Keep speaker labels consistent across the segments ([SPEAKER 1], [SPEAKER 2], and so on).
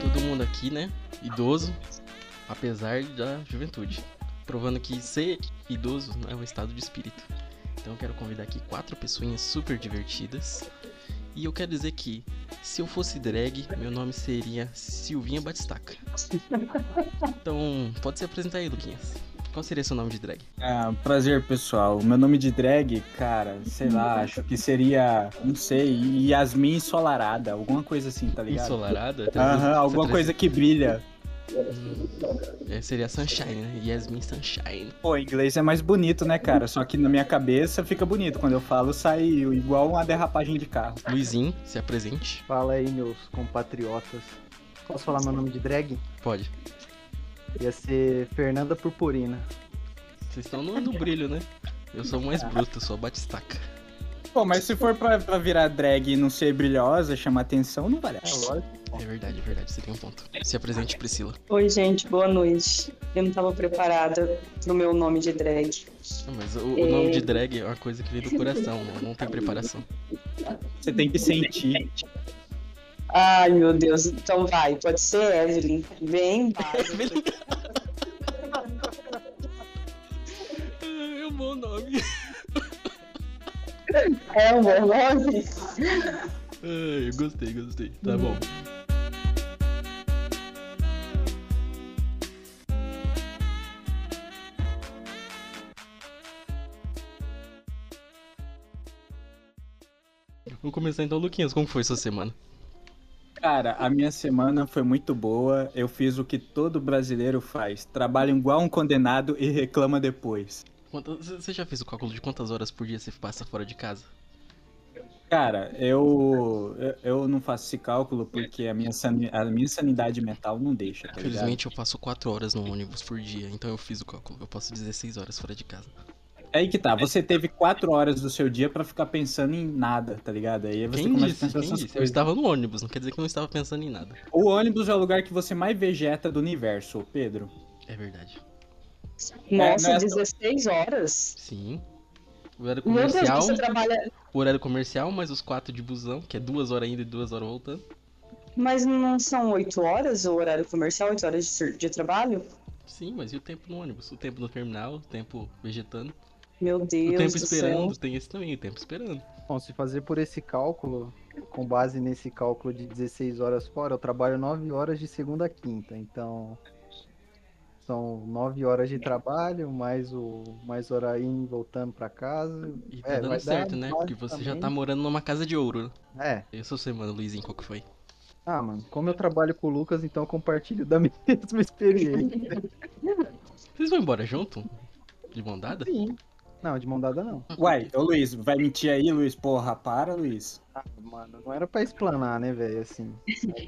[SPEAKER 1] todo mundo aqui, né? Idoso, apesar da juventude. Provando que ser idoso não é um estado de espírito. Então eu quero convidar aqui quatro pessoinhas super divertidas. E eu quero dizer que, se eu fosse drag, meu nome seria Silvinha Batistaca. Então, pode se apresentar aí, Luquinhas. Qual seria seu nome de drag?
[SPEAKER 2] Ah, prazer, pessoal. Meu nome de drag, cara, sei lá, acho que seria, não sei, Yasmin Ensolarada, alguma coisa assim, tá ligado?
[SPEAKER 1] Ensolarada?
[SPEAKER 2] Aham, alguma
[SPEAKER 1] Você
[SPEAKER 2] coisa que brilha.
[SPEAKER 1] traz- é, seria Sunshine, né? Yasmin Sunshine.
[SPEAKER 2] Pô, inglês é mais bonito, né, cara? Só que na minha cabeça fica bonito. Quando eu falo, sai igual uma derrapagem de carro.
[SPEAKER 1] Luizinho, se apresente.
[SPEAKER 3] Fala aí, meus compatriotas. Posso falar meu nome de drag?
[SPEAKER 1] Pode.
[SPEAKER 3] Ia ser Fernanda Purpurina.
[SPEAKER 1] Vocês estão no, no brilho, né? Eu sou mais bruto, sou a Batistaca.
[SPEAKER 2] Pô, mas se for pra, pra virar drag e não ser brilhosa, chamar atenção, não vale. a
[SPEAKER 3] lógico.
[SPEAKER 1] É verdade, é verdade, você tem um ponto. Se apresente, Priscila.
[SPEAKER 4] Oi, gente, boa noite. Eu não estava preparada pro meu nome de drag.
[SPEAKER 1] Ah, mas o, o nome de drag é uma coisa que vem do coração, né? não tem preparação.
[SPEAKER 2] Você tem que sentir.
[SPEAKER 4] Ai, meu Deus, então vai, pode ser Evelyn. Bem básico.
[SPEAKER 1] É um bom nome.
[SPEAKER 4] É um bom nome?
[SPEAKER 1] Ai, eu gostei, gostei. Tá bom. Vamos começar então, Luquinhas, como foi sua semana?
[SPEAKER 2] Cara, a minha semana foi muito boa. Eu fiz o que todo brasileiro faz: trabalha igual um condenado e reclama depois.
[SPEAKER 1] Quantas- Você já fez o cálculo de quantas horas por dia você passa fora de casa?
[SPEAKER 2] Tá Cara, eu, eu- eu não faço esse cálculo porque a minha, sani- a minha sanidade mental não deixa, tá ligado?
[SPEAKER 1] Infelizmente eu passo 4 horas no ônibus por dia, então eu fiz o cálculo. Eu passo 16 horas fora de casa.
[SPEAKER 2] É aí que tá, você teve quatro horas do seu dia pra ficar pensando em nada, tá ligado? Aí você
[SPEAKER 1] Quem
[SPEAKER 2] começa a
[SPEAKER 1] disse?
[SPEAKER 2] pensar
[SPEAKER 1] Quem
[SPEAKER 2] essas
[SPEAKER 1] disse? Eu
[SPEAKER 2] coisas.
[SPEAKER 1] estava no ônibus, não quer dizer que eu não estava pensando em nada.
[SPEAKER 2] O ônibus é o lugar que você mais vegeta do universo, Pedro.
[SPEAKER 1] É verdade.
[SPEAKER 4] Nossa,
[SPEAKER 2] É, nessa-
[SPEAKER 4] 16 horas?
[SPEAKER 1] Sim. Horário
[SPEAKER 4] Meu Deus,
[SPEAKER 1] comercial,
[SPEAKER 4] você trabalha.
[SPEAKER 1] horário comercial, mais os quatro de busão, que é duas horas indo e duas horas voltando.
[SPEAKER 4] Mas não são 8 horas o horário comercial, 8 horas de, ser- de trabalho?
[SPEAKER 1] Sim, mas e o tempo no ônibus? O tempo no terminal, o tempo vegetando.
[SPEAKER 4] Meu Deus
[SPEAKER 1] o tempo
[SPEAKER 4] do
[SPEAKER 1] esperando,
[SPEAKER 4] céu.
[SPEAKER 1] tem esse também, o tempo esperando.
[SPEAKER 3] Bom, se fazer por esse cálculo, com base nesse cálculo de 16 horas fora, eu trabalho 9 horas de segunda a quinta. Então, são 9 horas de trabalho, mais o mais hora indo e voltando pra casa.
[SPEAKER 1] E tá
[SPEAKER 3] É, vai
[SPEAKER 1] dando
[SPEAKER 3] dar
[SPEAKER 1] certo, né? Porque você já tá
[SPEAKER 3] basicamente-
[SPEAKER 1] morando numa casa de ouro. né?
[SPEAKER 3] É.
[SPEAKER 1] E a sua semana, Luizinho, qual que foi?
[SPEAKER 3] Ah, mano, como eu trabalho com o Lucas, então eu compartilho da mesma experiência.
[SPEAKER 1] Vocês vão embora junto? De mão dada?
[SPEAKER 3] Sim. Não, de mão dada não.
[SPEAKER 2] Uai, ô Luiz, vai mentir aí, Luiz? Porra, para, Luiz.
[SPEAKER 3] Ah, mano, não era pra explanar, né, velho? Assim.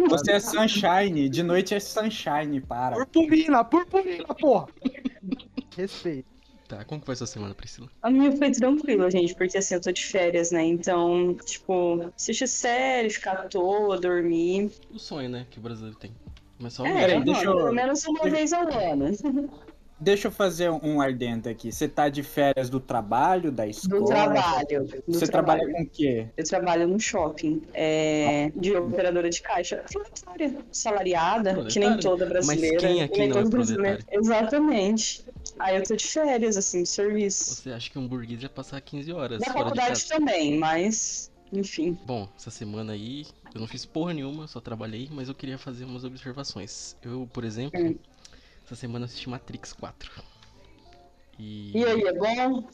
[SPEAKER 2] Você é sunshine, de noite é sunshine, para.
[SPEAKER 3] Purpurina, purpurina, porra! Respeito.
[SPEAKER 1] Tá, como que foi sua semana, Priscila?
[SPEAKER 4] A minha foi tranquila, gente, porque assim, eu tô de férias, né? Então, tipo, assistir série, ficar à toa, dormir.
[SPEAKER 1] O sonho, né, que o brasileiro tem. Mas só um o
[SPEAKER 4] É,
[SPEAKER 1] meu.
[SPEAKER 2] peraí, um deixa eu-
[SPEAKER 4] pelo menos uma vez ao ano.
[SPEAKER 2] Deixa eu fazer um ardente aqui. Você tá de férias do trabalho, da escola?
[SPEAKER 4] Do trabalho. do
[SPEAKER 2] Você
[SPEAKER 4] trabalho.
[SPEAKER 2] trabalha com o quê?
[SPEAKER 4] Eu trabalho no shopping é, de operadora de caixa. Proletária, salariada, que nem
[SPEAKER 1] Proletária?
[SPEAKER 4] toda brasileira.
[SPEAKER 1] Mas quem aqui
[SPEAKER 4] que nem
[SPEAKER 1] não é
[SPEAKER 4] todo brasileiro.
[SPEAKER 1] proletário?
[SPEAKER 4] Exatamente. Aí eu tô de férias, assim, de serviço.
[SPEAKER 1] Você acha que um burguês ia passar 15 horas
[SPEAKER 4] Na
[SPEAKER 1] é fora de
[SPEAKER 4] faculdade
[SPEAKER 1] casa?
[SPEAKER 4] também, mas, enfim.
[SPEAKER 1] Bom, essa semana aí eu não fiz porra nenhuma, só trabalhei, mas eu queria fazer umas observações. Eu, por exemplo,
[SPEAKER 4] Hum.
[SPEAKER 1] essa semana assisti Matrix 4. E.
[SPEAKER 4] E aí, é bom?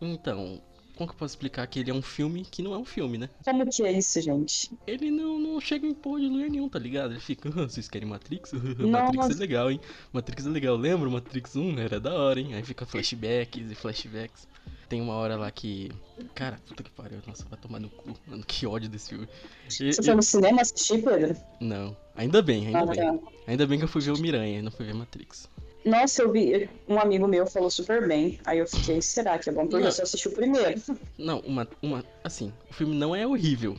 [SPEAKER 1] Então, como que eu posso explicar que ele é um filme que não é um filme, né?
[SPEAKER 4] Como que é isso, gente?
[SPEAKER 1] Ele não, não chega em porra de lugar nenhum, tá ligado? Ele fica, "Ah, vocês querem Matrix? Matrix
[SPEAKER 4] Nossa.
[SPEAKER 1] é legal, hein? Matrix é legal, lembra? Matrix 1 era da hora, hein? Aí fica flashbacks e flashbacks. Tem uma hora lá que. Cara, puta que pariu, nossa, vai tomar no cu, mano, que ódio desse filme. E-
[SPEAKER 4] Você
[SPEAKER 1] e-
[SPEAKER 4] foi no cinema assistir, Pedro?
[SPEAKER 1] Não, ainda bem, ainda
[SPEAKER 4] Ah,
[SPEAKER 1] bem.
[SPEAKER 4] tá.
[SPEAKER 1] Ainda bem que eu fui ver o Miranha, não fui ver Matrix.
[SPEAKER 4] Nossa, eu vi. Um amigo meu falou super bem. Aí eu fiquei, será que é bom? Porque
[SPEAKER 1] Não.
[SPEAKER 4] eu só assisti o primeiro.
[SPEAKER 1] Não, uma, uma. Assim, o filme não é horrível,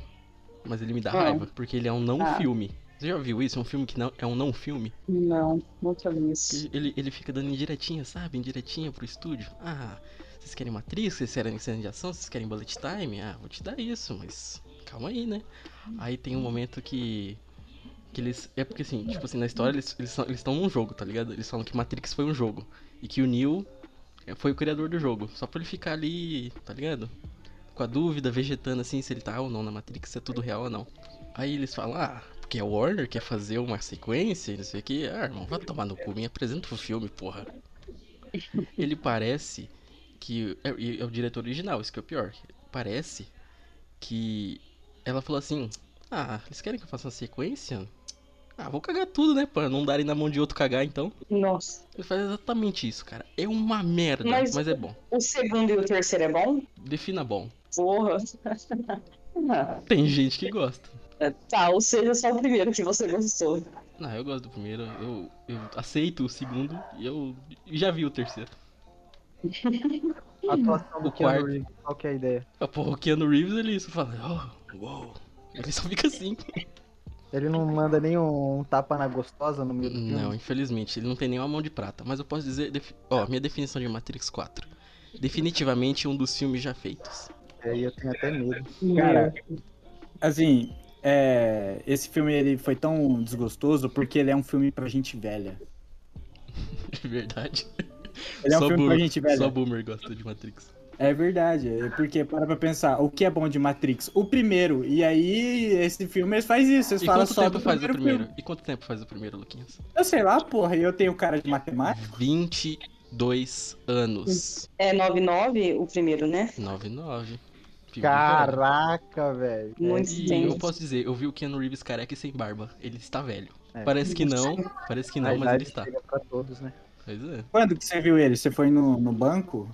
[SPEAKER 1] mas ele me dá
[SPEAKER 4] Ah.
[SPEAKER 1] raiva, porque ele é um não
[SPEAKER 4] Ah.
[SPEAKER 1] filme. Você já viu isso? É um filme que não é um não filme?
[SPEAKER 4] Não, nunca vi isso.
[SPEAKER 1] Que Ele, ele fica dando indiretinha, sabe? Indiretinha pro estúdio. Ah, vocês querem Matrix? Vocês querem cena de ação? Vocês querem bullet time? Ah, vou te dar isso, mas calma aí, né? Aí tem um momento que. Que eles. É porque assim, tipo assim, na história eles eles são- eles estão num jogo, tá ligado? Eles falam que Matrix foi um jogo. E que o Neo é, foi o criador do jogo. Só pra ele ficar ali, tá ligado? Com a dúvida, vegetando assim, se ele tá ou não na Matrix, se é tudo real ou não. Aí eles falam, ah, porque a Warner quer fazer uma sequência, e não sei o que. Ah, irmão, vai tomar no cu, me apresenta o filme, porra. Ele parece que. É, e é o diretor original, isso que é o pior. Parece que ela falou assim: Ah, eles querem que eu faça uma sequência? Ah, vou cagar tudo, né? Pra não darem na mão de outro cagar, então.
[SPEAKER 4] Nossa.
[SPEAKER 1] Ele faz exatamente isso, cara. É uma merda, mas,
[SPEAKER 4] Mas-
[SPEAKER 1] é bom.
[SPEAKER 4] O segundo e o terceiro é bom?
[SPEAKER 1] Defina bom.
[SPEAKER 4] Porra.
[SPEAKER 1] Tem gente que gosta.
[SPEAKER 4] tá, ou seja, só o primeiro que você gostou.
[SPEAKER 1] Não, eu gosto do primeiro, eu, eu aceito o segundo e eu já vi o terceiro.
[SPEAKER 3] A atuação
[SPEAKER 1] O
[SPEAKER 3] do Keanu
[SPEAKER 1] quarto.
[SPEAKER 3] Reeves, qual que é a ideia?
[SPEAKER 1] Ah, Porra, o Keanu Reeves ele só fala, oh, uou. Ele só fica assim.
[SPEAKER 3] Ele não manda nem um tapa na gostosa no meio do filme?
[SPEAKER 1] Não, infelizmente, ele não tem nenhuma mão de prata. Mas eu posso dizer, defi- ó, minha definição de Matrix 4. Definitivamente um dos filmes já feitos.
[SPEAKER 3] E aí eu tenho até medo.
[SPEAKER 2] Cara, assim, é, esse filme ele foi tão desgostoso porque ele é um filme pra gente velha.
[SPEAKER 1] De verdade.
[SPEAKER 2] Ele é um
[SPEAKER 1] só,
[SPEAKER 2] filme pra
[SPEAKER 1] boomer,
[SPEAKER 2] gente velha.
[SPEAKER 1] só boomer gosta de Matrix.
[SPEAKER 2] É verdade, é porque para pra pensar, o que é bom de Matrix? O primeiro, e aí esse filme eles faz isso, eles
[SPEAKER 1] E
[SPEAKER 2] falam
[SPEAKER 1] quanto
[SPEAKER 2] só
[SPEAKER 1] tempo
[SPEAKER 2] do
[SPEAKER 1] faz o
[SPEAKER 2] primeiro
[SPEAKER 1] primeiro? E quanto tempo faz o primeiro, Luquinhas?
[SPEAKER 2] filme. Eu sei lá, porra, e eu tenho cara de matemática.
[SPEAKER 1] 22 anos.
[SPEAKER 4] É 99 o primeiro, né?
[SPEAKER 1] 99. Filme do caralho.
[SPEAKER 3] Caraca, velho.
[SPEAKER 4] Muito
[SPEAKER 1] E
[SPEAKER 4] tempo.
[SPEAKER 1] eu posso dizer, eu vi o Keanu Reeves careca e sem barba. Ele está velho.
[SPEAKER 3] É.
[SPEAKER 1] Parece que não, parece que não, mas ele está.
[SPEAKER 3] chega pra todos, né?
[SPEAKER 1] Pois é.
[SPEAKER 2] Quando que você viu ele? Você foi no, no banco?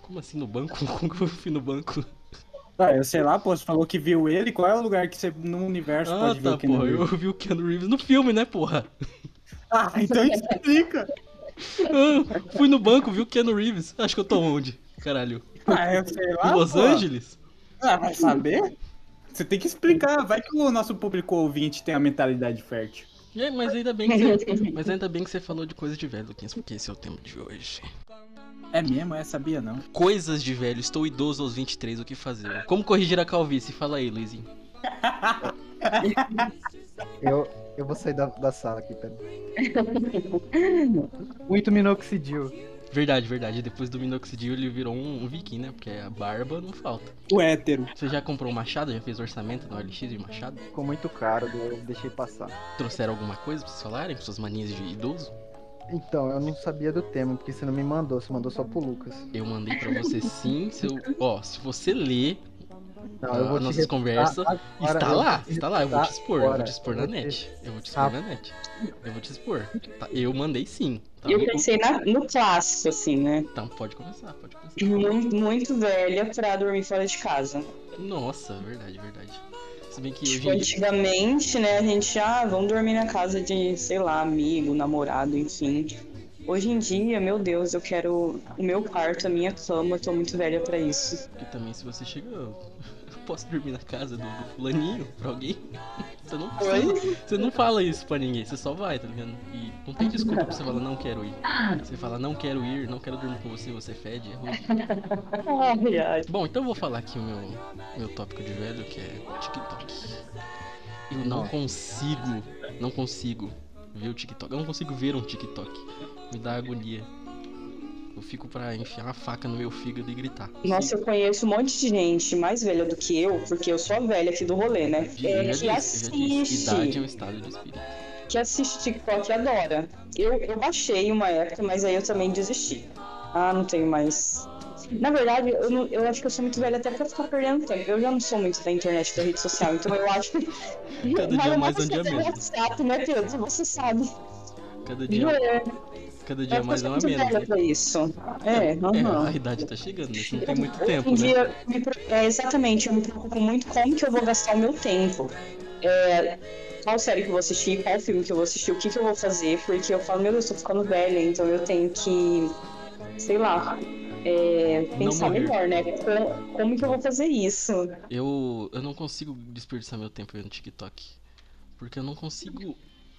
[SPEAKER 1] Como assim no banco? Como que eu fui no banco?
[SPEAKER 2] Ah, eu sei lá, pô, você falou que viu ele, qual é o lugar que você, no universo,
[SPEAKER 1] Ah,
[SPEAKER 2] pode ver
[SPEAKER 1] tá,
[SPEAKER 2] o Keanu
[SPEAKER 1] porra. Eu
[SPEAKER 2] Reeves?
[SPEAKER 1] vi o Keanu Reeves no filme, né, porra?
[SPEAKER 2] Ah, então explica!
[SPEAKER 1] Ah, fui no banco, vi o Keanu Reeves. Acho que eu tô onde? Caralho.
[SPEAKER 2] Ah, eu sei lá,
[SPEAKER 1] em Los
[SPEAKER 2] pô.
[SPEAKER 1] Angeles?
[SPEAKER 2] Ah, vai saber? Você tem que explicar, vai que o nosso público ouvinte tem a mentalidade fértil.
[SPEAKER 1] É, mas ainda bem que você, mas ainda bem que você falou de coisa de velho, Luquinhas, porque esse é o tema de hoje.
[SPEAKER 2] É mesmo? É, sabia não.
[SPEAKER 1] Coisas de velho, estou idoso aos 23, o que fazer? Como corrigir a calvície? Fala aí, Luizinho.
[SPEAKER 3] Eu, eu vou sair da, da sala aqui, peraí. Muito minoxidil.
[SPEAKER 1] Verdade, verdade. Depois do minoxidil ele virou um, um viking, né? Porque a barba não falta.
[SPEAKER 2] O hétero.
[SPEAKER 1] Você já comprou um machado? Já fez orçamento no OLX de machado?
[SPEAKER 3] Ficou muito caro, eu deixei passar.
[SPEAKER 1] Trouxeram alguma coisa pra vocês falarem? Suas manias de idoso?
[SPEAKER 3] Então, eu não sabia do tema, porque você não me mandou, você mandou só pro Lucas.
[SPEAKER 1] Eu mandei pra você sim, seu. Ó, se você ler
[SPEAKER 3] Não,
[SPEAKER 1] Ah,
[SPEAKER 3] eu vou te
[SPEAKER 1] nossas
[SPEAKER 3] refutar
[SPEAKER 1] conversas
[SPEAKER 3] agora,
[SPEAKER 1] está
[SPEAKER 3] eu
[SPEAKER 1] lá,
[SPEAKER 3] vou tá, te
[SPEAKER 1] está lá. Eu vou te
[SPEAKER 3] refutar
[SPEAKER 1] expor, eu vou
[SPEAKER 3] agora.
[SPEAKER 1] te expor na
[SPEAKER 3] Eu vou te-
[SPEAKER 1] net. Eu vou te
[SPEAKER 3] tá
[SPEAKER 1] expor na net. Eu vou te expor. Tá, eu mandei sim. Tá,
[SPEAKER 4] Eu
[SPEAKER 1] vou-
[SPEAKER 4] pensei na- no clássico, assim, né?
[SPEAKER 1] Então pode começar, pode começar.
[SPEAKER 4] Muito, muito velha pra dormir fora de casa.
[SPEAKER 1] Nossa, verdade, verdade. Se bem que hoje
[SPEAKER 4] Tipo,
[SPEAKER 1] em dia.
[SPEAKER 4] antigamente, né, a gente, ah, vamos dormir na casa de, sei lá, amigo, namorado, enfim. Hoje em dia, meu Deus, eu quero o meu quarto, a minha cama, eu tô muito velha pra isso.
[SPEAKER 1] Porque também se você chega. Eu posso dormir na casa do, do fulaninho pra alguém? Você não precisa. Você não fala isso pra ninguém, você só vai, tá ligado? E não tem desculpa pra você falar não quero ir. Você fala não quero ir, não quero dormir com você, você fede, é ruim.
[SPEAKER 4] Ai, ai.
[SPEAKER 1] Bom, então eu vou falar aqui o meu, meu tópico de velho, que é TikTok. Eu não consigo, não consigo ver o TikTok. Eu não consigo ver um TikTok. Me dá agonia. Eu fico pra enfiar uma faca no meu fígado e gritar.
[SPEAKER 4] Nossa, eu conheço um monte de gente mais velha do que eu, porque eu sou a velha aqui do rolê, né?
[SPEAKER 1] Eu já
[SPEAKER 4] É,
[SPEAKER 1] disse,
[SPEAKER 4] que
[SPEAKER 1] eu já disse, idade é
[SPEAKER 4] assiste,
[SPEAKER 1] um estado de espírito.
[SPEAKER 4] que assiste TikTok e adora. Eu, eu baixei uma época, mas aí eu também desisti. Ah, não tenho mais. Na verdade, eu, não- eu acho que eu sou muito velha até pra ficar perdendo tempo. Eu já não sou muito da internet, da rede social, então eu acho que.
[SPEAKER 1] Cada dia
[SPEAKER 4] Vale
[SPEAKER 1] mais, um dia
[SPEAKER 4] você ter
[SPEAKER 1] menos.
[SPEAKER 4] WhatsApp, né, Pedro? Você sabe.
[SPEAKER 1] Cada
[SPEAKER 4] Eu,
[SPEAKER 1] dia,
[SPEAKER 4] eu,
[SPEAKER 1] cada dia
[SPEAKER 4] eu
[SPEAKER 1] mais é
[SPEAKER 4] sou
[SPEAKER 1] uma
[SPEAKER 4] muito
[SPEAKER 1] menos.
[SPEAKER 4] velha
[SPEAKER 1] Né?
[SPEAKER 4] pra isso. É, aham.
[SPEAKER 1] É, a idade tá chegando, né? Você não tem muito
[SPEAKER 4] Hoje
[SPEAKER 1] tempo,
[SPEAKER 4] em
[SPEAKER 1] né?
[SPEAKER 4] dia, eu me pre- é, exatamente, eu me preocupo muito como que eu vou gastar o meu tempo. É, qual série que eu vou assistir, qual filme que eu vou assistir, o que que eu vou fazer, porque eu falo, meu Deus, eu tô ficando velha, então eu tenho que, sei lá, é,
[SPEAKER 1] Não
[SPEAKER 4] pensar
[SPEAKER 1] morrer.
[SPEAKER 4] melhor, né? Como, como que eu vou fazer isso?
[SPEAKER 1] Eu, eu não consigo desperdiçar meu tempo vendo TikTok. Porque eu não consigo.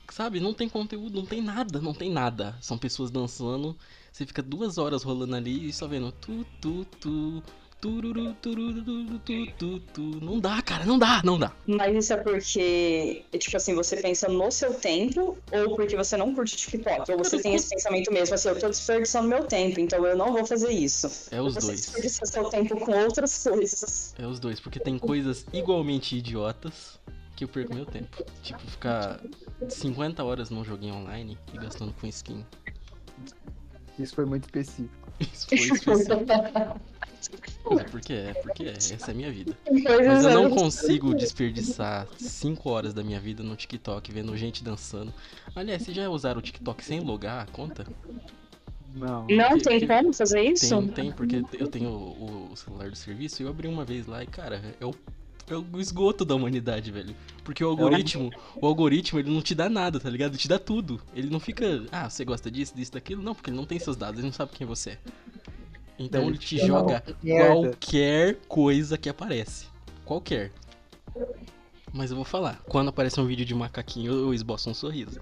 [SPEAKER 1] Sabe, não tem conteúdo, não tem nada, não tem nada. São pessoas dançando, você fica duas horas rolando ali e só vendo tu, tu, tu, Tururu, tururu, tu, tu, tu, tu. Não dá, cara, não dá, não dá.
[SPEAKER 4] Mas isso é porque, tipo assim, você pensa no seu tempo ou porque você não curte TikTok? Ou você tem esse pensamento mesmo, assim, eu tô desperdiçando meu tempo, então eu não vou fazer isso.
[SPEAKER 1] É os
[SPEAKER 4] você
[SPEAKER 1] dois.
[SPEAKER 4] desperdiça seu tempo com outras coisas.
[SPEAKER 1] É os dois, porque tem coisas igualmente idiotas que eu perco meu tempo. Tipo, ficar 50 horas num joguinho online e gastando com skin.
[SPEAKER 3] Isso foi muito específico.
[SPEAKER 1] Isso foi específico. Mas é porque é, porque é. Essa é a minha vida. Mas
[SPEAKER 4] Coisas
[SPEAKER 1] eu não consigo desperdiçar 5 horas da minha vida no TikTok vendo gente dançando. Aliás, vocês já usaram o TikTok sem logar a conta?
[SPEAKER 3] Não.
[SPEAKER 4] Não tem como fazer isso?
[SPEAKER 1] Tem, tem, porque eu tenho o, o celular do serviço e eu abri uma vez lá e, cara, é o, é o esgoto da humanidade, velho. Porque o algoritmo, o algoritmo, ele não te dá nada, tá ligado? Ele te dá tudo. Ele não fica, ah, você gosta disso, disso, daquilo. Não, porque ele não tem seus dados, ele não sabe quem você é. Então
[SPEAKER 3] Ele
[SPEAKER 1] ele te
[SPEAKER 3] te dá uma
[SPEAKER 1] joga
[SPEAKER 3] merda.
[SPEAKER 1] qualquer coisa que aparece. Qualquer. Mas eu vou falar, quando aparece um vídeo de macaquinho, eu- eu esboço um sorriso.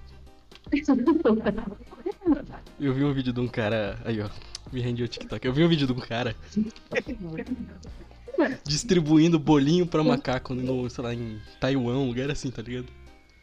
[SPEAKER 1] Eu vi um vídeo de um cara. Aí, ó. Me rendeu o TikTok. Eu vi um vídeo de um cara. distribuindo bolinho pra macaco no, sei lá, em Taiwan, um lugar assim, tá ligado?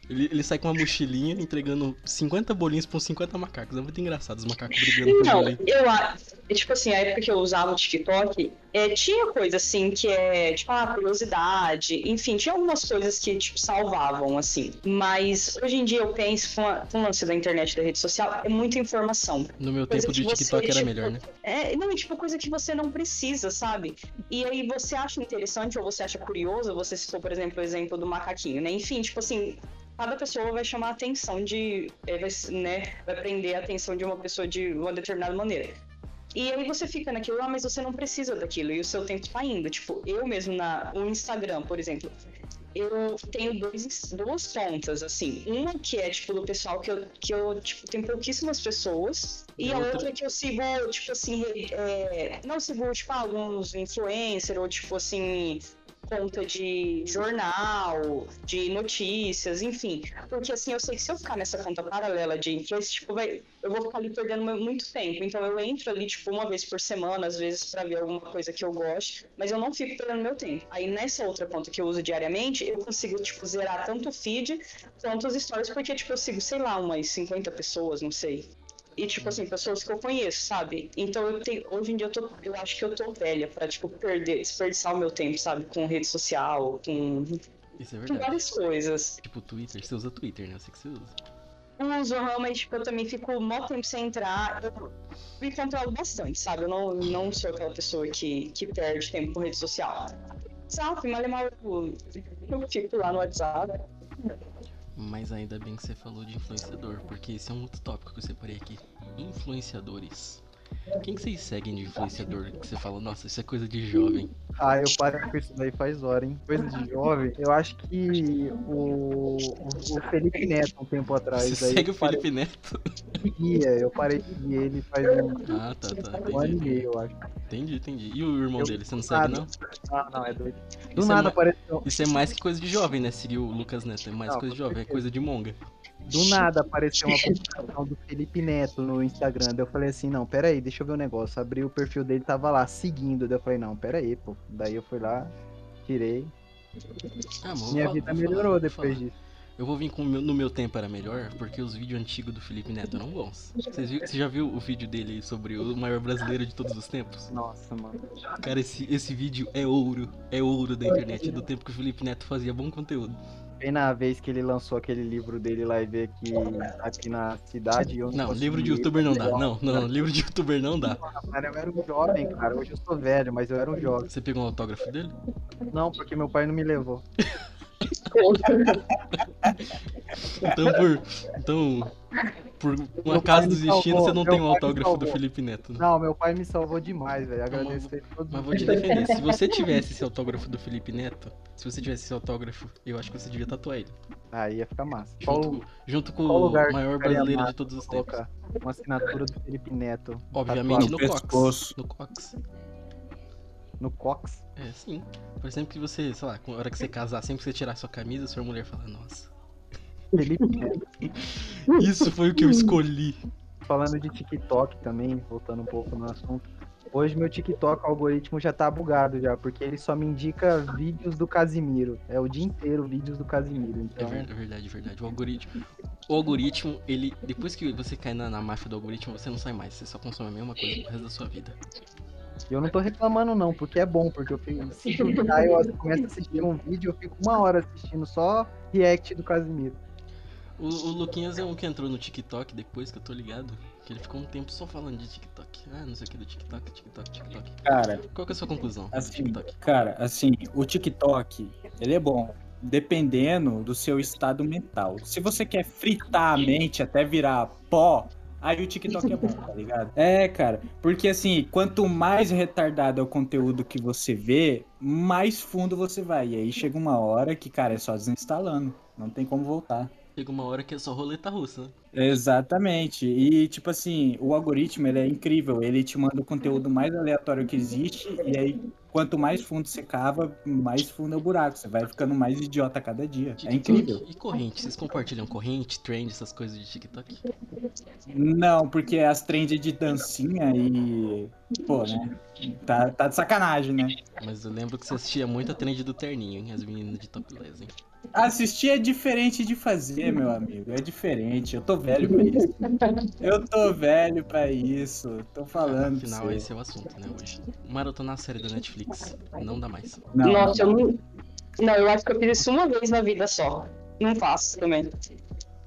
[SPEAKER 1] Ele, ele sai com uma mochilinha entregando 50 bolinhos pra uns 50 macacos. É muito engraçado os macacos brigando por
[SPEAKER 4] Não,
[SPEAKER 1] bolinho.
[SPEAKER 4] eu acho. Tipo assim, a época que eu usava o TikTok, é, tinha coisa assim que é, tipo, ah, curiosidade, enfim, tinha algumas coisas que, tipo, salvavam, assim. Mas hoje em dia eu penso, com a- com o lance da internet, da rede social, é muita informação.
[SPEAKER 1] No meu
[SPEAKER 4] Coisa
[SPEAKER 1] tempo
[SPEAKER 4] que
[SPEAKER 1] de
[SPEAKER 4] você,
[SPEAKER 1] TikTok era
[SPEAKER 4] tipo,
[SPEAKER 1] melhor, né?
[SPEAKER 4] É, não, e tipo, coisa que você não precisa, sabe? E aí você acha interessante ou você acha curioso, você citou, por exemplo, o exemplo do macaquinho, né? Enfim, tipo assim, cada pessoa vai chamar a atenção de. é, vai, s- né, vai prender a atenção de uma pessoa de uma determinada maneira. E aí você fica naquilo, ah, mas você não precisa daquilo, e o seu tempo tá indo. Tipo, eu mesmo, na, o Instagram, por exemplo, eu tenho dois, duas contas, assim. Uma que é, tipo, do pessoal que eu, que eu tipo, tem pouquíssimas pessoas. E
[SPEAKER 1] E
[SPEAKER 4] a
[SPEAKER 1] outra?
[SPEAKER 4] outra que eu sigo, tipo, assim, re- é, não sigo, tipo, alguns influencer ou, tipo, assim, conta de jornal, de notícias, enfim. Porque, assim, eu sei que se eu ficar nessa conta paralela de influencer, tipo, vai, eu vou ficar ali perdendo mu- muito tempo. Então, eu entro ali, tipo, uma vez por semana, às vezes, pra ver alguma coisa que eu gosto mas eu não fico perdendo meu tempo. Aí nessa outra conta que eu uso diariamente, eu consigo, tipo, zerar tanto o feed quanto os stories, porque, tipo, eu sigo, sei lá, umas 50 pessoas, não sei. E, tipo assim, pessoas que eu conheço, sabe? Então eu tenho. Hoje em dia eu, tô, eu acho que eu tô velha pra, tipo, perder, desperdiçar o meu tempo, sabe? Com rede social, com,
[SPEAKER 1] Isso é
[SPEAKER 4] com
[SPEAKER 1] verdade.
[SPEAKER 4] várias coisas.
[SPEAKER 1] Tipo, Twitter. Você usa Twitter, né? Eu sei que você usa.
[SPEAKER 4] Eu uso realmente, tipo, eu também fico mó tempo sem entrar. Eu me controlo bastante, sabe? Eu não, não sou aquela pessoa que, que perde tempo com rede social. WhatsApp, mal e mal eu, eu fico lá no WhatsApp.
[SPEAKER 1] Mas ainda bem que você falou de influenciador, porque esse é um outro tópico que eu separei aqui. Influenciadores. Quem que vocês seguem de influenciador que você fala, nossa, isso é coisa de jovem?
[SPEAKER 3] Ah, eu parei com isso daí faz hora, hein? Coisa de jovem. Eu acho que o, o- o Felipe Neto, um tempo atrás,
[SPEAKER 1] Você
[SPEAKER 3] aí,
[SPEAKER 1] segue
[SPEAKER 3] eu
[SPEAKER 1] o Felipe Neto?
[SPEAKER 3] parei de guia. Eu parei de guia ele faz um,
[SPEAKER 1] Ah, tá, tá.
[SPEAKER 3] um ano e
[SPEAKER 1] Entendi,
[SPEAKER 3] meio, eu acho.
[SPEAKER 1] entendi. entendi. E o irmão
[SPEAKER 3] Eu-
[SPEAKER 1] dele, você não segue,
[SPEAKER 3] nada.
[SPEAKER 1] não?
[SPEAKER 3] Ah, não, é doido. Do
[SPEAKER 1] Isso é
[SPEAKER 3] nada
[SPEAKER 1] ma-
[SPEAKER 3] apareceu.
[SPEAKER 1] Isso é mais que coisa de jovem, né? Seguir o Lucas Neto é mais
[SPEAKER 3] Não,
[SPEAKER 1] coisa de
[SPEAKER 3] com
[SPEAKER 1] jovem, é coisa de monga.
[SPEAKER 3] Do nada apareceu uma publicação do Felipe Neto no Instagram. Daí eu falei assim, não, peraí, deixa eu ver um negócio. Abri o perfil dele, tava lá, seguindo. Daí eu falei, não, peraí, pô. Daí eu fui lá, tirei.
[SPEAKER 1] Ah, mas eu vou
[SPEAKER 3] Minha
[SPEAKER 1] falar-
[SPEAKER 3] vida
[SPEAKER 1] vou falar,
[SPEAKER 3] melhorou
[SPEAKER 1] vou
[SPEAKER 3] depois
[SPEAKER 1] falar.
[SPEAKER 3] disso.
[SPEAKER 1] Eu vou vir com o meu- no meu tempo era melhor, porque os vídeos antigos do Felipe Neto eram bons. Vocês vi- Você já viu o vídeo dele sobre o maior brasileiro de todos os tempos?
[SPEAKER 3] Nossa, mano.
[SPEAKER 1] Cara, esse, esse vídeo é ouro. É ouro da internet, do tempo que o Felipe Neto fazia bom conteúdo.
[SPEAKER 3] Bem na vez que ele lançou aquele livro dele lá e veio aqui, aqui na cidade. e Eu
[SPEAKER 1] Não,
[SPEAKER 3] consegui
[SPEAKER 1] livro de
[SPEAKER 3] ler.
[SPEAKER 1] youtuber não dá. Não, não, não, livro de youtuber não dá.
[SPEAKER 3] Cara, eu era um jovem, cara. Hoje eu sou velho, mas eu era um jovem.
[SPEAKER 1] Você pegou um autógrafo dele?
[SPEAKER 3] Não, porque meu pai não me levou.
[SPEAKER 1] Então, por. Então. Por um
[SPEAKER 3] Meu pai
[SPEAKER 1] acaso
[SPEAKER 3] me
[SPEAKER 1] do destino,
[SPEAKER 3] salvou,
[SPEAKER 1] você não
[SPEAKER 3] meu
[SPEAKER 1] tem um
[SPEAKER 3] pai me
[SPEAKER 1] autógrafo do
[SPEAKER 3] salvou.
[SPEAKER 1] Felipe Neto. né?
[SPEAKER 3] Não, meu pai me salvou demais, velho. Agradeço ele
[SPEAKER 1] Então,
[SPEAKER 3] todo
[SPEAKER 1] Mas vou te defender. Se você tivesse esse autógrafo do Felipe Neto, se você tivesse esse autógrafo, eu acho que você devia tatuar ele.
[SPEAKER 3] Aí ia ficar massa. Qual,
[SPEAKER 1] Junto, junto com
[SPEAKER 3] qual
[SPEAKER 1] o
[SPEAKER 3] lugar
[SPEAKER 1] maior
[SPEAKER 3] ficaria
[SPEAKER 1] brasileiro
[SPEAKER 3] massa
[SPEAKER 1] de todos os tempos.
[SPEAKER 3] colocar uma assinatura do Felipe Neto
[SPEAKER 1] Obviamente no
[SPEAKER 2] Tatuar no
[SPEAKER 1] Cox.
[SPEAKER 2] pescoço.
[SPEAKER 1] No Cox.
[SPEAKER 3] no Cox?
[SPEAKER 1] É, sim. Por exemplo, que você, sei lá, na hora que você casar, sempre que você tirar sua camisa, sua mulher fala, nossa.
[SPEAKER 3] Felipe Neto.
[SPEAKER 1] Isso foi o que eu escolhi.
[SPEAKER 3] Falando de TikTok também, voltando um pouco no assunto. Hoje meu TikTok algoritmo já tá bugado já, porque ele só me indica vídeos do Casimiro. É o dia inteiro vídeos do Casimiro.
[SPEAKER 1] É
[SPEAKER 3] Então,
[SPEAKER 1] ver- é verdade, é verdade. O algoritmo, o algoritmo, ele. Depois que você cai na, na máfia do algoritmo, você não sai mais. Você só consome a mesma coisa pro resto da sua vida.
[SPEAKER 3] e eu não tô reclamando não, porque é bom, porque eu fico, se duvidar, eu começo a assistir um vídeo, eu fico uma hora assistindo só react do Casimiro.
[SPEAKER 1] O, o Luquinhas é um que entrou no TikTok depois que eu tô ligado. Que ele ficou um tempo só falando de TikTok. Ah, não sei o que do TikTok, TikTok, TikTok.
[SPEAKER 2] Cara,
[SPEAKER 1] Qual que é a sua conclusão? do
[SPEAKER 2] assim,
[SPEAKER 1] TikTok?
[SPEAKER 2] cara, assim, o TikTok, ele é bom. Dependendo do seu estado mental. Se você quer fritar a mente até virar pó, aí o TikTok é bom, tá ligado? É, cara, porque assim, quanto mais retardado é o conteúdo que você vê, mais fundo você vai. E aí chega uma hora que, cara, é só desinstalando. Não tem como voltar.
[SPEAKER 1] Chega uma hora que é só roleta russa, né?
[SPEAKER 2] Exatamente. E tipo assim, o algoritmo ele é incrível, ele te manda o conteúdo mais aleatório que existe, e aí quanto mais fundo você cava, mais fundo é o buraco, você vai ficando mais idiota a cada dia. É
[SPEAKER 1] TikTok
[SPEAKER 2] incrível.
[SPEAKER 1] E corrente? Vocês compartilham corrente, trend, essas coisas de TikTok?
[SPEAKER 2] Não, porque as trends de dancinha e. Pô, né? Tá, tá de sacanagem, né?
[SPEAKER 1] Mas eu lembro que você assistia muito a trend do terninho, hein? As meninas de topless, hein?
[SPEAKER 2] Assistir é diferente de fazer, meu amigo. É diferente. Eu tô velho pra isso. Eu tô velho pra isso. Tô falando. pra
[SPEAKER 1] Afinal,
[SPEAKER 2] você.
[SPEAKER 1] esse é o assunto, né, hoje. Maratonar a série da Netflix. Não dá mais.
[SPEAKER 2] Não, não,
[SPEAKER 4] Nossa, eu não. Não, eu acho que eu fiz isso uma vez na vida só. Não faço também.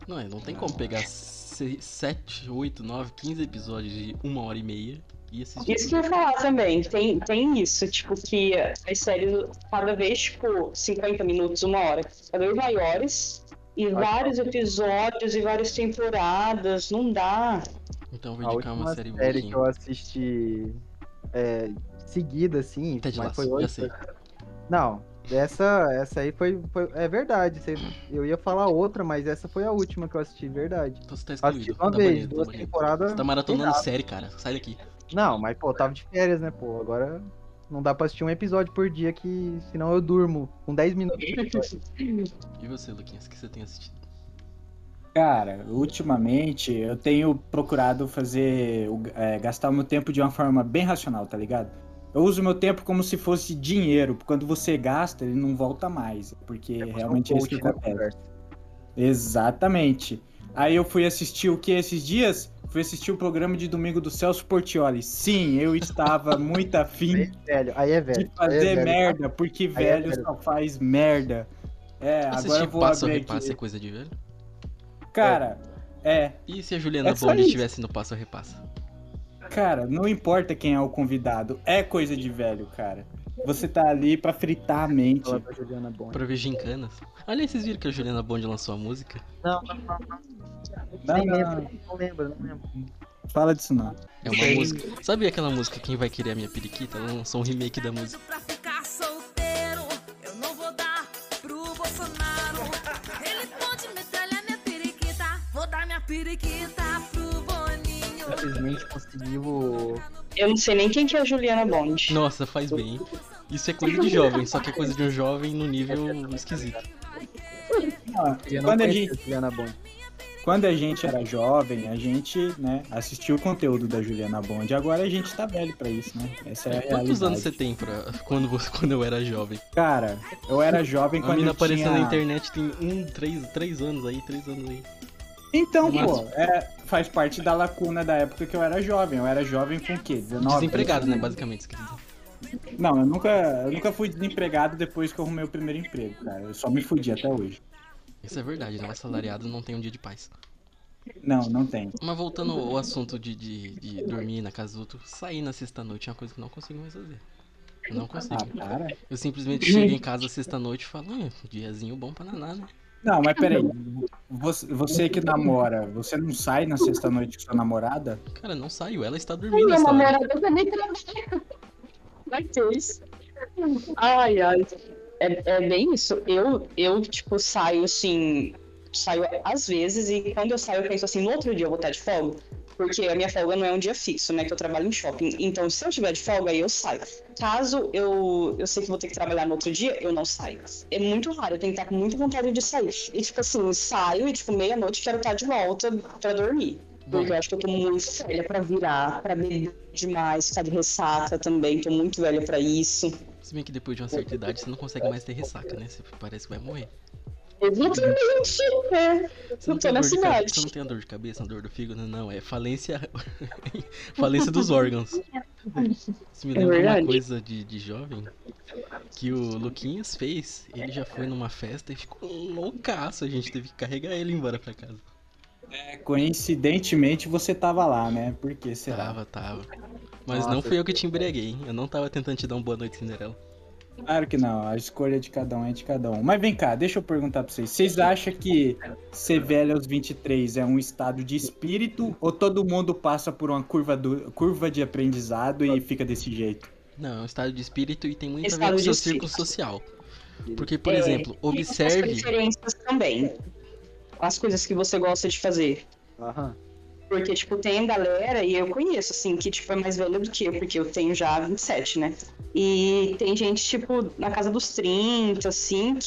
[SPEAKER 1] Não é, não tem como pegar 7, 8, 9, 15 episódios de uma hora e meia e assistir.
[SPEAKER 4] Isso que eu ia falar também. Tem, tem isso, tipo, que as séries, cada vez, tipo, 50 minutos, uma hora, cada vez maiores. E vários episódios e várias temporadas, não dá.
[SPEAKER 1] Então eu
[SPEAKER 3] A
[SPEAKER 1] vou indicar
[SPEAKER 3] última
[SPEAKER 1] uma
[SPEAKER 3] série,
[SPEAKER 1] série,
[SPEAKER 3] que
[SPEAKER 1] pouquinho.
[SPEAKER 3] eu assisti é, seguida, assim,
[SPEAKER 1] Ted
[SPEAKER 3] mas
[SPEAKER 1] Lasso,
[SPEAKER 3] foi
[SPEAKER 1] Tá já
[SPEAKER 3] hoje.
[SPEAKER 1] sei.
[SPEAKER 3] Não, essa, essa aí foi, foi- É verdade. você- eu ia falar outra, mas essa foi a última que eu assisti, verdade.
[SPEAKER 1] Então você tá
[SPEAKER 3] Assisti
[SPEAKER 1] excluído.
[SPEAKER 3] uma
[SPEAKER 1] tá
[SPEAKER 3] vez,
[SPEAKER 1] banido, tá
[SPEAKER 3] duas
[SPEAKER 1] banido.
[SPEAKER 3] temporadas.
[SPEAKER 1] Você tá maratonando série, cara. Sai daqui.
[SPEAKER 3] Não, mas pô, eu tava de férias, né, pô? Agora não dá pra assistir um episódio por dia que senão eu durmo com 10 minutos.
[SPEAKER 2] É,
[SPEAKER 3] de episódio.
[SPEAKER 1] E você, Luquinhas, o que você tem assistido?
[SPEAKER 2] Cara, ultimamente eu tenho procurado fazer, o- é, gastar o meu tempo de uma forma bem racional, tá ligado? Eu uso meu tempo como se fosse dinheiro. Quando você gasta, ele não volta mais. Porque realmente é isso que
[SPEAKER 3] um Coach né, na
[SPEAKER 2] acontece.
[SPEAKER 3] conversa.
[SPEAKER 2] Exatamente. Aí eu fui assistir o que esses dias? Fui assistir o programa de domingo do Celso Portioli. Sim, eu estava muito afim
[SPEAKER 3] Velho, aí é
[SPEAKER 2] de
[SPEAKER 3] velho. aí é
[SPEAKER 2] fazer
[SPEAKER 3] velho.
[SPEAKER 2] merda, porque velho
[SPEAKER 3] velho.
[SPEAKER 2] só faz merda. É, agora eu
[SPEAKER 1] Assistir
[SPEAKER 2] vou
[SPEAKER 1] passo ou
[SPEAKER 2] abrir
[SPEAKER 1] repasse é
[SPEAKER 2] aqui.
[SPEAKER 1] coisa de velho?
[SPEAKER 2] Cara, é,
[SPEAKER 1] E se a Juliana
[SPEAKER 2] É só
[SPEAKER 1] Bond
[SPEAKER 2] isso.
[SPEAKER 1] estivesse no passo ou repassa?
[SPEAKER 2] Cara, não importa quem é o convidado, é coisa de velho, cara. Você tá ali pra fritar a mente.
[SPEAKER 3] Fala pra Juliana Bond.
[SPEAKER 1] Pra ver gincanas? Aliás, vocês viram que a Juliana Bond lançou a música?
[SPEAKER 2] Não,
[SPEAKER 3] Nem
[SPEAKER 2] não,
[SPEAKER 3] lembro, não lembro, não lembro.
[SPEAKER 2] fala disso não.
[SPEAKER 1] É uma música. Sabe aquela música Quem Vai Querer a Minha Periquita? Ela lançou um remake da música.
[SPEAKER 5] Pra ficar solteiro, eu não vou dar pro Bolsonaro. Ele pode metralhar minha periquita. Vou dar minha periquita pro Boninho.
[SPEAKER 3] Infelizmente conseguiu.
[SPEAKER 4] Eu não sei nem quem que é a Juliana Bond.
[SPEAKER 1] Nossa, faz bem. hein? Isso é coisa de jovem, só que é coisa de um jovem no nível esquisito.
[SPEAKER 2] Não,
[SPEAKER 3] Eu não
[SPEAKER 2] Quando a,
[SPEAKER 3] conhecia
[SPEAKER 2] gente,
[SPEAKER 3] a Juliana Bond.
[SPEAKER 2] quando a gente era jovem, a gente, né, assistiu o conteúdo da Juliana Bond. Agora a gente tá velho pra isso, né? Essa é a
[SPEAKER 1] Quantos
[SPEAKER 2] realidade.
[SPEAKER 1] anos você tem pra quando, você- quando eu era jovem?
[SPEAKER 2] Cara, eu era jovem
[SPEAKER 1] A
[SPEAKER 2] quando
[SPEAKER 1] mina
[SPEAKER 2] eu
[SPEAKER 1] apareceu
[SPEAKER 2] tinha...
[SPEAKER 1] na internet tem um, três, três anos aí, três anos aí.
[SPEAKER 2] Então,
[SPEAKER 1] Mas-
[SPEAKER 2] pô, é- faz parte da lacuna da época que eu era jovem. Eu era jovem com o quê? 19?
[SPEAKER 1] Desempregado, né? Basicamente, isso quer dizer.
[SPEAKER 2] Não, eu nunca, eu nunca fui desempregado depois que eu arrumei o primeiro emprego, cara. Eu só me fudi até hoje.
[SPEAKER 1] Isso é verdade, né? O assalariado não tem um dia de paz.
[SPEAKER 2] Não, não tem.
[SPEAKER 1] Mas voltando ao assunto de, de, de dormir na casa do outro, sair na sexta-noite é uma coisa que eu não consigo mais fazer. Eu não consigo.
[SPEAKER 2] Ah, para.
[SPEAKER 1] Eu simplesmente chego em casa sexta-noite e falo, "Hum, diazinho bom pra naná, né?
[SPEAKER 2] Não, mas peraí. Você, você que namora, você não sai na sexta-noite com sua namorada?
[SPEAKER 1] Cara, não saiu, ela está
[SPEAKER 4] Ai,
[SPEAKER 1] dormindo
[SPEAKER 4] Minha
[SPEAKER 1] essa hora.
[SPEAKER 4] namorada também trabalha. Vai ter isso. Ai, ai. É, é bem isso. Eu, eu, tipo, saio assim. Saio às vezes e quando eu saio eu penso assim, no outro dia eu vou estar de folga. Porque a minha folga não é um dia fixo, né? Que eu trabalho em shopping. Então, se eu tiver de folga, aí eu saio. Caso eu, eu sei que vou ter que trabalhar no outro dia, eu não saio. É muito raro, eu tenho que estar com muita vontade de sair. E, tipo assim, saio e, tipo, meia-noite quero estar de volta pra dormir. Porque eu acho que eu tô muito velha pra virar, pra beber demais, ficar de ressaca também. Tô muito velha pra isso.
[SPEAKER 1] Se bem que depois de uma certa idade você não consegue mais ter ressaca, né? Você parece que vai morrer.
[SPEAKER 4] Exatamente, né?
[SPEAKER 1] Você não,
[SPEAKER 4] Eu tô
[SPEAKER 1] tem
[SPEAKER 4] na
[SPEAKER 1] dor de cabeça,
[SPEAKER 4] cidade.
[SPEAKER 1] você não tem a dor de cabeça, a dor do fígado, não, é falência falência dos órgãos. Isso me
[SPEAKER 4] É
[SPEAKER 1] lembra uma
[SPEAKER 4] verdade.
[SPEAKER 1] coisa de, de jovem que o Luquinhas fez. Ele já foi numa festa e ficou loucaço. A gente teve que carregar ele embora pra casa.
[SPEAKER 2] É, coincidentemente você tava lá, né? Por que será?
[SPEAKER 1] Tava, tava. Mas
[SPEAKER 3] Nossa,
[SPEAKER 1] não fui eu que te embriaguei, hein? Eu não tava tentando te dar um boa noite, Cinderela.
[SPEAKER 2] Claro que não, a escolha de cada um é de cada um. Mas vem cá, deixa eu perguntar pra vocês. Vocês acham que ser velho aos 23 é um estado de espírito ou todo mundo passa por uma curva, do- curva de aprendizado e fica desse jeito?
[SPEAKER 1] Não, é um estado de espírito e tem muito a ver
[SPEAKER 4] Estado
[SPEAKER 1] com o
[SPEAKER 4] de
[SPEAKER 1] seu círculo
[SPEAKER 4] espírito.
[SPEAKER 1] social. Porque, por
[SPEAKER 4] É,
[SPEAKER 1] exemplo,
[SPEAKER 4] As
[SPEAKER 1] observe.
[SPEAKER 4] preferências também. As coisas que você gosta de fazer.
[SPEAKER 3] Aham.
[SPEAKER 4] Porque, tipo, tem galera, e eu conheço, assim, que, tipo, é mais velha do que eu, porque eu tenho já 27, né? E tem gente, tipo, na casa dos 30, assim,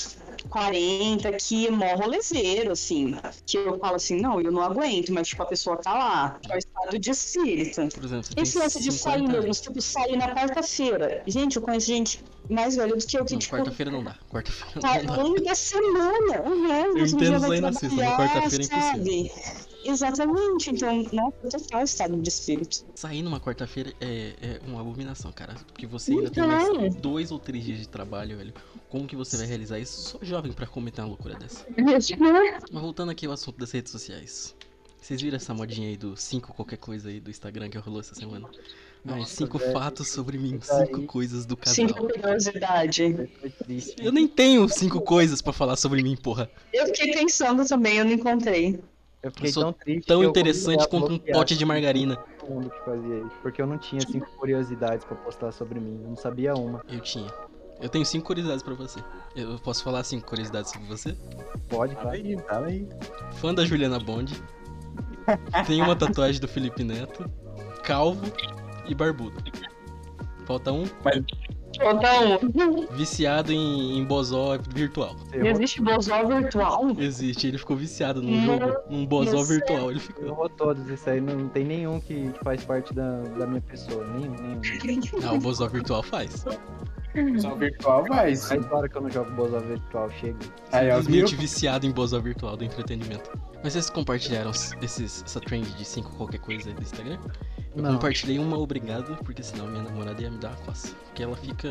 [SPEAKER 4] 40, que é mó rolezeiro, assim. Que eu falo assim, não, eu não aguento, mas, tipo, a pessoa tá lá. É o estado de espírito.
[SPEAKER 1] Por exemplo, você
[SPEAKER 4] Esse
[SPEAKER 1] tem
[SPEAKER 4] lance de sair
[SPEAKER 1] 50
[SPEAKER 4] mesmo,
[SPEAKER 1] anos.
[SPEAKER 4] tipo, sair na quarta-feira. Gente, eu conheço gente mais velha do que eu que,
[SPEAKER 1] Não,
[SPEAKER 4] tipo,
[SPEAKER 1] quarta-feira não dá. Quarta-feira
[SPEAKER 4] Tá
[SPEAKER 1] não dá.
[SPEAKER 4] longo da semana. um O resto
[SPEAKER 1] Eu
[SPEAKER 4] do
[SPEAKER 1] entendo
[SPEAKER 4] dia
[SPEAKER 1] isso
[SPEAKER 4] vai
[SPEAKER 1] aí na sexta, na
[SPEAKER 4] trabalhar,
[SPEAKER 1] quarta-feira é
[SPEAKER 4] sabe? Exatamente. Então, nossa, total estado de espírito.
[SPEAKER 1] Sair numa quarta-feira é, é uma abominação, cara. Porque você ainda tem mais
[SPEAKER 4] Então.
[SPEAKER 1] dois ou três dias de trabalho, velho. Como que você vai realizar isso só jovem pra cometer uma loucura dessa? Mas voltando aqui ao assunto das redes sociais. Vocês viram essa modinha aí do cinco qualquer coisa aí do Instagram que rolou essa semana? Ai,
[SPEAKER 3] Nossa,
[SPEAKER 1] cinco
[SPEAKER 3] velho,
[SPEAKER 1] fatos sobre mim,
[SPEAKER 3] isso daí-
[SPEAKER 1] cinco coisas do casal.
[SPEAKER 4] Cinco curiosidade.
[SPEAKER 3] Foi triste.
[SPEAKER 1] Eu nem tenho cinco coisas pra falar sobre mim, porra.
[SPEAKER 4] Eu fiquei pensando também, eu não encontrei.
[SPEAKER 3] Eu fiquei
[SPEAKER 1] Eu sou
[SPEAKER 3] tão triste.
[SPEAKER 1] Tão
[SPEAKER 3] que eu
[SPEAKER 1] interessante
[SPEAKER 3] bloqueava-
[SPEAKER 1] quanto um
[SPEAKER 3] bloqueava
[SPEAKER 1] pote de margarina.
[SPEAKER 3] Todo mundo que fazia isso. Porque eu não tinha cinco curiosidades pra postar sobre mim. Eu não sabia uma.
[SPEAKER 1] Eu tinha. Eu tenho cinco curiosidades pra você. Eu posso falar cinco curiosidades sobre você?
[SPEAKER 3] Pode,
[SPEAKER 2] Fala
[SPEAKER 3] claro.
[SPEAKER 2] aí, fala aí.
[SPEAKER 1] fã da Juliana Bond, tem uma tatuagem do Felipe Neto, calvo e barbudo. Falta um,
[SPEAKER 4] Então,
[SPEAKER 1] viciado em, em bozó virtual.
[SPEAKER 4] não existe bozó virtual?
[SPEAKER 1] Existe, ele ficou viciado num jogo, num bozó
[SPEAKER 4] Nossa.
[SPEAKER 1] virtual. Ele ficou.
[SPEAKER 3] Eu vou todos, isso aí não, não tem nenhum que faz parte da, da minha pessoa. Nenhum, nenhum.
[SPEAKER 1] Não, o bozó virtual faz.
[SPEAKER 2] Só virtual vai. sim.
[SPEAKER 3] Faz hora que eu não jogo Boza Virtual, chega.
[SPEAKER 2] Aí, ó, viu?
[SPEAKER 1] Simplesmente viciado em bozó virtual do entretenimento. Mas vocês compartilharam esses, essa trend de 5 qualquer coisa aí do Instagram? Eu
[SPEAKER 3] Não.
[SPEAKER 1] compartilhei uma obrigado, porque senão minha namorada ia me dar uma coça. Porque ela fica.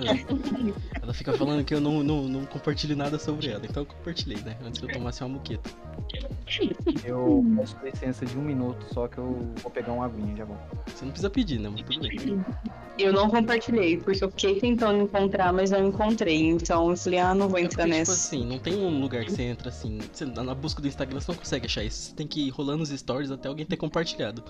[SPEAKER 1] ela fica falando que eu não, não, não compartilho nada sobre ela. Então eu compartilhei, né? Antes que eu tomasse uma muqueta.
[SPEAKER 3] Eu peço licença de um minuto só que eu vou pegar uma aguinha, já vou.
[SPEAKER 1] Você não precisa pedir, né? Mas tudo bem.
[SPEAKER 4] Eu não compartilhei, porque eu fiquei tentando encontrar, mas não encontrei. Então eu falei, ah, não vou
[SPEAKER 1] É
[SPEAKER 4] entrar
[SPEAKER 1] porque, tipo
[SPEAKER 4] nessa.
[SPEAKER 1] assim, não tem um lugar que você entra assim. Você, na na busca do Instagram você não consegue achar isso. Você tem que ir rolando os stories até alguém ter compartilhado.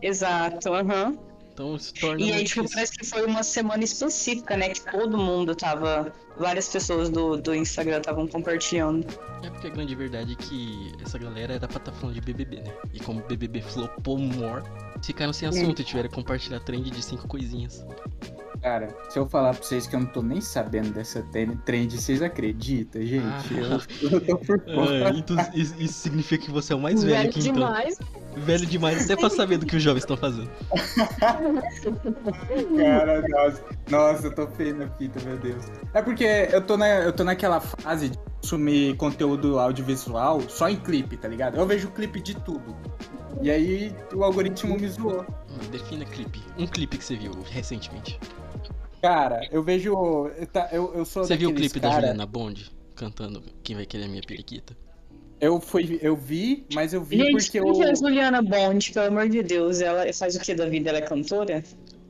[SPEAKER 4] Exato, aham.
[SPEAKER 1] Então isso torna.
[SPEAKER 4] E aí,
[SPEAKER 1] muito
[SPEAKER 4] tipo,
[SPEAKER 1] difícil.
[SPEAKER 4] parece que foi uma semana específica, né? Que todo mundo tava. Várias pessoas do, do Instagram estavam compartilhando.
[SPEAKER 1] É porque a grande verdade é que essa galera era pra estar falando de BBB, né? E como o BBB flopou more, ficaram sem assunto e tiveram que compartilhar trend de cinco coisinhas.
[SPEAKER 2] Cara, se eu falar pra vocês que eu não tô nem sabendo dessa ten- trend, vocês acreditam, gente? Eu, eu tô por fora.
[SPEAKER 1] Ah, então isso, isso significa que você é o mais velho, aqui então. Velho demais, até pra saber do que os jovens estão fazendo.
[SPEAKER 2] Cara, nossa, nossa, eu tô feio na fita, meu Deus. É porque eu tô, na, eu tô naquela fase de consumir conteúdo audiovisual só em clipe, tá ligado? Eu vejo clipe de tudo. E aí o algoritmo me zoou.
[SPEAKER 1] Hum, Defina clipe. Um clipe que você viu recentemente.
[SPEAKER 2] Cara, eu vejo. tá, eu, eu sou
[SPEAKER 1] Você viu o
[SPEAKER 2] daqueles
[SPEAKER 1] clipe da
[SPEAKER 2] cara-
[SPEAKER 1] Juliana Bond cantando Quem Vai Querer a Minha Periquita?
[SPEAKER 2] Eu, fui, eu vi, mas eu vi
[SPEAKER 4] Gente,
[SPEAKER 2] porque
[SPEAKER 4] quem
[SPEAKER 2] eu.
[SPEAKER 4] que é a Juliana Bond, pelo amor de Deus, ela faz o que da vida? Ela é cantora?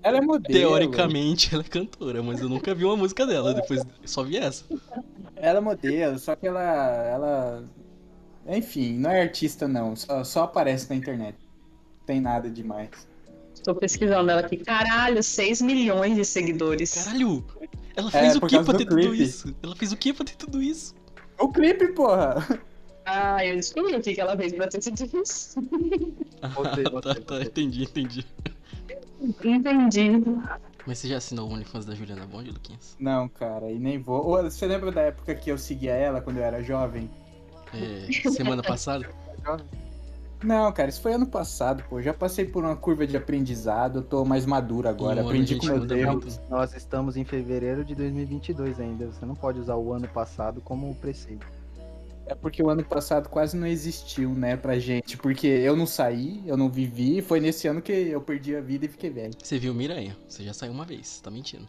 [SPEAKER 2] Ela é modelo.
[SPEAKER 1] Teoricamente ela é cantora, mas eu nunca vi uma música dela, depois só vi essa.
[SPEAKER 2] Ela é modelo, só que ela. ela... Enfim, não é artista não, só, só aparece na internet. Não tem nada demais.
[SPEAKER 4] Tô pesquisando ela aqui. Caralho, 6 milhões de seguidores.
[SPEAKER 1] Caralho! Ela
[SPEAKER 2] É,
[SPEAKER 1] fez o
[SPEAKER 2] por
[SPEAKER 1] que
[SPEAKER 2] causa
[SPEAKER 1] pra
[SPEAKER 2] do
[SPEAKER 1] ter tudo
[SPEAKER 2] clipe.
[SPEAKER 1] isso? Ela fez o que pra ter tudo isso?
[SPEAKER 2] O clipe, porra!
[SPEAKER 4] Ah, eu descobri o que que ela fez pra ter sido isso.
[SPEAKER 3] Você,
[SPEAKER 1] Ah, tá,
[SPEAKER 3] você,
[SPEAKER 1] tá,
[SPEAKER 3] você.
[SPEAKER 1] entendi, entendi.
[SPEAKER 4] Entendi.
[SPEAKER 1] Mas você já assinou o OnlyFans da Juliana Bond, Luquinhas?
[SPEAKER 2] Não, cara, e nem vou. Ô, Você lembra da época que eu seguia ela quando eu era jovem?
[SPEAKER 1] É, semana passada?
[SPEAKER 2] Não, cara, isso foi ano passado, pô. Já passei por uma curva de aprendizado, eu tô mais maduro
[SPEAKER 1] Em
[SPEAKER 2] agora.
[SPEAKER 1] um ano a
[SPEAKER 2] Aprendi
[SPEAKER 1] gente
[SPEAKER 2] com meus
[SPEAKER 1] muda
[SPEAKER 2] erros.
[SPEAKER 1] muito, né?
[SPEAKER 3] Nós estamos em fevereiro de 2022 ainda. Você não pode usar o ano passado como preceito.
[SPEAKER 2] É porque o ano passado quase não existiu, né, pra gente. Porque eu não saí, eu não vivi. Foi nesse ano que eu perdi a vida e fiquei velho.
[SPEAKER 1] Você viu Miranha? Você já saiu uma vez, tá mentindo.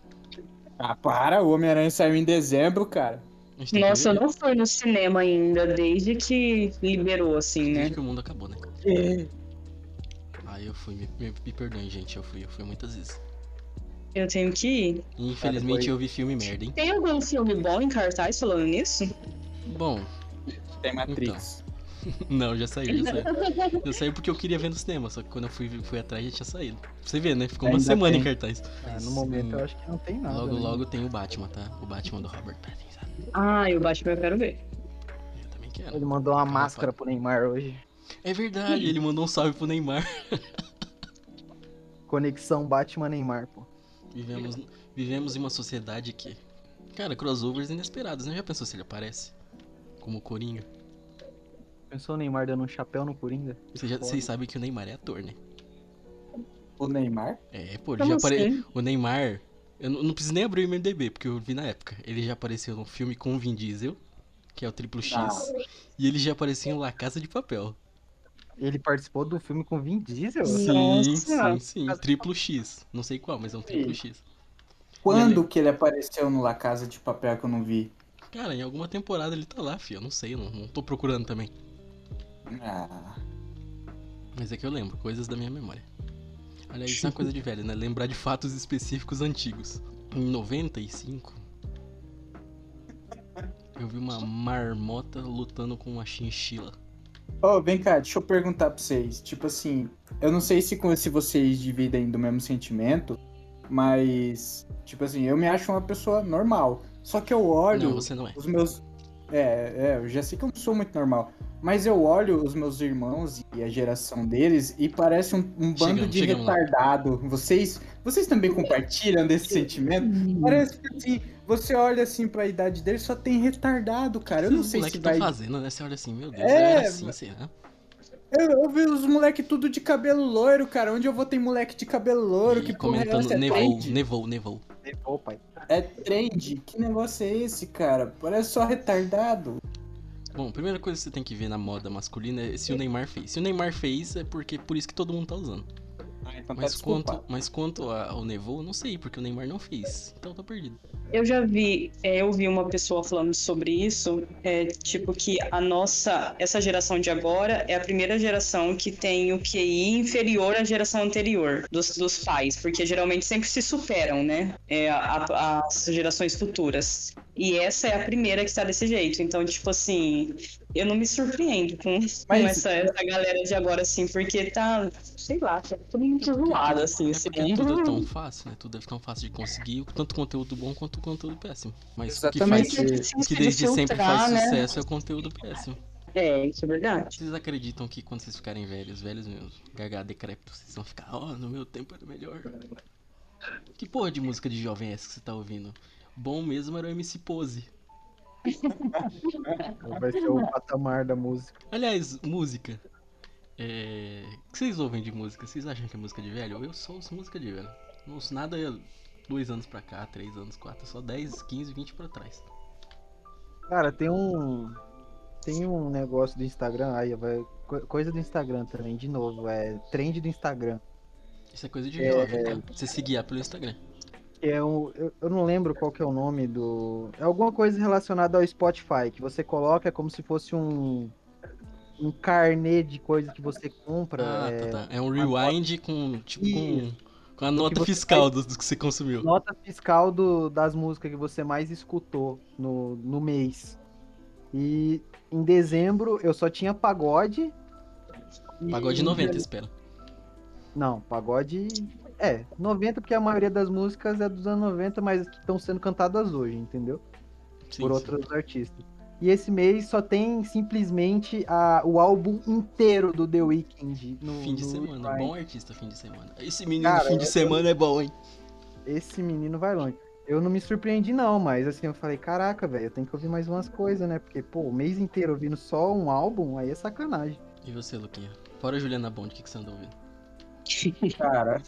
[SPEAKER 2] Ah, para, o Homem-Aranha saiu em dezembro, cara.
[SPEAKER 1] A gente tem que
[SPEAKER 4] Nossa, eu
[SPEAKER 1] ver.
[SPEAKER 4] não fui no cinema ainda, desde que liberou, assim,
[SPEAKER 1] Desde
[SPEAKER 4] né? É.
[SPEAKER 1] que o mundo acabou, né? Aí eu fui, me, me, me perdoem, gente, eu fui, eu fui muitas vezes.
[SPEAKER 4] Eu tenho que ir.
[SPEAKER 1] E infelizmente
[SPEAKER 3] foi-
[SPEAKER 1] eu vi filme merda, hein?
[SPEAKER 4] Tem algum filme bom em cartaz falando nisso?
[SPEAKER 1] Bom,
[SPEAKER 2] Tem Matrix.
[SPEAKER 1] não, já saiu, já saiu. Eu saí porque eu queria ver no cinema, só que quando eu fui, fui atrás já tinha saído. Pra Você vê, né? Ficou uma
[SPEAKER 2] Ainda
[SPEAKER 1] semana
[SPEAKER 2] bem.
[SPEAKER 1] em cartaz.
[SPEAKER 3] Ah,
[SPEAKER 1] Sim.
[SPEAKER 3] no momento eu acho que não tem nada.
[SPEAKER 1] Logo,
[SPEAKER 3] né?
[SPEAKER 1] logo tem o Batman, tá? O Batman do Robert Pattinson.
[SPEAKER 4] Ah, eu Batman eu quero ver.
[SPEAKER 1] Eu também quero.
[SPEAKER 3] Ele mandou uma máscara pro Neymar hoje.
[SPEAKER 1] É verdade, ele mandou um salve pro Neymar.
[SPEAKER 3] Conexão Batman-Neymar, pô.
[SPEAKER 1] Vivemos, vivemos em uma sociedade que. Cara, crossovers inesperados, né? Já pensou se ele aparece? Como Coringa?
[SPEAKER 3] Pensou o Neymar dando um chapéu no Coringa?
[SPEAKER 1] Você já-
[SPEAKER 3] Foda.
[SPEAKER 1] Vocês sabem que o Neymar é ator, né?
[SPEAKER 2] O Neymar.
[SPEAKER 1] É, pô, ele
[SPEAKER 4] Como
[SPEAKER 1] já apareceu.
[SPEAKER 4] assim?
[SPEAKER 1] O Neymar. Eu não, não preciso nem abrir o MDB, porque eu vi na época. Ele já apareceu num filme com o Vin Diesel, que é o Triplo X.
[SPEAKER 2] Ah.
[SPEAKER 1] E ele já apareceu em La Casa de Papel.
[SPEAKER 3] Ele participou do filme com Vin Diesel?
[SPEAKER 1] Sim,
[SPEAKER 4] Nossa.
[SPEAKER 1] sim, sim. Triplo X. Não sei qual, mas é um triplo X.
[SPEAKER 2] Quando que ele apareceu no La Casa de Papel que eu não vi?
[SPEAKER 1] Cara, em alguma temporada ele tá lá, fio. Eu não sei, eu não, não tô procurando também.
[SPEAKER 2] Ah,
[SPEAKER 1] Mas é que eu lembro, coisas da minha memória. Aliás, isso é uma coisa de velho, né? Lembrar de fatos específicos antigos. Em 95, eu vi uma marmota lutando com uma chinchila.
[SPEAKER 2] Ô, vem cá, deixa eu perguntar pra vocês. Tipo assim, eu não sei se, com- se vocês dividem do mesmo sentimento, mas, tipo assim, eu me acho uma pessoa normal. Só que eu olho
[SPEAKER 1] Não, você não é.
[SPEAKER 2] os meus. É, é, eu já sei que eu não sou muito normal. Mas eu olho os meus irmãos e a geração deles e parece um, um bando
[SPEAKER 1] Chegamos,
[SPEAKER 2] de
[SPEAKER 1] chegamos lá.
[SPEAKER 2] retardado. Vocês, vocês também compartilham desse sentimento? Parece que assim, você olha assim pra idade deles, só tem retardado, cara. Eu não sei
[SPEAKER 1] moleque
[SPEAKER 2] se vai
[SPEAKER 1] tá fazendo, né? Você olha assim, meu Deus,
[SPEAKER 2] É,
[SPEAKER 1] eu era assim, será?
[SPEAKER 2] Eu, eu vi os moleque tudo de cabelo loiro, cara. Onde eu vou tem moleque de cabelo loiro?
[SPEAKER 1] E
[SPEAKER 2] que porra é
[SPEAKER 1] comentando,
[SPEAKER 2] essa? É
[SPEAKER 1] nevou,
[SPEAKER 2] trend?
[SPEAKER 1] nevou, nevou.
[SPEAKER 3] Levou, pai.
[SPEAKER 2] É trend? Que negócio é esse, cara? Parece só retardado.
[SPEAKER 1] Bom, primeira coisa que você tem que ver na moda masculina é se o Neymar fez. Se o Neymar fez, é porque por isso que todo mundo tá usando.
[SPEAKER 2] Ah, então
[SPEAKER 1] Mas quanto, mas quanto a- ao Nevou, eu não sei, porque o Neymar não fez. Então eu tô perdido.
[SPEAKER 4] Eu já vi, é, eu vi uma pessoa falando sobre isso, é, tipo que a nossa, essa geração de agora é a primeira geração que tem o QI inferior à geração anterior dos, dos pais, porque geralmente sempre se superam, né? é, a- a- as gerações futuras. E essa é a primeira que está desse jeito. Então, tipo assim, eu não me surpreendo com, com
[SPEAKER 2] Mas-
[SPEAKER 4] essa, essa galera de agora, assim, porque tá, sei lá, tá todo mundo zoado, assim,
[SPEAKER 1] É
[SPEAKER 4] esse
[SPEAKER 1] porque tudo é tão fácil, né? Tudo é tão fácil de conseguir, tanto conteúdo bom quanto conteúdo péssimo. Mas
[SPEAKER 2] Exatamente.
[SPEAKER 1] o
[SPEAKER 4] é
[SPEAKER 1] que, faz, o que desde sempre faz
[SPEAKER 4] né?
[SPEAKER 1] sucesso é o conteúdo péssimo.
[SPEAKER 4] É, isso é verdade.
[SPEAKER 1] Vocês acreditam que quando vocês ficarem velhos, velhos mesmo, gaga decrépito, vocês vão ficar, ó, no meu tempo era melhor. Que porra de música de jovem é essa que você tá ouvindo? Bom mesmo era o MC Pose.
[SPEAKER 3] Vai ser o patamar da música.
[SPEAKER 1] Aliás, música. É... O que vocês ouvem de música? Vocês acham que é música de velho? Eu só ouço música de velho. Não ouço nada dois anos pra cá, três anos, quatro, só 10, 15, 20 pra trás.
[SPEAKER 3] Cara, tem um. Tem um negócio do Instagram. Aí, vai. co- Coisa do Instagram também, de novo. É trend do Instagram.
[SPEAKER 1] Isso é coisa de
[SPEAKER 3] É.
[SPEAKER 1] jovem, tá? Você se guiar pelo Instagram.
[SPEAKER 3] Que é um, eu, eu não lembro qual que é o nome do. É alguma coisa relacionada ao Spotify, que você coloca como se fosse um. Um carnê de coisa que você compra.
[SPEAKER 1] Ah,
[SPEAKER 3] é,
[SPEAKER 1] tá, tá. É um rewind com, tipo, com, com a
[SPEAKER 3] que
[SPEAKER 1] nota
[SPEAKER 3] você
[SPEAKER 1] fiscal do, do que você consumiu.
[SPEAKER 3] Nota fiscal do, das músicas que você mais escutou no, no mês. E em dezembro eu só tinha pagode. e-
[SPEAKER 1] Pagode 90, espera.
[SPEAKER 3] Não, pagode. É, 90, porque a maioria das músicas é dos anos 90, mas que estão sendo cantadas hoje, entendeu?
[SPEAKER 1] Sim,
[SPEAKER 3] por
[SPEAKER 1] sim.
[SPEAKER 3] outros artistas. E esse mês só tem simplesmente a, o álbum inteiro do The Weeknd. No,
[SPEAKER 1] Fim de
[SPEAKER 3] no
[SPEAKER 1] semana,
[SPEAKER 3] Spotify.
[SPEAKER 1] bom artista, fim de semana. Esse menino
[SPEAKER 3] Cara,
[SPEAKER 1] fim de semana é bom, hein?
[SPEAKER 3] Esse menino vai longe. Eu não me surpreendi, não, mas assim, eu falei, caraca, velho, eu tenho que ouvir mais umas coisas, né? Porque, pô, o mês inteiro ouvindo só um álbum, aí é sacanagem.
[SPEAKER 1] E você, Luquinha? Fora a Juliana Bond, o que, que você anda ouvindo?
[SPEAKER 2] Cara.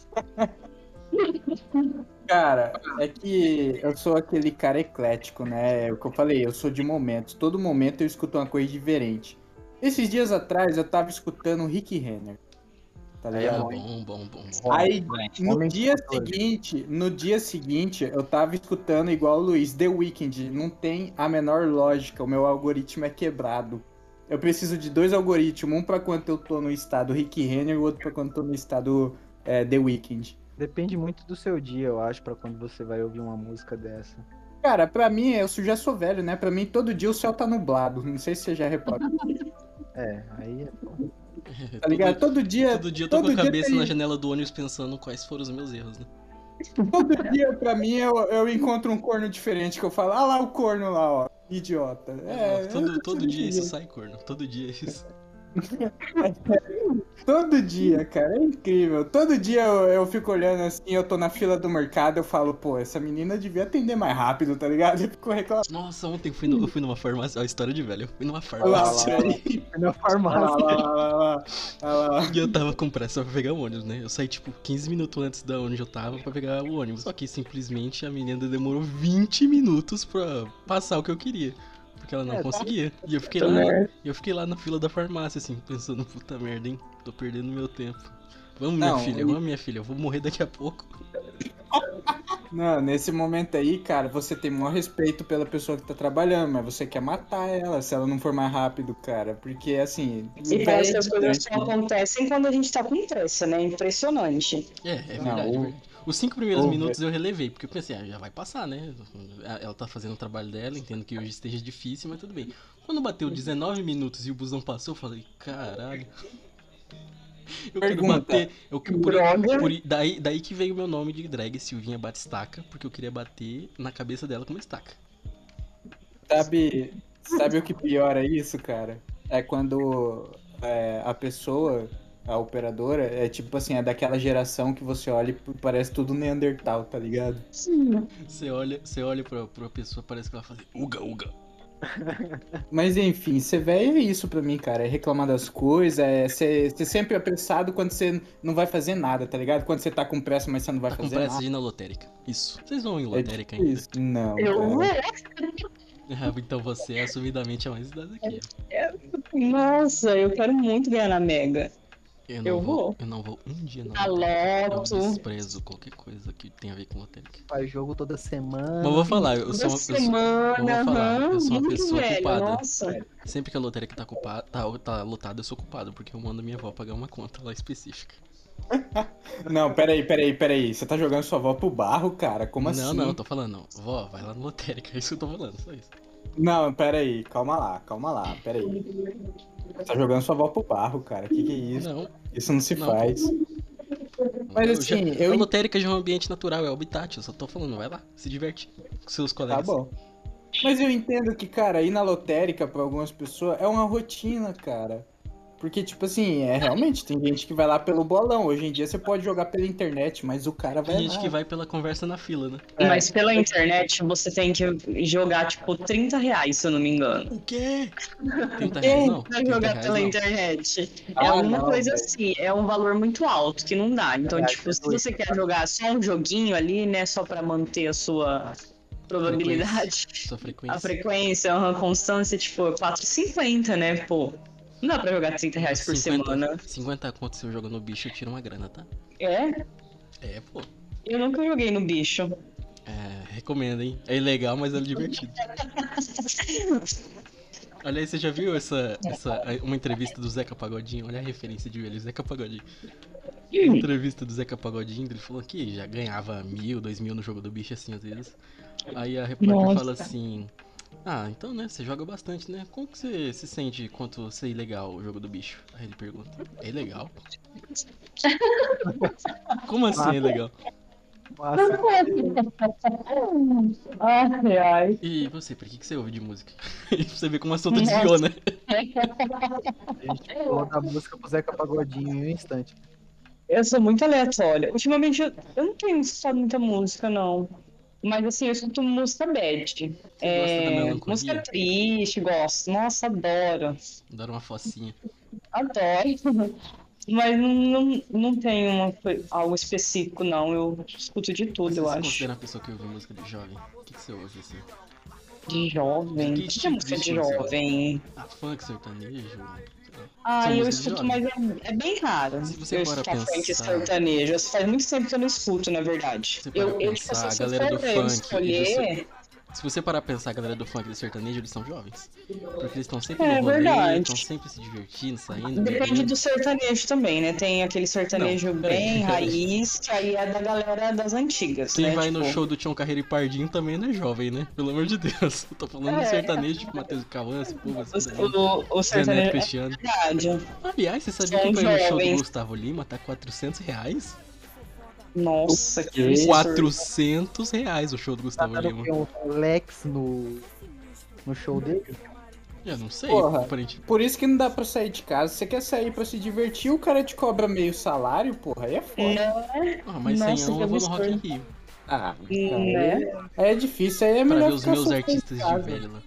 [SPEAKER 2] Cara, é que eu sou aquele cara eclético, né? É o que eu falei, eu sou de momentos. Todo momento eu escuto uma coisa diferente. Esses dias atrás eu tava escutando o Rick Renner. Tá
[SPEAKER 1] Aí é
[SPEAKER 2] ligado?
[SPEAKER 1] bom, bom, bom.
[SPEAKER 2] Aí, no
[SPEAKER 3] Homem
[SPEAKER 2] dia
[SPEAKER 3] Voador.
[SPEAKER 2] seguinte, no dia seguinte, eu tava escutando igual o Luiz, The Weeknd, não tem a menor lógica, o meu algoritmo é quebrado. Eu preciso de dois algoritmos, um pra quando eu tô no estado Rick Renner e o outro pra quando eu tô no estado é, The Weeknd.
[SPEAKER 3] Depende muito do seu dia, eu acho, pra quando você vai ouvir uma música dessa.
[SPEAKER 2] Cara, pra mim, eu já sou velho, né? Pra mim, todo dia o céu tá nublado, não sei se você já reparou.
[SPEAKER 3] É, aí é bom.
[SPEAKER 2] Tá ligado? Todo dia,
[SPEAKER 1] Todo dia eu tô
[SPEAKER 2] todo
[SPEAKER 1] com a cabeça
[SPEAKER 2] tem-
[SPEAKER 1] na janela do ônibus pensando quais foram os meus erros, né?
[SPEAKER 2] Todo dia, pra mim, eu, eu encontro um corno diferente que eu falo, ah lá o corno lá, ó, idiota. É,
[SPEAKER 1] todo
[SPEAKER 2] eu-
[SPEAKER 1] todo dia isso sai, corno. Todo dia é isso.
[SPEAKER 2] Todo dia, cara, é incrível. Todo dia eu, eu fico olhando assim, eu tô na fila do mercado, eu falo, pô, essa menina devia atender mais rápido, tá ligado? Eu fico reclamando.
[SPEAKER 1] Nossa, ontem eu fui, no- eu fui numa farmácia. Ó, história de velho. Eu fui numa
[SPEAKER 2] Olha lá,
[SPEAKER 1] farmácia.
[SPEAKER 2] olha lá, olha
[SPEAKER 3] Na
[SPEAKER 2] lá, olha lá,
[SPEAKER 3] farmácia.
[SPEAKER 2] olha lá, olha lá, olha lá.
[SPEAKER 1] E eu tava com pressa pra pegar o ônibus, né? Eu saí tipo 15 minutos antes da onde eu tava pra pegar o ônibus. Só que simplesmente a menina demorou 20 minutos pra passar o que eu queria. Porque ela não
[SPEAKER 3] É, tá.
[SPEAKER 1] conseguia. E eu fiquei
[SPEAKER 6] Puta
[SPEAKER 1] lá.
[SPEAKER 6] merda.
[SPEAKER 1] Eu fiquei lá na fila da farmácia, assim, pensando, puta merda, hein? Tô perdendo meu tempo. Vamos,
[SPEAKER 2] Não,
[SPEAKER 1] minha filha,
[SPEAKER 2] eu-
[SPEAKER 1] vamos, minha filha, eu vou morrer daqui a pouco.
[SPEAKER 2] Não, nesse momento aí, cara, você tem maior respeito pela pessoa que tá trabalhando, mas você quer matar ela se ela não for mais rápido, cara. Porque assim. né?
[SPEAKER 4] E parece que as coisas só acontecem quando a gente tá com pressa, né? Impressionante.
[SPEAKER 1] É, é
[SPEAKER 2] Não,
[SPEAKER 1] verdade.
[SPEAKER 2] o-
[SPEAKER 1] é verdade. Os cinco primeiros
[SPEAKER 2] o-
[SPEAKER 1] minutos eu relevei, porque eu pensei, ah, já vai passar, né? Ela tá fazendo o trabalho dela, entendo que hoje esteja difícil, mas tudo bem. Quando bateu 19 minutos e o busão passou, eu falei, caralho. Eu quero
[SPEAKER 2] Pergunta.
[SPEAKER 1] bater. Eu, que- por,
[SPEAKER 4] Droga.
[SPEAKER 1] por- daí, daí que veio o meu nome de drag Silvinha Batistaca, porque eu queria bater na cabeça dela com uma estaca.
[SPEAKER 2] Sabe, sabe o que piora isso, cara? É quando é, a pessoa, a operadora, é tipo assim, é daquela geração que você olha e parece tudo Neandertal, tá ligado?
[SPEAKER 1] Você olha, você olha pra, pra pessoa, parece que ela fala assim, uga, uga.
[SPEAKER 2] Mas enfim, ser velho é isso pra mim, cara. É reclamar das coisas, é ser, ser sempre apressado quando você não vai fazer nada, tá ligado? Quando você tá com pressa, mas você não vai
[SPEAKER 1] Tá com
[SPEAKER 2] fazer
[SPEAKER 1] pressa
[SPEAKER 2] nada.
[SPEAKER 1] de ir na lotérica. Isso. Vocês vão em
[SPEAKER 2] É
[SPEAKER 1] lotérica
[SPEAKER 2] tipo
[SPEAKER 1] ainda?
[SPEAKER 2] isso. Não.
[SPEAKER 1] Tá
[SPEAKER 4] Eu
[SPEAKER 2] cara.
[SPEAKER 1] Ah, então você é assumidamente a mais idade aqui.
[SPEAKER 4] Nossa, eu quero muito ganhar na Mega.
[SPEAKER 1] Eu, não
[SPEAKER 4] Eu
[SPEAKER 1] vou,
[SPEAKER 4] vou.
[SPEAKER 1] Eu não vou um dia na
[SPEAKER 4] Na
[SPEAKER 1] lotérica. Eu
[SPEAKER 4] loto.
[SPEAKER 1] é um desprezo qualquer coisa que tenha a ver com lotérica.
[SPEAKER 3] Faz jogo toda semana.
[SPEAKER 1] Mas eu vou falar, eu
[SPEAKER 4] Toda
[SPEAKER 1] sou uma pessoa.
[SPEAKER 4] semana,
[SPEAKER 1] eu vou falar, eu sou uma
[SPEAKER 4] muito
[SPEAKER 1] pessoa
[SPEAKER 4] velho,
[SPEAKER 1] ocupada.
[SPEAKER 4] Nossa,
[SPEAKER 1] Sempre que a lotérica tá, culpa- tá, tá lotada, eu sou culpado, porque eu mando minha avó pagar uma conta lá específica.
[SPEAKER 2] Não, peraí, peraí, peraí. Você tá jogando sua avó pro barro, cara? Como
[SPEAKER 1] não,
[SPEAKER 2] assim?
[SPEAKER 1] não, eu tô falando, não. Vó, vai lá na lotérica, é isso que eu tô falando, só isso.
[SPEAKER 2] Não, peraí, calma lá, calma lá, peraí. Você Tá jogando sua avó pro barro, cara. Que que é isso?
[SPEAKER 1] Não,
[SPEAKER 2] Isso não se
[SPEAKER 1] Não.
[SPEAKER 2] faz. Mas assim,
[SPEAKER 1] já-
[SPEAKER 2] eu
[SPEAKER 1] A
[SPEAKER 2] en-
[SPEAKER 1] lotérica já é um ambiente natural, é habitat, eu só tô falando, vai lá, se diverte com seus
[SPEAKER 2] Tá
[SPEAKER 1] colegas.
[SPEAKER 2] bom. Mas eu entendo que, cara, ir na lotérica pra algumas pessoas é uma rotina, cara. Porque, tipo assim, é realmente, tem gente que vai lá pelo bolão. Hoje em dia você pode jogar pela internet, mas o cara vai
[SPEAKER 1] Tem gente
[SPEAKER 2] lá.
[SPEAKER 1] que vai pela conversa na fila, né?
[SPEAKER 4] mas pela internet você tem que jogar tipo 30 reais, se eu não me engano.
[SPEAKER 1] O quê? 30 reais
[SPEAKER 4] Quem
[SPEAKER 1] não.
[SPEAKER 4] vai
[SPEAKER 1] 30
[SPEAKER 4] jogar
[SPEAKER 1] reais
[SPEAKER 4] pela
[SPEAKER 1] não.
[SPEAKER 4] internet? É
[SPEAKER 2] Ah,
[SPEAKER 4] alguma
[SPEAKER 2] não,
[SPEAKER 4] coisa
[SPEAKER 2] velho. tá
[SPEAKER 4] assim, é um valor muito alto que não dá. Então,
[SPEAKER 3] Caraca,
[SPEAKER 4] tipo, se
[SPEAKER 3] doido.
[SPEAKER 4] você quer jogar só um joguinho ali, né, só pra manter a sua probabilidade,
[SPEAKER 1] Sua
[SPEAKER 4] a
[SPEAKER 1] frequência.
[SPEAKER 4] frequência, a constância, tipo, 4,50, né, pô. Não dá pra jogar 30 reais por
[SPEAKER 1] 50
[SPEAKER 4] semana.
[SPEAKER 1] 50 conto se eu jogo no bicho, eu tiro uma grana, tá?
[SPEAKER 4] É?
[SPEAKER 1] É, pô.
[SPEAKER 4] Eu nunca joguei no bicho.
[SPEAKER 1] É, recomendo, hein? É ilegal, mas é divertido. Olha aí, você já viu essa,
[SPEAKER 4] É.
[SPEAKER 1] essa uma entrevista do Zeca Pagodinho? Olha a referência de ele, Zeca Pagodinho. Uma entrevista do Zeca Pagodinho, ele falou que já ganhava mil, dois mil no jogo do bicho, assim, às vezes. Aí a repórter
[SPEAKER 4] Nossa.
[SPEAKER 1] fala assim... Ah, então, né, você joga bastante, né? Como que você se sente quanto ser ilegal o jogo do bicho? Aí ele pergunta, é ilegal? Como assim é ilegal?
[SPEAKER 3] Nossa,
[SPEAKER 4] Ai, ai.
[SPEAKER 1] E você, por que, que você ouve de música? pra você ver como o assunto desviou, né?
[SPEAKER 3] a gente falou da música pro Zeca Pagodinho em um instante.
[SPEAKER 4] Eu sou muito aleatória. Ultimamente eu, eu não tenho escutado muita música, não. Mas assim, eu escuto música bad.
[SPEAKER 1] gosta da
[SPEAKER 4] É,
[SPEAKER 1] melancolia?
[SPEAKER 4] música triste, gosto. Nossa, adoro.
[SPEAKER 1] Dar uma focinha.
[SPEAKER 4] Adoro. Mas não, não, não tem uma, coi- algo específico, não. Eu escuto de tudo,
[SPEAKER 1] Mas
[SPEAKER 4] eu
[SPEAKER 1] você se
[SPEAKER 4] acho.
[SPEAKER 1] considera uma pessoa que ouve música de jovem? O que, que você ouve assim?
[SPEAKER 4] De jovem. O
[SPEAKER 1] Que
[SPEAKER 4] que,
[SPEAKER 1] tipo
[SPEAKER 4] é música
[SPEAKER 1] de
[SPEAKER 4] de
[SPEAKER 1] música?
[SPEAKER 4] jovem?
[SPEAKER 1] Ah, funk, sertanejo?
[SPEAKER 4] Ah,
[SPEAKER 1] São
[SPEAKER 4] eu
[SPEAKER 1] músicas de
[SPEAKER 4] escuto,
[SPEAKER 1] jovem?
[SPEAKER 4] mas é, é bem raro.
[SPEAKER 1] Se você
[SPEAKER 4] eu
[SPEAKER 1] for a
[SPEAKER 4] escutar funk
[SPEAKER 1] pensar-
[SPEAKER 4] sertanejo. Faz muito tempo que eu não escuto, na verdade.
[SPEAKER 1] Você for
[SPEAKER 4] Eu,
[SPEAKER 1] a
[SPEAKER 4] eu,
[SPEAKER 1] pensar, a
[SPEAKER 4] se
[SPEAKER 1] galera
[SPEAKER 4] for
[SPEAKER 1] do
[SPEAKER 4] eu
[SPEAKER 1] funk e do
[SPEAKER 4] escolher,
[SPEAKER 1] Se você parar pra pensar, a galera do funk e do sertanejo, eles são jovens. Porque eles estão sempre
[SPEAKER 4] É
[SPEAKER 1] no rolê,
[SPEAKER 4] verdade.
[SPEAKER 1] estão sempre se divertindo, saindo.
[SPEAKER 4] depende
[SPEAKER 1] bebendo.
[SPEAKER 4] do sertanejo também, né? Tem aquele sertanejo
[SPEAKER 1] Não, peraí,
[SPEAKER 4] bem
[SPEAKER 1] peraí.
[SPEAKER 4] raiz, que aí é da galera das antigas,
[SPEAKER 1] Quem
[SPEAKER 4] né?
[SPEAKER 1] vai no
[SPEAKER 4] Tipo,
[SPEAKER 1] show do Tião Carreiro e Pardinho também não é jovem, né? Pelo amor de Deus. Eu tô falando
[SPEAKER 4] É.
[SPEAKER 1] do sertanejo, tipo Matheus Cauã, esse povo assim. daí.
[SPEAKER 4] O, o, o
[SPEAKER 1] Zé Neto
[SPEAKER 4] sertanejo é
[SPEAKER 1] Cristiano.
[SPEAKER 4] verdade.
[SPEAKER 1] Aliás, você sabia
[SPEAKER 4] São
[SPEAKER 1] que pra ir no show do
[SPEAKER 4] jovens.
[SPEAKER 1] Gustavo Lima tá 400 reais?
[SPEAKER 4] Nossa, que
[SPEAKER 2] Esse-
[SPEAKER 1] 400 reais o show do Gustavo
[SPEAKER 2] Tá
[SPEAKER 1] Lima.
[SPEAKER 3] Tem um Lex no, no show dele.
[SPEAKER 1] Eu não sei,
[SPEAKER 2] Porra.
[SPEAKER 1] aparentemente.
[SPEAKER 2] Por isso que não dá pra sair de casa. Você quer sair pra se divertir, o cara te cobra meio salário, porra, aí é foda.
[SPEAKER 4] Não,
[SPEAKER 1] Ah, mas
[SPEAKER 4] Nossa,
[SPEAKER 1] 100
[SPEAKER 4] que
[SPEAKER 1] eu vou no Rock in
[SPEAKER 4] absurdo.
[SPEAKER 1] Rio.
[SPEAKER 2] Ah, cara,
[SPEAKER 4] né?
[SPEAKER 2] aí é difícil, aí é
[SPEAKER 1] Pra
[SPEAKER 2] melhor
[SPEAKER 1] ver os
[SPEAKER 2] ficar
[SPEAKER 1] meus
[SPEAKER 2] só em
[SPEAKER 1] artistas de
[SPEAKER 2] casa.
[SPEAKER 1] velho lá.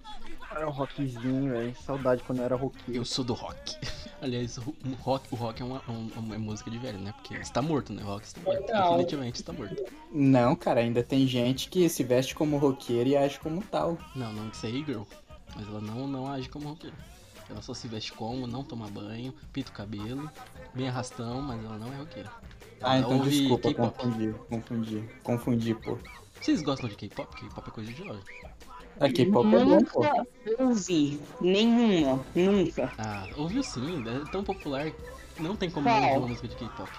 [SPEAKER 3] Era um rockzinho, velho. Saudade quando eu era roqueiro.
[SPEAKER 1] Eu sou do rock. Aliás, o o rock, o rock é uma, um- uma música de velho, né? Porque está morto, né? O rock está morto.
[SPEAKER 4] Total.
[SPEAKER 1] Definitivamente está morto.
[SPEAKER 2] Não, cara, ainda tem gente que se veste como roqueiro e age como tal.
[SPEAKER 1] Não, não que seja girl. Mas ela não, não age como roqueira. Ela só se veste como, não toma banho, pinta o cabelo, bem arrastão, mas ela não é roqueira.
[SPEAKER 2] Ah,
[SPEAKER 1] Ela
[SPEAKER 2] então
[SPEAKER 1] ouve
[SPEAKER 2] desculpa,
[SPEAKER 1] K-pop.
[SPEAKER 2] confundi, confundi, confundi, pô.
[SPEAKER 1] Vocês gostam de K-pop? K-pop é coisa de jovem.
[SPEAKER 2] Ah, K-pop é
[SPEAKER 4] Uhum.
[SPEAKER 2] bom, pô.
[SPEAKER 4] Nunca ouvi nenhuma, nunca.
[SPEAKER 1] Ah, ouviu sim, é tão popular, não tem como
[SPEAKER 4] Qual?
[SPEAKER 1] não ouvir uma música de K-pop.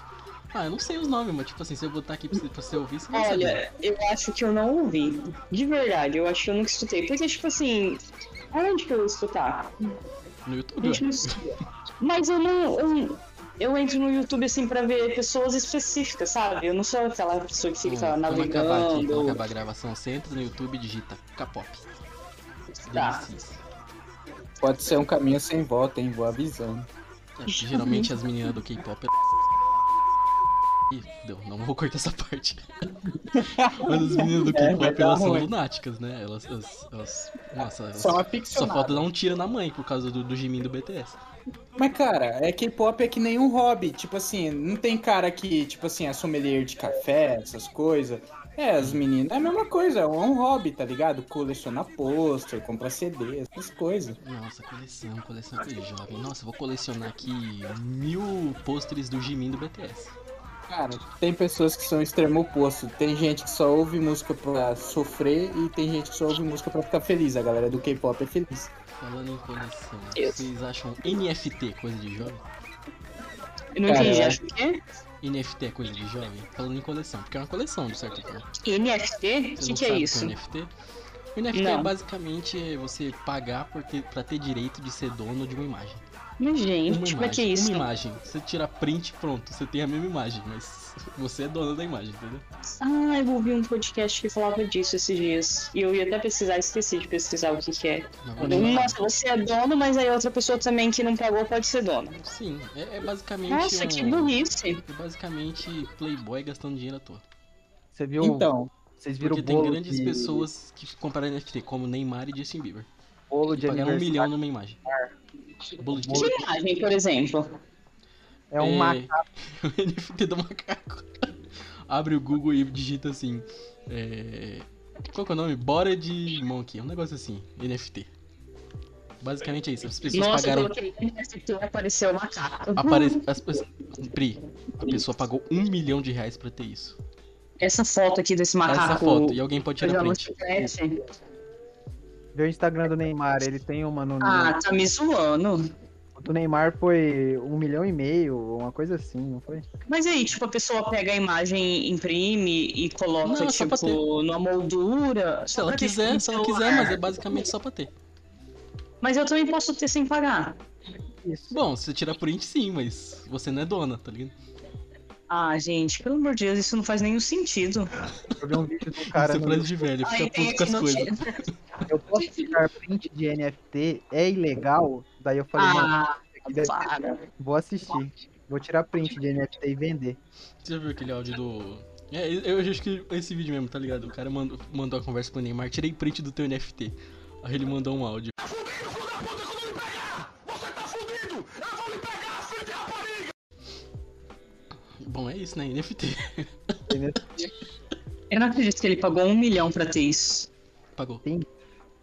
[SPEAKER 1] Ah, eu não sei os nomes, mas tipo assim, se eu botar aqui pra você, pra você ouvir, você vai saber.
[SPEAKER 4] Olha, eu acho que eu não ouvi. De verdade, eu acho que eu nunca escutei. Porque, tipo assim, aonde que eu vou escutar?
[SPEAKER 1] No
[SPEAKER 4] A
[SPEAKER 1] YouTube,
[SPEAKER 4] gente
[SPEAKER 1] ó.
[SPEAKER 4] não escuta. Mas eu não. Eu, eu entro no YouTube assim pra ver pessoas específicas, sabe? Eu não sou aquela pessoa que fica
[SPEAKER 1] Quando quando Hum, acabar aqui, quando
[SPEAKER 4] tá navegando.
[SPEAKER 1] acabar a gravação, você entra no YouTube e digita K-pop.
[SPEAKER 4] Tá.
[SPEAKER 1] Delicioso.
[SPEAKER 2] Pode ser um caminho sem volta, hein? Vou avisando.
[SPEAKER 1] É, porque geralmente as meninas do K-pop. é Ih, deu, não vou cortar essa parte. Mas as meninas
[SPEAKER 4] É
[SPEAKER 1] do
[SPEAKER 2] vai
[SPEAKER 1] K-pop
[SPEAKER 2] dar
[SPEAKER 1] elas são
[SPEAKER 2] ruim.
[SPEAKER 1] lunáticas, né? Elas. elas, elas- nossa, elas-
[SPEAKER 2] São
[SPEAKER 1] só
[SPEAKER 2] aficionados.
[SPEAKER 1] falta dar um tiro na mãe por causa do, do Jimin do BTS.
[SPEAKER 2] Mas, cara, é K-pop é que nem um hobby. Tipo assim, não tem cara que, tipo assim, é sommelier de café, essas coisas. É, as meninas, é a mesma coisa, é um hobby, tá ligado? Coleciona pôster, compra CD, essas coisas.
[SPEAKER 1] Nossa, coleção, coleção é coisa de jovem. Nossa, eu vou colecionar aqui mil pôsteres do Jimin do BTS.
[SPEAKER 2] Cara, tem pessoas que são extremo oposto. Tem gente que só ouve música pra sofrer e tem gente que só ouve música pra ficar feliz. A galera do K-pop é feliz.
[SPEAKER 1] Falando em coleção,
[SPEAKER 4] Eu-
[SPEAKER 1] vocês acham NFT coisa de jovem?
[SPEAKER 4] Eu não
[SPEAKER 2] Cara,
[SPEAKER 4] entendi,
[SPEAKER 2] eu
[SPEAKER 4] acho que é
[SPEAKER 1] NFT é coisa de jovem? Falando em coleção, porque é uma coleção, de certa forma.
[SPEAKER 4] NFT? O
[SPEAKER 1] Você
[SPEAKER 4] que,
[SPEAKER 1] não
[SPEAKER 4] que
[SPEAKER 1] sabe
[SPEAKER 4] é
[SPEAKER 1] o
[SPEAKER 4] isso?
[SPEAKER 1] é NFT? O NFT
[SPEAKER 4] Não.
[SPEAKER 1] é basicamente você pagar por ter, pra ter direito de ser dono de uma imagem.
[SPEAKER 4] Mas,
[SPEAKER 1] Uma
[SPEAKER 4] gente, como é
[SPEAKER 1] imagem,
[SPEAKER 4] que é isso?
[SPEAKER 1] Uma imagem. Você tira print pronto, você tem a mesma imagem, mas você é dono da imagem, entendeu?
[SPEAKER 4] Ah, eu ouvi um podcast que falava disso esses dias. E eu ia até pesquisar, esqueci de pesquisar o que, que é.
[SPEAKER 1] Não, não.
[SPEAKER 4] Nossa, você é dono, mas aí outra pessoa também que não pagou pode ser dono.
[SPEAKER 1] Sim, é, é basicamente
[SPEAKER 4] Nossa,
[SPEAKER 1] um-
[SPEAKER 4] que burrice.
[SPEAKER 1] É basicamente Playboy é gastando dinheiro à toa.
[SPEAKER 3] Você viu?
[SPEAKER 2] Então,
[SPEAKER 3] vocês viram
[SPEAKER 1] Porque
[SPEAKER 3] o
[SPEAKER 1] tem
[SPEAKER 3] bolo
[SPEAKER 1] grandes
[SPEAKER 3] de,
[SPEAKER 1] pessoas que compraram NFT, como Neymar e Justin Bieber.
[SPEAKER 3] bolo
[SPEAKER 1] Que
[SPEAKER 3] de
[SPEAKER 1] pagaram um
[SPEAKER 3] aniversário?
[SPEAKER 1] milhão numa imagem. Bolo de
[SPEAKER 4] Que imagem, por exemplo.
[SPEAKER 3] É um macaco.
[SPEAKER 1] o NFT do macaco. Abre o Google e digita assim. é, Qual que é o nome? Bora de Monkey. É um negócio assim, NFT. Basicamente é isso. As pessoas
[SPEAKER 4] Nossa, eu
[SPEAKER 1] pagaram.
[SPEAKER 4] coloquei NFT e apareceu uma capa.
[SPEAKER 1] Apare... As pessoas... Pri, a pessoa pagou um milhão de reais pra ter isso.
[SPEAKER 4] Essa foto aqui desse macaco.
[SPEAKER 1] Essa foto. E alguém pode tirar
[SPEAKER 4] jogando
[SPEAKER 1] print.
[SPEAKER 4] chiclete.
[SPEAKER 3] Vê o Instagram do Neymar. Ele tem uma no.
[SPEAKER 4] Ah, tá me zoando.
[SPEAKER 3] O do Neymar foi um milhão e meio, uma coisa assim, não foi?
[SPEAKER 4] Mas aí, tipo, a pessoa pega a imagem, imprime e coloca,
[SPEAKER 1] Não, é só pra
[SPEAKER 4] tipo, numa moldura.
[SPEAKER 1] Se
[SPEAKER 4] só
[SPEAKER 1] ela
[SPEAKER 4] pra ter,
[SPEAKER 1] quiser,
[SPEAKER 4] tipo,
[SPEAKER 1] se
[SPEAKER 4] no
[SPEAKER 1] ela quiser,
[SPEAKER 4] celular.
[SPEAKER 1] mas é basicamente só pra ter.
[SPEAKER 4] Mas eu também posso ter sem pagar.
[SPEAKER 3] Isso.
[SPEAKER 1] Bom, se você tirar print, sim, mas você não é dona, tá ligado?
[SPEAKER 4] Ah, gente, pelo amor de Deus, isso não faz nenhum sentido.
[SPEAKER 3] Eu vi um vídeo do cara
[SPEAKER 1] você é
[SPEAKER 3] no
[SPEAKER 1] frase de velho, fica
[SPEAKER 4] Aí tem
[SPEAKER 1] puto com
[SPEAKER 4] aqui
[SPEAKER 1] as
[SPEAKER 4] no
[SPEAKER 1] coisas.
[SPEAKER 4] chat.
[SPEAKER 3] Eu posso tirar print de NFT? É ilegal? Daí eu falei, mano,
[SPEAKER 4] Ah,
[SPEAKER 3] isso aqui deve-
[SPEAKER 4] para.
[SPEAKER 3] vou assistir. Vou tirar print de NFT e vender.
[SPEAKER 1] Você já viu aquele áudio do. É, eu acho que esse vídeo mesmo, tá ligado? O cara mandou, mandou a conversa com o Neymar, tirei print do teu NFT. Aí ele mandou um áudio. Bom, é isso, né? NFT.
[SPEAKER 4] Eu não acredito que ele pagou um milhão pra ter isso.
[SPEAKER 1] Pagou.
[SPEAKER 3] Deixa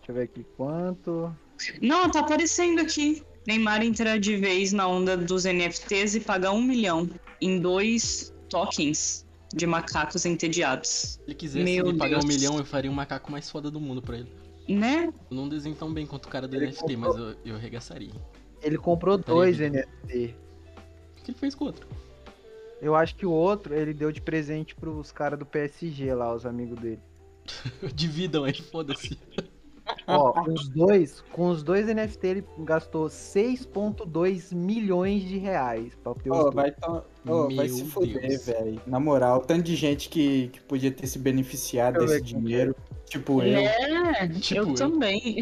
[SPEAKER 3] eu ver aqui quanto.
[SPEAKER 4] Não, tá aparecendo aqui. Neymar entra de vez na onda dos NFTs e paga um milhão em dois tokens de macacos entediados.
[SPEAKER 1] Se ele quisesse
[SPEAKER 4] Meu
[SPEAKER 1] me pagar um
[SPEAKER 4] Deus.
[SPEAKER 1] milhão, eu faria o macaco mais foda do mundo pra ele.
[SPEAKER 4] Né?
[SPEAKER 2] Tipo
[SPEAKER 1] Eu não desenho tão bem quanto o cara do
[SPEAKER 3] Ele
[SPEAKER 1] NFT, mas eu, eu arregaçaria.
[SPEAKER 3] Ele comprou
[SPEAKER 1] Tá
[SPEAKER 3] dois
[SPEAKER 1] ligado?
[SPEAKER 3] NFT.
[SPEAKER 1] O que ele fez com o outro?
[SPEAKER 3] Eu acho que o outro ele deu de presente pros caras do PSG lá, os amigos dele.
[SPEAKER 1] Dividam aí, foda-se.
[SPEAKER 3] Ó, com os dois, com os dois NFT ele gastou 6.2 milhões de reais pra ter os
[SPEAKER 2] Ô,
[SPEAKER 3] dois.
[SPEAKER 2] vai, to- ô, vai
[SPEAKER 1] Meu
[SPEAKER 2] se fuder,
[SPEAKER 1] Deus.
[SPEAKER 2] velho. Na moral, o tanto de gente que, que podia ter se beneficiado
[SPEAKER 3] Eu
[SPEAKER 2] desse
[SPEAKER 3] vejo.
[SPEAKER 2] dinheiro. Tipo eu.
[SPEAKER 4] Né?
[SPEAKER 1] Tipo
[SPEAKER 4] eu
[SPEAKER 1] eu.
[SPEAKER 4] também.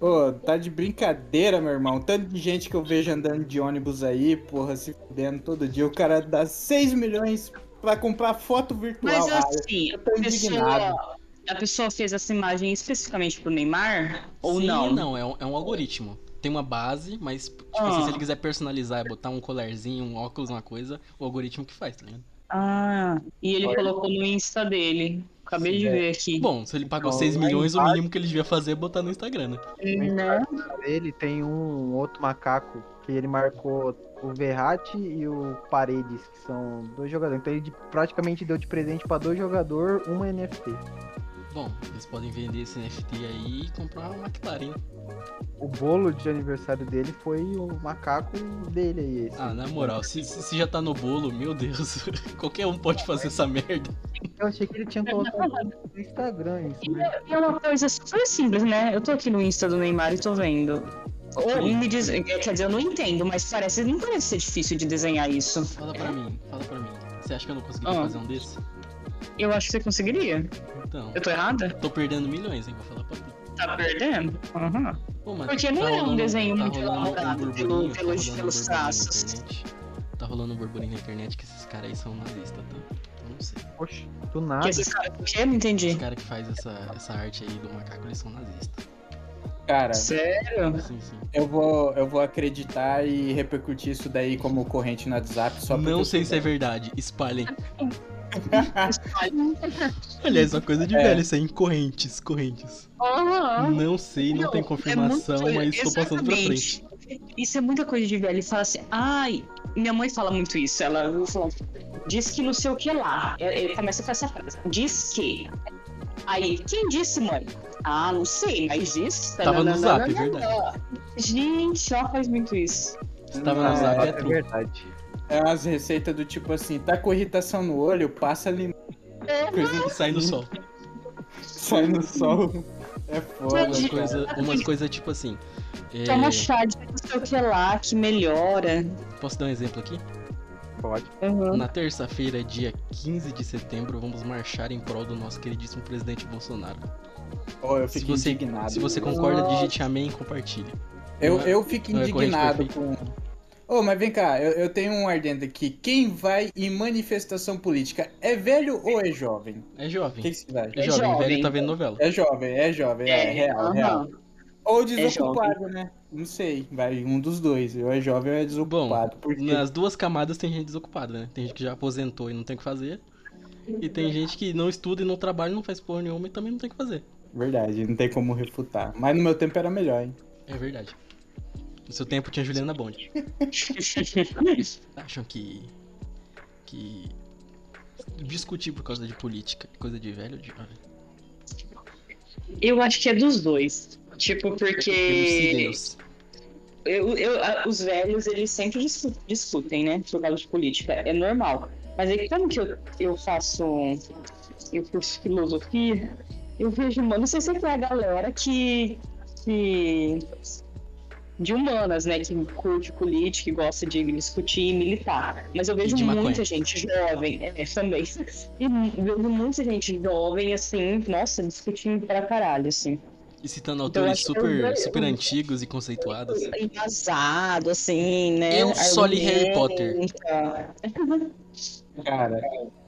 [SPEAKER 2] Ô, tá de brincadeira, meu irmão. O Tanto de gente que eu vejo andando de ônibus aí, porra, se fudendo todo dia. O cara dá 6 milhões pra comprar foto virtual.
[SPEAKER 4] Mas
[SPEAKER 2] Ah,
[SPEAKER 4] assim,
[SPEAKER 2] eu tô
[SPEAKER 4] a
[SPEAKER 2] indignado.
[SPEAKER 4] pessoa, a pessoa fez essa imagem especificamente pro Neymar? Ou
[SPEAKER 1] Sim,
[SPEAKER 4] não?
[SPEAKER 1] Não, é um, é um algoritmo. Tem uma base, mas, tipo assim,
[SPEAKER 4] Ah.
[SPEAKER 1] se ele quiser personalizar, botar um colarzinho, um óculos, uma coisa, o algoritmo que faz, tá ligado?
[SPEAKER 4] Ah, e ele
[SPEAKER 2] Olha.
[SPEAKER 4] colocou no Insta dele. Acabei
[SPEAKER 2] Sim,
[SPEAKER 4] de
[SPEAKER 2] é.
[SPEAKER 4] ver aqui.
[SPEAKER 1] Bom, se ele pagou
[SPEAKER 2] Então,
[SPEAKER 1] 6
[SPEAKER 2] lá
[SPEAKER 1] milhões, o
[SPEAKER 2] embaixo-
[SPEAKER 1] mínimo que ele devia fazer é botar no Instagram, né?
[SPEAKER 4] né?
[SPEAKER 3] Ele tem um outro macaco que ele marcou o Verratti e o Paredes, que são dois jogadores. Então ele de- praticamente deu de presente pra dois jogadores uma NFT.
[SPEAKER 1] Bom, eles podem vender esse NFT aí e comprar uma McLaren.
[SPEAKER 3] O bolo de aniversário dele foi o macaco dele aí. Esse.
[SPEAKER 1] Ah, na moral, se, se se já tá no bolo, meu Deus, qualquer um pode fazer essa merda.
[SPEAKER 3] Eu achei que ele tinha colocado no Instagram isso, mas
[SPEAKER 4] E é uma coisa super simples, né? Eu tô aqui no Insta do Neymar e tô vendo. Ou me diz, quer dizer, eu não entendo, mas parece, não parece ser difícil de desenhar isso.
[SPEAKER 1] Fala pra mim, fala pra mim. Você acha que eu não conseguiria
[SPEAKER 4] Ah.
[SPEAKER 1] fazer um desse?
[SPEAKER 4] Eu acho que você conseguiria.
[SPEAKER 1] Então,
[SPEAKER 4] Eu tô errada?
[SPEAKER 1] tô perdendo milhões, hein? Vou falar pra tu.
[SPEAKER 4] Tá perdendo? Aham.
[SPEAKER 1] Pô, mano,
[SPEAKER 4] Porque não é um
[SPEAKER 1] rolando-
[SPEAKER 4] desenho
[SPEAKER 1] tá
[SPEAKER 4] muito
[SPEAKER 1] rolando um
[SPEAKER 4] elaborado
[SPEAKER 1] burburinho,
[SPEAKER 4] pelo-
[SPEAKER 1] rolando um
[SPEAKER 4] pelos-
[SPEAKER 1] burburinho
[SPEAKER 4] pelos
[SPEAKER 1] na
[SPEAKER 4] traços.
[SPEAKER 1] internet. Tá rolando um burburinho na internet que esses caras aí são nazistas, tá? Eu não sei.
[SPEAKER 3] poxa, do
[SPEAKER 4] Que
[SPEAKER 3] nada.
[SPEAKER 4] esses caras, o quê? Não entendi.
[SPEAKER 1] Os caras que faz essa, essa arte aí do macaco, eles são nazistas.
[SPEAKER 2] Cara,
[SPEAKER 4] Sério?
[SPEAKER 1] Sim, sim.
[SPEAKER 2] eu vou, eu vou acreditar e repercutir isso daí como corrente no WhatsApp só porque
[SPEAKER 1] Não
[SPEAKER 2] eu
[SPEAKER 1] sei se é
[SPEAKER 2] sou
[SPEAKER 1] verdade, espalhem.
[SPEAKER 4] É Ah.
[SPEAKER 2] velho.
[SPEAKER 1] Aliás, uma coisa de
[SPEAKER 2] É.
[SPEAKER 1] velho isso aí, correntes, correntes.
[SPEAKER 4] Aham.
[SPEAKER 1] Não sei, não,
[SPEAKER 4] Ah. Não,
[SPEAKER 1] tem
[SPEAKER 4] é
[SPEAKER 1] confirmação,
[SPEAKER 4] muito-
[SPEAKER 1] mas estou passando pra frente.
[SPEAKER 4] exatamente. Isso é muita coisa de velho. Ele fala assim, ai, minha mãe fala muito isso. Ela fala, diz que não sei o que lá. Ele começa com essa frase. Diz que. Aí, quem disse, mãe? Ah, não sei, mas tá, diz.
[SPEAKER 1] Tava no
[SPEAKER 4] Nananana.
[SPEAKER 1] zap, verdade.
[SPEAKER 4] Gente, ela faz muito isso.
[SPEAKER 1] Estava no
[SPEAKER 2] É,
[SPEAKER 1] zap, é
[SPEAKER 3] é
[SPEAKER 1] truque.
[SPEAKER 3] verdade.
[SPEAKER 2] É umas receitas do tipo assim, tá com irritação no olho, passa limão,
[SPEAKER 4] É,
[SPEAKER 1] Coisa que sai no sol.
[SPEAKER 2] sai no sol. É foda.
[SPEAKER 1] Umas
[SPEAKER 4] Entendi.
[SPEAKER 2] cara.
[SPEAKER 1] coisas umas coisa, tipo assim. é,
[SPEAKER 4] Toma chá de não sei o que lá, que melhora.
[SPEAKER 1] posso dar um exemplo aqui?
[SPEAKER 3] Pode.
[SPEAKER 4] Uhum.
[SPEAKER 1] Na terça-feira, dia 15 de setembro, vamos marchar em prol do nosso queridíssimo presidente Bolsonaro.
[SPEAKER 2] Pô, eu
[SPEAKER 1] Se
[SPEAKER 2] fico
[SPEAKER 1] você-
[SPEAKER 2] indignado.
[SPEAKER 1] Se você concorda, digite amém e compartilha.
[SPEAKER 2] Eu,
[SPEAKER 1] Não é-
[SPEAKER 2] eu fico
[SPEAKER 1] não é corrente
[SPEAKER 2] indignado com. Ô, mas vem cá, eu, eu tenho um ardendo aqui. Quem vai em manifestação política é velho ou é jovem?
[SPEAKER 1] É
[SPEAKER 2] O
[SPEAKER 1] jovem.
[SPEAKER 2] que, que você acha?
[SPEAKER 1] É
[SPEAKER 4] É
[SPEAKER 1] jovem,
[SPEAKER 4] jovem.
[SPEAKER 1] velho tá vendo novela.
[SPEAKER 2] É jovem, é jovem, é, real,
[SPEAKER 4] aham. É
[SPEAKER 2] real. Ou
[SPEAKER 4] jovem.
[SPEAKER 2] desocupado, né? Não sei, vai um dos dois. Ou é jovem ou é desocupado. Por quê?
[SPEAKER 1] Nas duas camadas tem gente desocupada, né? Tem gente que já aposentou e não tem o que fazer. E tem gente que não estuda e não trabalha, não faz porra nenhuma e também não tem o que fazer.
[SPEAKER 2] Verdade, não tem como refutar. Mas no meu tempo era melhor, hein?
[SPEAKER 1] É verdade. No seu tempo tinha Juliana Bond. Acham que. que. discutir por causa de política é coisa de velho ou de jovem?
[SPEAKER 4] Eu acho que é dos dois. Tipo,
[SPEAKER 1] é
[SPEAKER 4] porque
[SPEAKER 1] Elucidem-nos.
[SPEAKER 4] eu- eu- a- os velhos, eles sempre discu- discutem, né? Por causa de política. É normal. Mas aí, como que eu, eu faço. Eu curso filosofia, eu vejo, mano, não sei se é a galera que. que de humanas, né? Que curte política, que gosta de discutir e militar. Mas eu vejo
[SPEAKER 1] de
[SPEAKER 4] muita
[SPEAKER 1] maconha.
[SPEAKER 4] gente jovem, é, também. E vejo muita gente jovem, assim, nossa, discutindo pra caralho, assim.
[SPEAKER 1] E citando
[SPEAKER 4] Então,
[SPEAKER 1] autores
[SPEAKER 4] acho que
[SPEAKER 2] é
[SPEAKER 4] eu
[SPEAKER 1] super,
[SPEAKER 2] um
[SPEAKER 4] ganho-
[SPEAKER 1] super antigos e conceituados.
[SPEAKER 4] Embasado, assim, né?
[SPEAKER 1] Eu só li Harry Potter.
[SPEAKER 4] Argumenta.
[SPEAKER 2] Cara,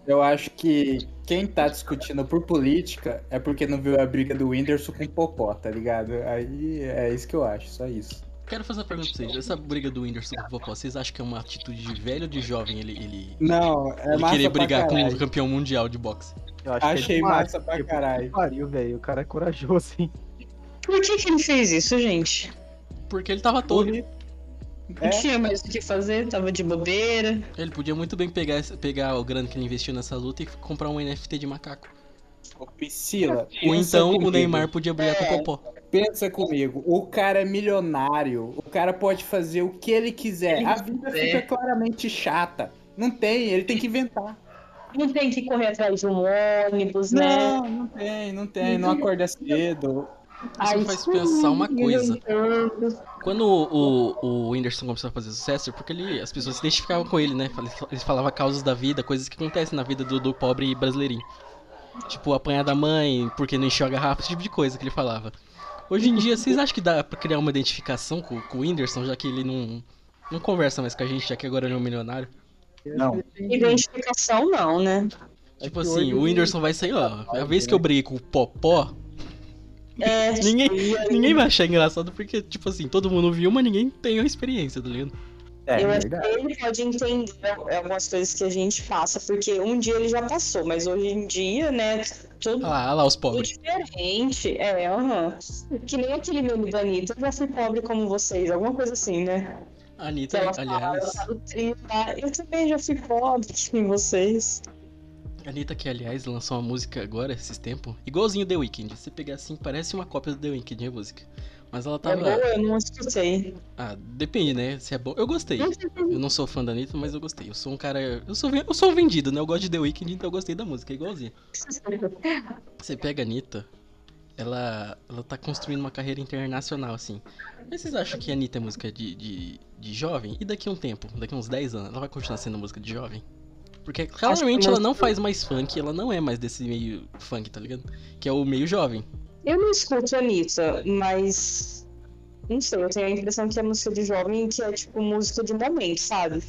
[SPEAKER 2] eu acho que quem tá discutindo por política é porque não viu a briga do Whindersson com o Popó, tá ligado? Aí é isso que eu acho, só isso.
[SPEAKER 1] Quero fazer uma pergunta pra vocês. Essa briga do Whindersson com o Popó, vocês acham que é uma atitude de velho ou de jovem ele, ele,
[SPEAKER 2] Não, é
[SPEAKER 1] ele
[SPEAKER 2] massa
[SPEAKER 1] querer
[SPEAKER 2] pra
[SPEAKER 1] brigar com
[SPEAKER 2] caralho.
[SPEAKER 1] o campeão mundial de boxe?
[SPEAKER 3] Eu acho que é
[SPEAKER 2] Achei
[SPEAKER 3] demais,
[SPEAKER 2] massa pra
[SPEAKER 3] tipo,
[SPEAKER 2] caralho.
[SPEAKER 3] Pariu, velho. O cara é corajoso, hein?
[SPEAKER 4] Por que, que ele fez isso, gente?
[SPEAKER 1] Porque ele tava todo.
[SPEAKER 2] É.
[SPEAKER 4] Não tinha mais o que fazer, tava de bobeira.
[SPEAKER 1] Ele podia muito bem pegar, esse- pegar o grana que ele investiu nessa luta e comprar um NFT de macaco.
[SPEAKER 2] Ô, Priscila.
[SPEAKER 1] Ou
[SPEAKER 2] pensa
[SPEAKER 1] então o
[SPEAKER 2] comigo.
[SPEAKER 1] Neymar podia brigar
[SPEAKER 2] É,
[SPEAKER 1] com o Popó.
[SPEAKER 2] Pensa comigo, o cara é milionário, o cara pode fazer o que ele quiser.
[SPEAKER 4] Ele
[SPEAKER 2] a vida
[SPEAKER 4] quiser.
[SPEAKER 2] fica claramente chata. Não tem, ele tem que inventar.
[SPEAKER 4] Não tem que correr atrás de um ônibus, né?
[SPEAKER 2] Não, não tem, não tem, não acorda cedo.
[SPEAKER 1] Isso me faz pensar uma coisa. Quando o, o, o Whindersson começou a fazer sucesso, é porque ele, as pessoas se identificavam com ele, né? Ele falava causas da vida, coisas que acontecem na vida do, do pobre brasileirinho. Tipo, apanhar da mãe, porque não encheu a garrafa, esse tipo de coisa que ele falava. Hoje em dia, vocês acham que dá pra criar uma identificação com, com o Whindersson, já que ele não, não conversa mais com a gente, já que agora ele é um milionário?
[SPEAKER 2] Não.
[SPEAKER 4] Identificação não, né?
[SPEAKER 3] É
[SPEAKER 1] tipo
[SPEAKER 3] que
[SPEAKER 1] assim, o
[SPEAKER 3] hoje ele- tá né?
[SPEAKER 1] Whindersson vai sair, ó. A vez que eu briguei com o Popó,
[SPEAKER 4] É,
[SPEAKER 1] Ninguém- ninguém vai achar engraçado, porque, tipo assim, todo mundo viu, mas ninguém tem a experiência, tá ligado?
[SPEAKER 2] É,
[SPEAKER 4] eu acho que ele pode entender algumas coisas que a gente passa, porque um dia ele já passou, mas hoje em dia, né, tudo
[SPEAKER 1] Olha lá, olha lá os
[SPEAKER 4] tudo
[SPEAKER 1] pobres.
[SPEAKER 4] diferente. É, aham. Que nem aquele meme da Anitta, eu já fui pobre como vocês, alguma coisa assim, né?
[SPEAKER 1] A
[SPEAKER 4] Que
[SPEAKER 1] Anitta,
[SPEAKER 4] ela fala,
[SPEAKER 1] aliás.
[SPEAKER 4] ela tá no trio, tá? eu também já fui pobre como vocês.
[SPEAKER 1] A Anitta, que aliás lançou uma música agora, esses tempos, igualzinho The Weeknd. Se pegar assim, parece uma cópia do The Weeknd, a música. Mas ela
[SPEAKER 4] É
[SPEAKER 1] tava.
[SPEAKER 4] boa, eu não escutei.
[SPEAKER 1] Ah, depende, né? Se é bom. Eu gostei.
[SPEAKER 4] Não
[SPEAKER 1] Eu não sou fã da Anitta, mas eu gostei. Eu sou um cara. Eu sou, ven- eu sou vendido, né? Eu gosto de The Weeknd, então eu gostei da música, é igualzinho. Você pega a Anitta, ela, ela tá construindo uma carreira internacional, assim. Mas vocês acham que a Anitta é música de, de, de jovem? E daqui a um tempo, daqui a uns 10 anos, ela vai continuar sendo música de jovem? Porque claramente ela não faz mais funk, ela não é mais desse meio funk, tá ligado? Que é o meio jovem.
[SPEAKER 4] Eu não escuto a Anitta, mas. Não sei, eu tenho a impressão que é música de jovem que é tipo música de momento, sabe?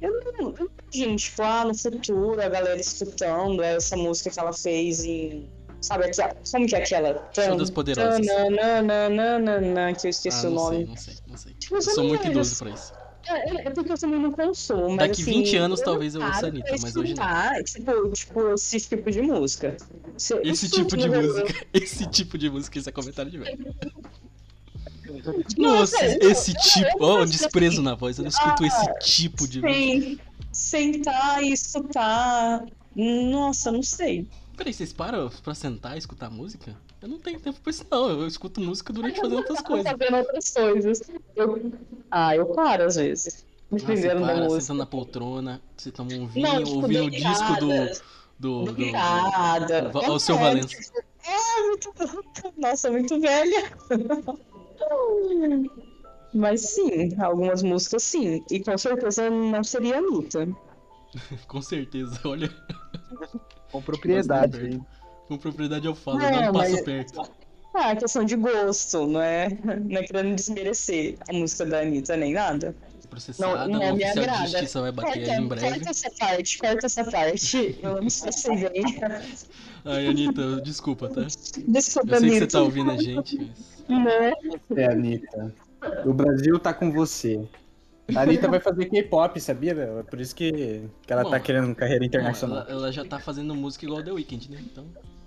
[SPEAKER 4] Eu não, eu não imagino, tipo, ah, no futuro a galera escutando essa música que ela fez em. Sabe, aquela, como que é aquela?
[SPEAKER 1] Show das Poderosas.
[SPEAKER 4] Tananana, que eu esqueci
[SPEAKER 1] ah,
[SPEAKER 4] o
[SPEAKER 1] não
[SPEAKER 4] nome.
[SPEAKER 1] sei, não sei, não sei.
[SPEAKER 4] Tipo,
[SPEAKER 1] Eu
[SPEAKER 4] você
[SPEAKER 1] sou
[SPEAKER 4] não
[SPEAKER 1] muito
[SPEAKER 4] é
[SPEAKER 1] idoso
[SPEAKER 4] isso.
[SPEAKER 1] pra isso.
[SPEAKER 4] É, é- é porque eu também não consumo. mas,
[SPEAKER 1] Daqui
[SPEAKER 4] assim,
[SPEAKER 1] 20 anos,
[SPEAKER 4] eu
[SPEAKER 1] talvez eu
[SPEAKER 4] paro
[SPEAKER 1] ouça a
[SPEAKER 4] pra
[SPEAKER 1] Anitta, mas hoje não.
[SPEAKER 4] escutar, Tipo, tipo, esse tipo de música. Se- eu
[SPEAKER 1] Esse
[SPEAKER 4] escuto,
[SPEAKER 1] tipo de
[SPEAKER 4] mas eu-
[SPEAKER 1] música, esse tipo de música, esse é comentário de velho.
[SPEAKER 4] Não, é
[SPEAKER 1] Nossa,
[SPEAKER 4] sério,
[SPEAKER 1] esse
[SPEAKER 4] eu- eu- eu
[SPEAKER 1] tipo, ó,
[SPEAKER 4] gosto
[SPEAKER 1] o desprezo na voz, eu não escuto esse tipo de música.
[SPEAKER 4] assim. Ah, Sim, sentar e escutar. Nossa, não sei.
[SPEAKER 1] Peraí, vocês param pra sentar e escutar música? Eu não tenho tempo pra isso, não. Eu escuto música durante fazendo outras coisas.
[SPEAKER 4] Fazendo Tá outras coisas. Eu... Ah, eu paro às vezes. Me
[SPEAKER 1] Ah, você
[SPEAKER 4] Dependendo da
[SPEAKER 1] para,
[SPEAKER 4] música.
[SPEAKER 1] sentando na poltrona, você toma um vinho,
[SPEAKER 4] Não, tipo,
[SPEAKER 1] ouvindo o disco do.
[SPEAKER 4] deitado,
[SPEAKER 1] do, do,
[SPEAKER 4] virada.
[SPEAKER 1] do- Ó, o seu
[SPEAKER 4] É,
[SPEAKER 1] Valença.
[SPEAKER 4] muito... Nossa, muito velha. Mas sim, algumas músicas sim. E com certeza não seria Anitta.
[SPEAKER 1] Com certeza, olha,
[SPEAKER 3] Com propriedade.
[SPEAKER 1] Nossa,
[SPEAKER 3] hein?
[SPEAKER 1] com propriedade eu falo,
[SPEAKER 4] Não,
[SPEAKER 1] não passo
[SPEAKER 4] mas-
[SPEAKER 1] perto.
[SPEAKER 4] Ah, é questão de gosto, não é? Não é querendo desmerecer a música da Anitta nem nada.
[SPEAKER 1] Processada,
[SPEAKER 4] não é
[SPEAKER 1] o
[SPEAKER 4] me
[SPEAKER 1] oficial de
[SPEAKER 4] agrada.
[SPEAKER 1] justiça vai bater
[SPEAKER 4] Corta,
[SPEAKER 1] ela em breve.
[SPEAKER 4] corta essa parte, corta essa parte. Eu não sei se vem.
[SPEAKER 1] Ai, Anitta, desculpa, tá?
[SPEAKER 4] Desculpa,
[SPEAKER 1] Eu sei que tá você
[SPEAKER 4] Nito.
[SPEAKER 1] tá ouvindo a gente, mas.
[SPEAKER 4] Né?
[SPEAKER 2] É, Anitta. O Brasil tá com você. A Anitta vai fazer K-pop, sabia, velho? É por isso que, que ela
[SPEAKER 1] Bom,
[SPEAKER 2] tá querendo carreira internacional.
[SPEAKER 1] Ela, ela já tá fazendo música igual The Weeknd, né? Então.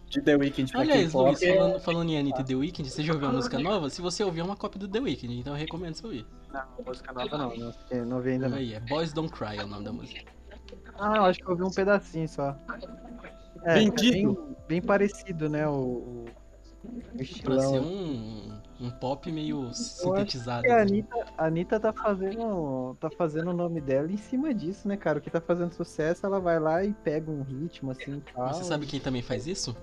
[SPEAKER 2] De The Weeknd pra
[SPEAKER 1] Aliás, Luiz,
[SPEAKER 2] K-pop. é-
[SPEAKER 1] falando, falando em Anitta e The Weeknd, você já ouviu a música nova? Se você ouvir, é uma cópia do The Weeknd, então eu recomendo você ouvir.
[SPEAKER 3] Não, música nova não. Não, sei, não vi ainda não.
[SPEAKER 1] Aí, é Boys Don't Cry é o nome da música.
[SPEAKER 3] Ah, eu acho que eu vi um pedacinho só. É,
[SPEAKER 2] Vendido.
[SPEAKER 3] Bem, bem parecido, né? O, o- o
[SPEAKER 1] Pra ser
[SPEAKER 3] estilão.
[SPEAKER 1] um, um pop meio
[SPEAKER 3] Eu acho é
[SPEAKER 1] sintetizado.
[SPEAKER 3] E a
[SPEAKER 1] assim.
[SPEAKER 3] Anitta, a Anitta tá fazendo tá fazendo o nome dela em cima disso, né, cara? O que tá fazendo sucesso, ela vai lá e pega um ritmo assim e tal.
[SPEAKER 1] Mas Você sabe quem também faz isso?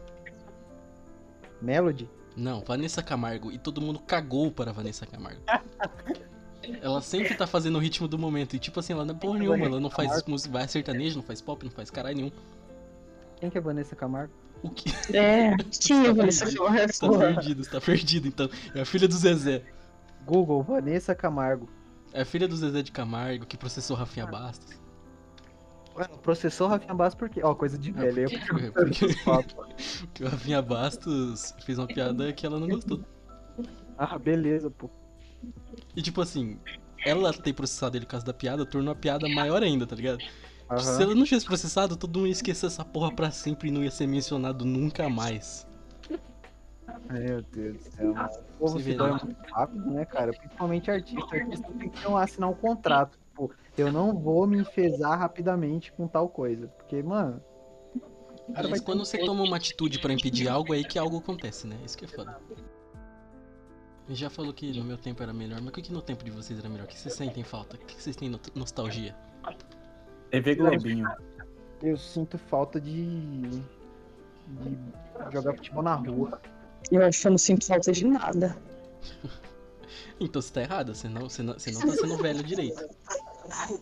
[SPEAKER 3] Melody.
[SPEAKER 1] Não, Vanessa Camargo. E todo mundo cagou para Vanessa Camargo. Ela sempre tá fazendo o ritmo do momento. E tipo assim, ela não é porra nenhuma. Ela não faz música, vai sertanejo, não faz pop, não faz caralho nenhum.
[SPEAKER 3] Quem que é Vanessa Camargo?
[SPEAKER 1] O que?
[SPEAKER 4] É, tinha
[SPEAKER 1] Tá
[SPEAKER 4] Vanessa
[SPEAKER 1] perdido.
[SPEAKER 4] Camargo.
[SPEAKER 1] Você tá perdido, você tá perdido. Então, é a filha do Zezé.
[SPEAKER 3] Google, Vanessa Camargo.
[SPEAKER 1] É a filha do Zezé de Camargo, que processou Rafinha Bastos.
[SPEAKER 3] Mano, processou Rafinha Bass por quê? Ó, coisa de velho. Eu...
[SPEAKER 1] Porque- porque- Porque a Rafinha Bastos fez uma piada que ela não gostou.
[SPEAKER 3] Ah, beleza, pô.
[SPEAKER 1] E tipo assim, ela ter processado ele por causa da piada tornou a piada maior ainda, tá ligado? Se
[SPEAKER 3] Aham.
[SPEAKER 1] ela não tivesse processado, todo mundo ia esquecer essa porra pra sempre e não ia ser mencionado nunca mais.
[SPEAKER 3] Meu Deus do céu. mano. O povo
[SPEAKER 1] Você
[SPEAKER 3] se
[SPEAKER 1] vê,
[SPEAKER 3] dói
[SPEAKER 1] né?
[SPEAKER 3] muito rápido, né, cara? Principalmente artista. Artista tem que ter um- assinar um contrato. Tipo, eu não vou me enfesar rapidamente com tal coisa. Porque, mano. o cara vai
[SPEAKER 1] Mas quando você toma uma atitude pra impedir algo, é aí que algo acontece, né? Isso que é foda. E Já falou que no meu tempo era melhor, mas o que, que no tempo de vocês era melhor? O que vocês sentem falta? O que que vocês têm no- nostalgia?
[SPEAKER 2] TV é Globinho.
[SPEAKER 3] Eu sinto falta de. de jogar futebol na rua.
[SPEAKER 4] Eu acho que eu não sinto falta de nada.
[SPEAKER 1] Então você tá errada, você não, você não, você não tá sendo velha direito.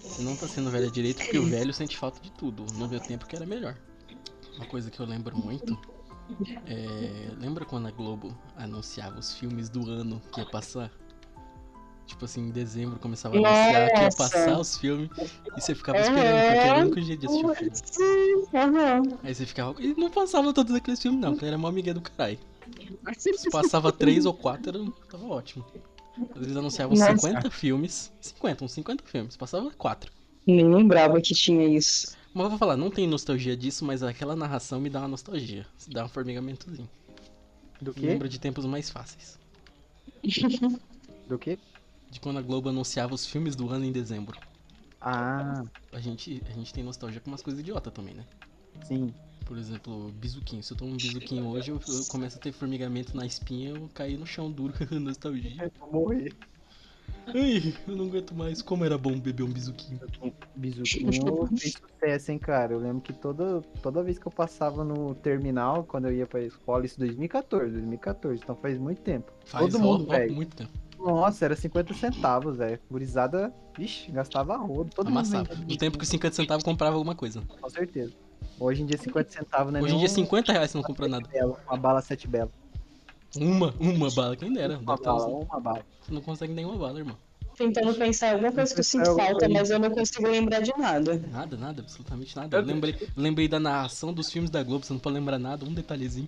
[SPEAKER 1] Você não tá sendo velha direito porque o velho sente falta de tudo. No meu tempo que era melhor. Uma coisa que eu lembro muito é. Lembra quando a Globo anunciava os filmes do ano que ia passar? Tipo assim, em dezembro começava a anunciar que ia
[SPEAKER 4] Nossa.
[SPEAKER 1] passar os filmes e você ficava
[SPEAKER 4] É.
[SPEAKER 1] esperando, porque era o único jeito de assistir o filme.
[SPEAKER 4] Sim, aham.
[SPEAKER 1] Aí você ficava. E não passava todos aqueles filmes, não, porque era uma amiga do caralho. Se passava três ou quatro, era- um, tava ótimo. Às vezes anunciavam
[SPEAKER 4] Nossa.
[SPEAKER 1] 50 filmes. 50, uns 50 filmes. Passava quatro.
[SPEAKER 4] Nem lembrava que tinha isso.
[SPEAKER 1] Mas eu vou falar, não tem nostalgia disso, mas aquela narração me dá uma nostalgia. Dá um formigamentozinho.
[SPEAKER 3] Do
[SPEAKER 1] Me
[SPEAKER 3] quê?
[SPEAKER 1] Lembro de tempos mais fáceis.
[SPEAKER 3] Do quê?
[SPEAKER 1] De quando a Globo anunciava os filmes do ano em dezembro.
[SPEAKER 3] Ah,
[SPEAKER 1] A gente, a gente tem nostalgia com umas coisas idiota também, né?
[SPEAKER 3] sim.
[SPEAKER 1] Por exemplo, bizuquinho. Se eu tomo um bizuquinho hoje, eu, eu começo a ter formigamento na espinha, eu caí no chão duro, nostalgia.
[SPEAKER 3] Eu vou morrer.
[SPEAKER 1] Ai, eu não aguento mais. Como era bom beber um bizuquinho.
[SPEAKER 3] Bizuquinho fez sucesso, hein, cara? Eu lembro que toda, toda vez que eu passava no terminal, quando eu ia pra escola, isso 2014, 2014, então faz muito tempo.
[SPEAKER 1] Faz
[SPEAKER 3] Todo mundo,
[SPEAKER 1] ó, ó,
[SPEAKER 3] velho.
[SPEAKER 1] muito tempo.
[SPEAKER 3] Nossa, era 50 centavos, velho. Gurizada, vixe, gastava rodo. Todo mundo
[SPEAKER 1] Amassava.
[SPEAKER 3] vendia
[SPEAKER 1] No tempo que 50 centavos comprava alguma coisa.
[SPEAKER 3] bizuquinho, com certeza. Hoje em dia 50 centavos, né?
[SPEAKER 1] Hoje em dia 50 reais você não compra nada.
[SPEAKER 3] uma bala sete belo.
[SPEAKER 1] Uma, uma bala, quem dera.
[SPEAKER 3] Uma
[SPEAKER 1] Deve tá-
[SPEAKER 3] bala, uma bala.
[SPEAKER 1] Você não consegue nenhuma bala, irmão.
[SPEAKER 4] Tentando pensar em alguma coisa que eu sinto falta, mas eu não consigo lembrar de nada.
[SPEAKER 1] Nada, nada, absolutamente nada. Eu lembrei, lembrei da narração dos filmes da Globo, você não pode lembrar nada, um detalhezinho.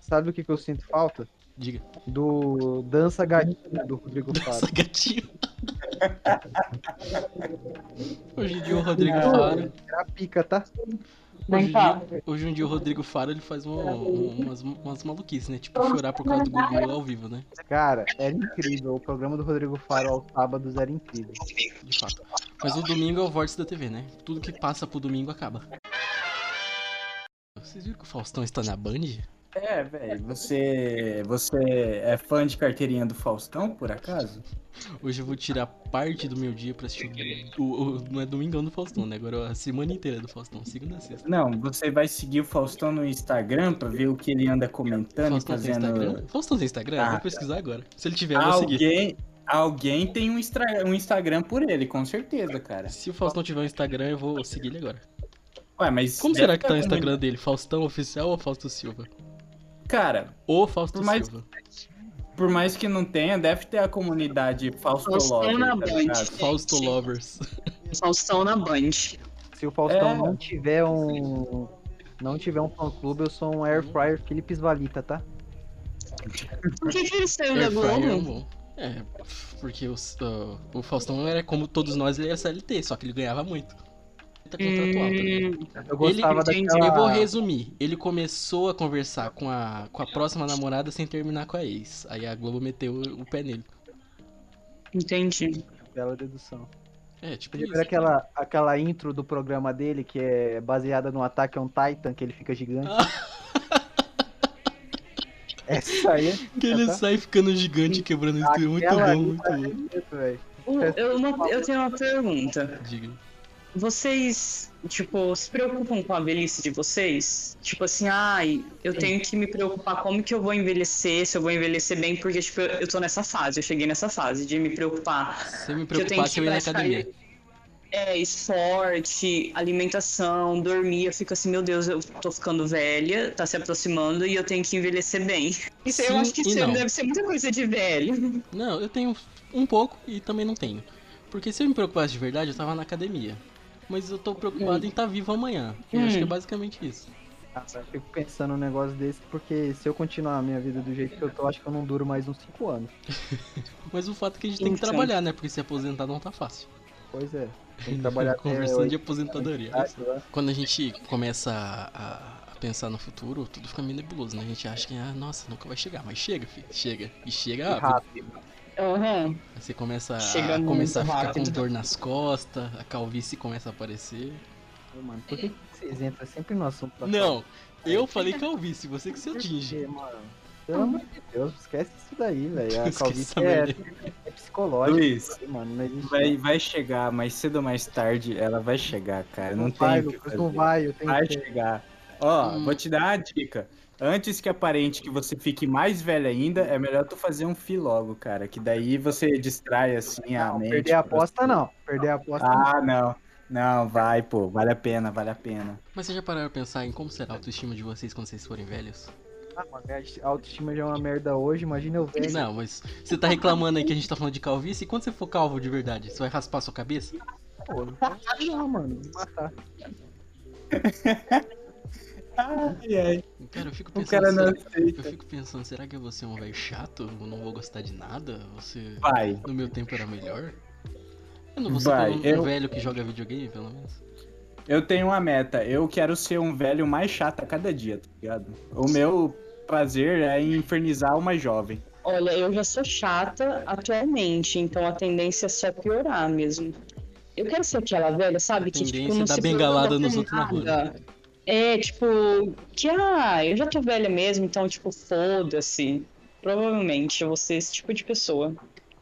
[SPEAKER 3] Sabe o que, que eu sinto falta?
[SPEAKER 1] Diga.
[SPEAKER 3] Do Dança Gatinho do Rodrigo Faro.
[SPEAKER 1] Essa gatinha. Hoje em dia o Rodrigo Faro.
[SPEAKER 3] Era pica, tá?
[SPEAKER 1] Hoje em
[SPEAKER 4] Vem
[SPEAKER 1] dia,
[SPEAKER 4] cá.
[SPEAKER 1] hoje em dia o Rodrigo Faro ele faz uma- umas, umas maluquices, né? Tipo chorar por causa do Gugu ao vivo, né?
[SPEAKER 3] Cara, era incrível. O programa do Rodrigo Faro aos sábados era incrível.
[SPEAKER 1] De fato. Mas o domingo é o vórtice da TV, né? Tudo que passa pro domingo acaba. Vocês viram que o Faustão está na Band?
[SPEAKER 2] É, velho. Você, você é fã de carteirinha do Faustão, por acaso?
[SPEAKER 1] Hoje eu vou tirar parte do meu dia pra assistir o, o- o- Não é domingão do Faustão, né? Agora é a semana inteira do Faustão, segunda a sexta.
[SPEAKER 2] Não, você vai seguir o Faustão no Instagram pra ver o que ele anda comentando e
[SPEAKER 1] Faustão tem
[SPEAKER 2] Tá fazendo.
[SPEAKER 1] Instagram? Faustão tem Instagram?
[SPEAKER 2] Ah,
[SPEAKER 1] vou pesquisar agora. Se ele tiver, eu vou seguir.
[SPEAKER 2] Alguém, alguém tem um, Instra- um Instagram por ele, com certeza, cara.
[SPEAKER 1] Se o Faustão tiver um Instagram, eu vou seguir ele agora.
[SPEAKER 2] Ué, mas.
[SPEAKER 1] Como
[SPEAKER 2] deve
[SPEAKER 1] será que tá o
[SPEAKER 2] ter algum-
[SPEAKER 1] Instagram dele? Faustão Oficial ou Fausto Silva?
[SPEAKER 2] Cara,
[SPEAKER 1] Ou Fausto
[SPEAKER 2] Por mais-
[SPEAKER 1] Silva?
[SPEAKER 2] por mais que não tenha, deve ter a comunidade tá
[SPEAKER 4] Faustão
[SPEAKER 2] Faustolog.
[SPEAKER 4] na Band.
[SPEAKER 1] Fausto Lovers.
[SPEAKER 4] Faustão na Band.
[SPEAKER 3] Se o Faustão
[SPEAKER 2] É.
[SPEAKER 3] não tiver um. Não tiver um fã clube, eu sou um Air Fryer Felipe Valita, tá?
[SPEAKER 4] Por que, que eles saíram da
[SPEAKER 1] Air fryer é
[SPEAKER 4] Globo?
[SPEAKER 1] bom. É, porque os, ah, o Faustão era como todos nós, ele era CLT, só que ele ganhava muito. Tá contratual também.
[SPEAKER 4] Hum,
[SPEAKER 3] Eu gostava
[SPEAKER 4] Ele-
[SPEAKER 3] daquela.
[SPEAKER 1] Eu vou resumir. Ele começou a conversar com a, com a próxima namorada sem terminar com a ex. Aí a Globo meteu o pé nele.
[SPEAKER 4] entendi.
[SPEAKER 3] Bela dedução.
[SPEAKER 1] É, tipo
[SPEAKER 3] Você já
[SPEAKER 1] isso.
[SPEAKER 3] viu aquela, aquela intro do programa dele que é baseada no ataque a um Titan, que ele fica gigante?
[SPEAKER 1] Ah.
[SPEAKER 3] Essa aí é
[SPEAKER 1] Que ele
[SPEAKER 3] tá?
[SPEAKER 1] sai ficando gigante, quebrando isso. tudo. Muito
[SPEAKER 3] Aquela
[SPEAKER 1] bom,
[SPEAKER 3] ali
[SPEAKER 1] muito bom.
[SPEAKER 3] bonita, velho.
[SPEAKER 4] Eu, uma- eu tenho uma pergunta.
[SPEAKER 1] Diga.
[SPEAKER 4] Vocês, tipo, se preocupam com a velhice de vocês? Tipo assim, ai, eu tenho que me preocupar como que eu vou envelhecer, se eu vou envelhecer bem, porque, tipo, eu eu tô nessa fase, eu cheguei nessa fase de me preocupar
[SPEAKER 1] Se eu me
[SPEAKER 4] que eu tenho
[SPEAKER 1] preocupasse,
[SPEAKER 4] que
[SPEAKER 1] eu ia na
[SPEAKER 4] praticar
[SPEAKER 1] academia.
[SPEAKER 4] É, esporte, alimentação, dormir, eu fico assim, meu Deus, eu tô ficando velha, tá se aproximando e eu tenho que envelhecer bem. Isso aí eu
[SPEAKER 1] Sim
[SPEAKER 4] acho que
[SPEAKER 1] e
[SPEAKER 4] isso
[SPEAKER 1] não.
[SPEAKER 4] deve ser muita coisa de velho.
[SPEAKER 1] Não, eu tenho um pouco e também não tenho. Porque se eu me preocupasse de verdade, eu tava na academia. Mas eu tô preocupado em estar vivo tá amanhã. Eu acho que é
[SPEAKER 4] Hum.
[SPEAKER 1] basicamente isso.
[SPEAKER 3] Cara, eu fico pensando num negócio desse, porque se eu continuar a minha vida do jeito que eu tô, acho que eu não duro mais uns 5 anos.
[SPEAKER 1] Mas o fato é que a gente tem que
[SPEAKER 4] Então.
[SPEAKER 1] trabalhar, né? Porque se aposentar não tá fácil.
[SPEAKER 3] Pois é. Tem que trabalhar é até
[SPEAKER 1] Conversando de
[SPEAKER 3] oito
[SPEAKER 1] aposentadoria.
[SPEAKER 3] anos, né?
[SPEAKER 1] Quando a gente começa a, a pensar no futuro, tudo fica meio nebuloso, né? A gente acha que, ah, nossa, nunca vai chegar. Mas chega, filho. Chega. E chega rápido.
[SPEAKER 3] Rápido.
[SPEAKER 4] Aham.
[SPEAKER 1] Aí Você começa
[SPEAKER 4] Chega
[SPEAKER 1] a,
[SPEAKER 4] muito
[SPEAKER 1] começar a ficar com
[SPEAKER 4] rápido.
[SPEAKER 1] dor nas costas, a calvície começa a aparecer.
[SPEAKER 3] Pô, né, Mano, por que que vocês entram sempre no assunto da
[SPEAKER 1] Não, eu falei calvície, você que se atinge.
[SPEAKER 3] calvície, mano? Pelo amor de Deus, esquece isso daí, velho. A
[SPEAKER 1] Esquece essa
[SPEAKER 3] calvície é, é psicológica,
[SPEAKER 2] Luiz.
[SPEAKER 3] mano. Não existe.
[SPEAKER 2] Vai, vai chegar, mais cedo ou mais tarde ela vai chegar, cara. Não,
[SPEAKER 3] não
[SPEAKER 2] tem
[SPEAKER 3] vai,
[SPEAKER 2] o que
[SPEAKER 3] Lucas, não
[SPEAKER 2] fazer.
[SPEAKER 3] vai. Eu tenho
[SPEAKER 2] Vai
[SPEAKER 3] que...
[SPEAKER 2] chegar. Ó,
[SPEAKER 1] Hum.
[SPEAKER 2] vou te dar uma dica. Antes que aparente que você fique mais velho ainda, é melhor tu fazer um fi logo, cara. Que daí você distrai assim a
[SPEAKER 3] Não,
[SPEAKER 2] mente.
[SPEAKER 3] perder a
[SPEAKER 2] assim.
[SPEAKER 3] aposta, não. Perder a aposta, não.
[SPEAKER 2] Ah, não. Não, vai, pô. Vale a pena, vale a pena.
[SPEAKER 1] Mas vocês já pararam pra pensar em como será a autoestima de vocês quando vocês forem velhos?
[SPEAKER 3] Ah, mano, minha autoestima já é uma merda hoje, imagina
[SPEAKER 2] É.
[SPEAKER 3] eu velho.
[SPEAKER 1] Não, mas você tá reclamando aí que a gente tá falando de calvície, e quando você for calvo de verdade, você vai raspar sua cabeça?
[SPEAKER 3] Pô, não, sei não, mano. Me matar.
[SPEAKER 2] Ai, ai.
[SPEAKER 1] Cara, eu fico
[SPEAKER 2] O
[SPEAKER 1] pensando.
[SPEAKER 2] Um cara não
[SPEAKER 1] será- eu
[SPEAKER 2] aceita.
[SPEAKER 1] fico pensando, será que eu vou ser um velho chato? Eu não vou gostar de nada? Você.
[SPEAKER 2] Vai.
[SPEAKER 1] No meu tempo era melhor? Eu não vou ser
[SPEAKER 2] Vai,
[SPEAKER 1] um, um
[SPEAKER 2] eu-
[SPEAKER 1] velho que joga videogame, pelo menos.
[SPEAKER 2] Eu tenho uma meta. Eu quero ser um velho mais chato a cada dia, tá ligado? O meu prazer é infernizar uma jovem.
[SPEAKER 4] Olha, eu já sou chata atualmente, então a tendência é só piorar mesmo. Eu quero ser aquela velha, sabe? Que tipo,
[SPEAKER 1] Tendência
[SPEAKER 4] não
[SPEAKER 1] da
[SPEAKER 4] se
[SPEAKER 1] bengalada
[SPEAKER 4] preocupa
[SPEAKER 1] nos
[SPEAKER 4] com
[SPEAKER 1] outros na rua. né?
[SPEAKER 4] nada. É, tipo, que ah, eu já tô velha mesmo, então, tipo, foda-se. Provavelmente eu vou ser esse tipo de pessoa.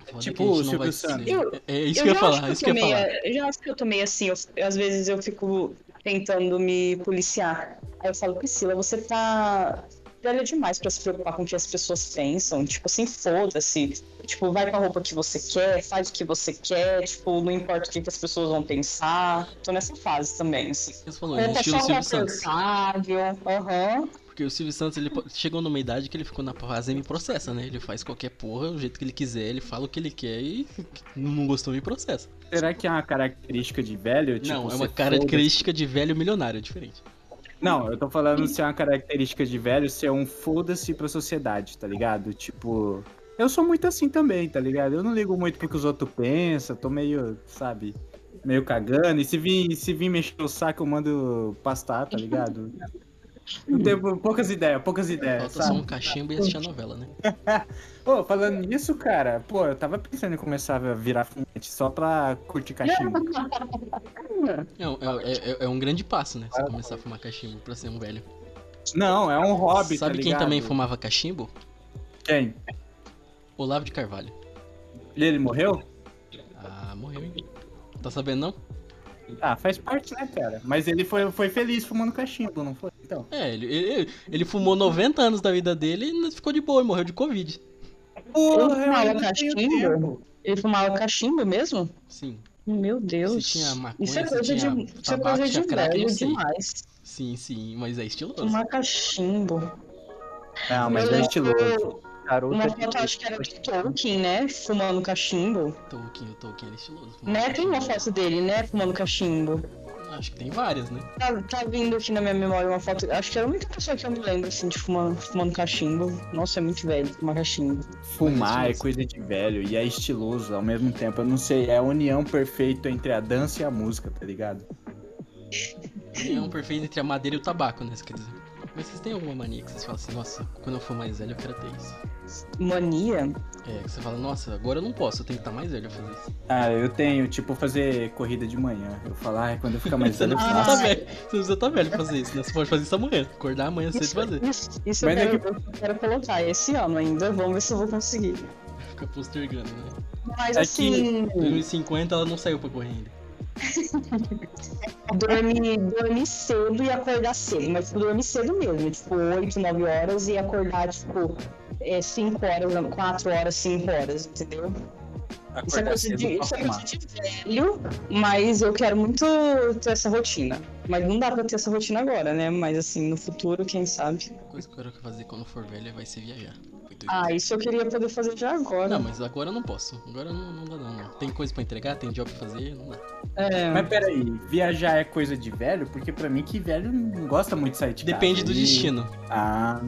[SPEAKER 1] Foda
[SPEAKER 2] tipo
[SPEAKER 1] que a gente
[SPEAKER 2] o
[SPEAKER 1] não
[SPEAKER 2] Silvio
[SPEAKER 1] vai
[SPEAKER 2] Santos.
[SPEAKER 1] ser-
[SPEAKER 4] Eu-
[SPEAKER 1] É isso que eu ia
[SPEAKER 4] já acho é-
[SPEAKER 1] falar, isso que eu ia
[SPEAKER 4] tô meio-
[SPEAKER 1] falar.
[SPEAKER 4] eu já acho que eu tô meio assim, eu- eu- às vezes eu fico tentando me policiar. Aí eu falo, Priscila, você tá velha demais pra se preocupar com o que as pessoas pensam. Tipo assim, foda-se. Tipo, vai com a roupa que você quer, faz o que você quer, tipo, não importa o que, que as pessoas vão pensar. Tô nessa fase também, assim.
[SPEAKER 1] Você falou, né?
[SPEAKER 4] Eu tô só
[SPEAKER 1] Estilo Silvio Santos.
[SPEAKER 4] alcançável, aham.
[SPEAKER 1] Porque o Silvio Santos, ele po- chegou numa idade que ele ficou na fase me processa, né? Ele faz qualquer porra, do jeito que ele quiser, ele fala o que ele quer e não gostou, me processa.
[SPEAKER 2] Será que é uma característica de velho? Tipo,
[SPEAKER 1] não, é
[SPEAKER 2] ser
[SPEAKER 1] uma
[SPEAKER 2] foda?
[SPEAKER 1] característica de velho milionário, é diferente.
[SPEAKER 2] Não, eu tô falando se é uma característica de velho, se é um foda-se pra sociedade, tá ligado? Tipo, eu sou muito assim também, tá ligado? Eu não ligo muito pro que os outros pensam, tô meio, sabe, meio cagando. E se vir, se vir mexer o saco, eu mando pastar, tá ligado? Não tenho poucas ideias, poucas ideias,
[SPEAKER 1] Falta só um
[SPEAKER 2] É, sabe?
[SPEAKER 1] cachimbo e assistir a novela, né?
[SPEAKER 2] Pô, falando nisso, cara, pô, eu tava pensando em começar a virar fumante só pra curtir cachimbo.
[SPEAKER 1] Não, é, é- é- é um grande passo, né? Você começar a fumar cachimbo pra ser um velho.
[SPEAKER 2] Não, é um hobby, tá
[SPEAKER 1] Sabe quem
[SPEAKER 2] ligado?
[SPEAKER 1] também fumava cachimbo?
[SPEAKER 2] Quem?
[SPEAKER 1] Olavo de Carvalho.
[SPEAKER 2] Ele morreu?
[SPEAKER 1] Ah, morreu, hein? Tá sabendo não?
[SPEAKER 2] Ah, faz parte, né, cara? Mas ele foi, foi feliz fumando cachimbo, não foi? Então.
[SPEAKER 1] É, ele, ele, ele fumou 90 anos da vida dele e ficou de boa e morreu de Covid.
[SPEAKER 4] Ele fumava é cachimbo? Ele fumava cachimbo mesmo?
[SPEAKER 1] Sim,
[SPEAKER 4] Meu Deus.
[SPEAKER 1] Se tinha maconha,
[SPEAKER 4] isso é
[SPEAKER 1] se
[SPEAKER 4] coisa
[SPEAKER 1] tinha
[SPEAKER 4] de, isso é
[SPEAKER 1] tabaco,
[SPEAKER 4] coisa
[SPEAKER 1] tinha
[SPEAKER 4] de
[SPEAKER 1] crack, eu
[SPEAKER 4] velho
[SPEAKER 1] sei.
[SPEAKER 4] demais.
[SPEAKER 1] sim, sim, mas é estiloso.
[SPEAKER 4] Fumar cachimbo.
[SPEAKER 2] Não, mas
[SPEAKER 4] Eu
[SPEAKER 2] é estiloso.
[SPEAKER 4] lembro
[SPEAKER 3] Garoto
[SPEAKER 4] Uma
[SPEAKER 3] é
[SPEAKER 4] foto, acho que era do Tolkien, né? Fumando cachimbo.
[SPEAKER 1] Tolkien, o Tolkien era estiloso. fumava
[SPEAKER 4] Né? Tem uma
[SPEAKER 1] cachimbo.
[SPEAKER 4] foto dele, né? Fumando cachimbo.
[SPEAKER 1] Acho que tem várias, né?
[SPEAKER 4] Tá, tá vindo aqui na minha memória uma foto. Acho que era a única pessoa que eu me lembro, assim, de fumando, fumando cachimbo. Nossa, é muito velho fumar cachimbo.
[SPEAKER 2] Fumar é
[SPEAKER 1] estiloso.
[SPEAKER 2] coisa de velho e é estiloso ao mesmo tempo. Eu não sei, é a união perfeita entre a dança e a música, tá ligado?
[SPEAKER 1] É um perfeito entre a madeira e o tabaco, né? Isso quer dizer. Mas vocês têm alguma mania que vocês falam assim, nossa, quando eu for mais velho eu quero ter isso?
[SPEAKER 4] Mania?
[SPEAKER 1] É, que você fala, nossa, agora eu não posso, eu tenho que estar mais velho a fazer isso.
[SPEAKER 2] Ah, eu tenho, tipo, fazer corrida de manhã. Eu falo, ai, quando eu ficar mais
[SPEAKER 1] Você
[SPEAKER 2] velho,
[SPEAKER 1] não
[SPEAKER 2] eu
[SPEAKER 1] precisa
[SPEAKER 2] faço.
[SPEAKER 1] estar velho. Você não precisa estar velho pra fazer isso, né? Você pode fazer isso amanhã. Acordar amanhã cedo e fazer.
[SPEAKER 4] isso, isso eu,
[SPEAKER 2] Mas é
[SPEAKER 4] quero, eu quero colocar esse ano ainda. Vamos ver se eu vou conseguir.
[SPEAKER 1] Fica postergando, né?
[SPEAKER 4] Mas
[SPEAKER 2] É que-
[SPEAKER 4] assim,
[SPEAKER 1] 2050 ela não saiu pra correr ainda.
[SPEAKER 4] dormir dormir cedo e acordar cedo. Mas tipo, dormir cedo mesmo, tipo 8, 9 horas e acordar, tipo, 5 horas, 4 horas, 5 horas, entendeu? Isso é
[SPEAKER 2] Acordar
[SPEAKER 4] coisa, de,
[SPEAKER 2] cedo pra
[SPEAKER 4] isso é coisa
[SPEAKER 2] fumar.
[SPEAKER 4] de velho, mas eu quero muito ter essa rotina. Mas não dá pra ter essa rotina agora, né? Mas assim, no futuro, quem sabe?
[SPEAKER 1] A coisa que eu quero fazer quando for velho vai ser viajar. Foi
[SPEAKER 4] Ah, isso eu queria poder fazer já agora.
[SPEAKER 1] Não, mas agora eu não posso. Agora não, não dá não, não. Tem coisa pra entregar, tem job pra fazer, não dá.
[SPEAKER 4] É,
[SPEAKER 2] Mas peraí, viajar é coisa de velho? Porque pra mim que velho não gosta muito de sair de casa.
[SPEAKER 1] Depende do
[SPEAKER 2] E-
[SPEAKER 1] destino.
[SPEAKER 2] Ah,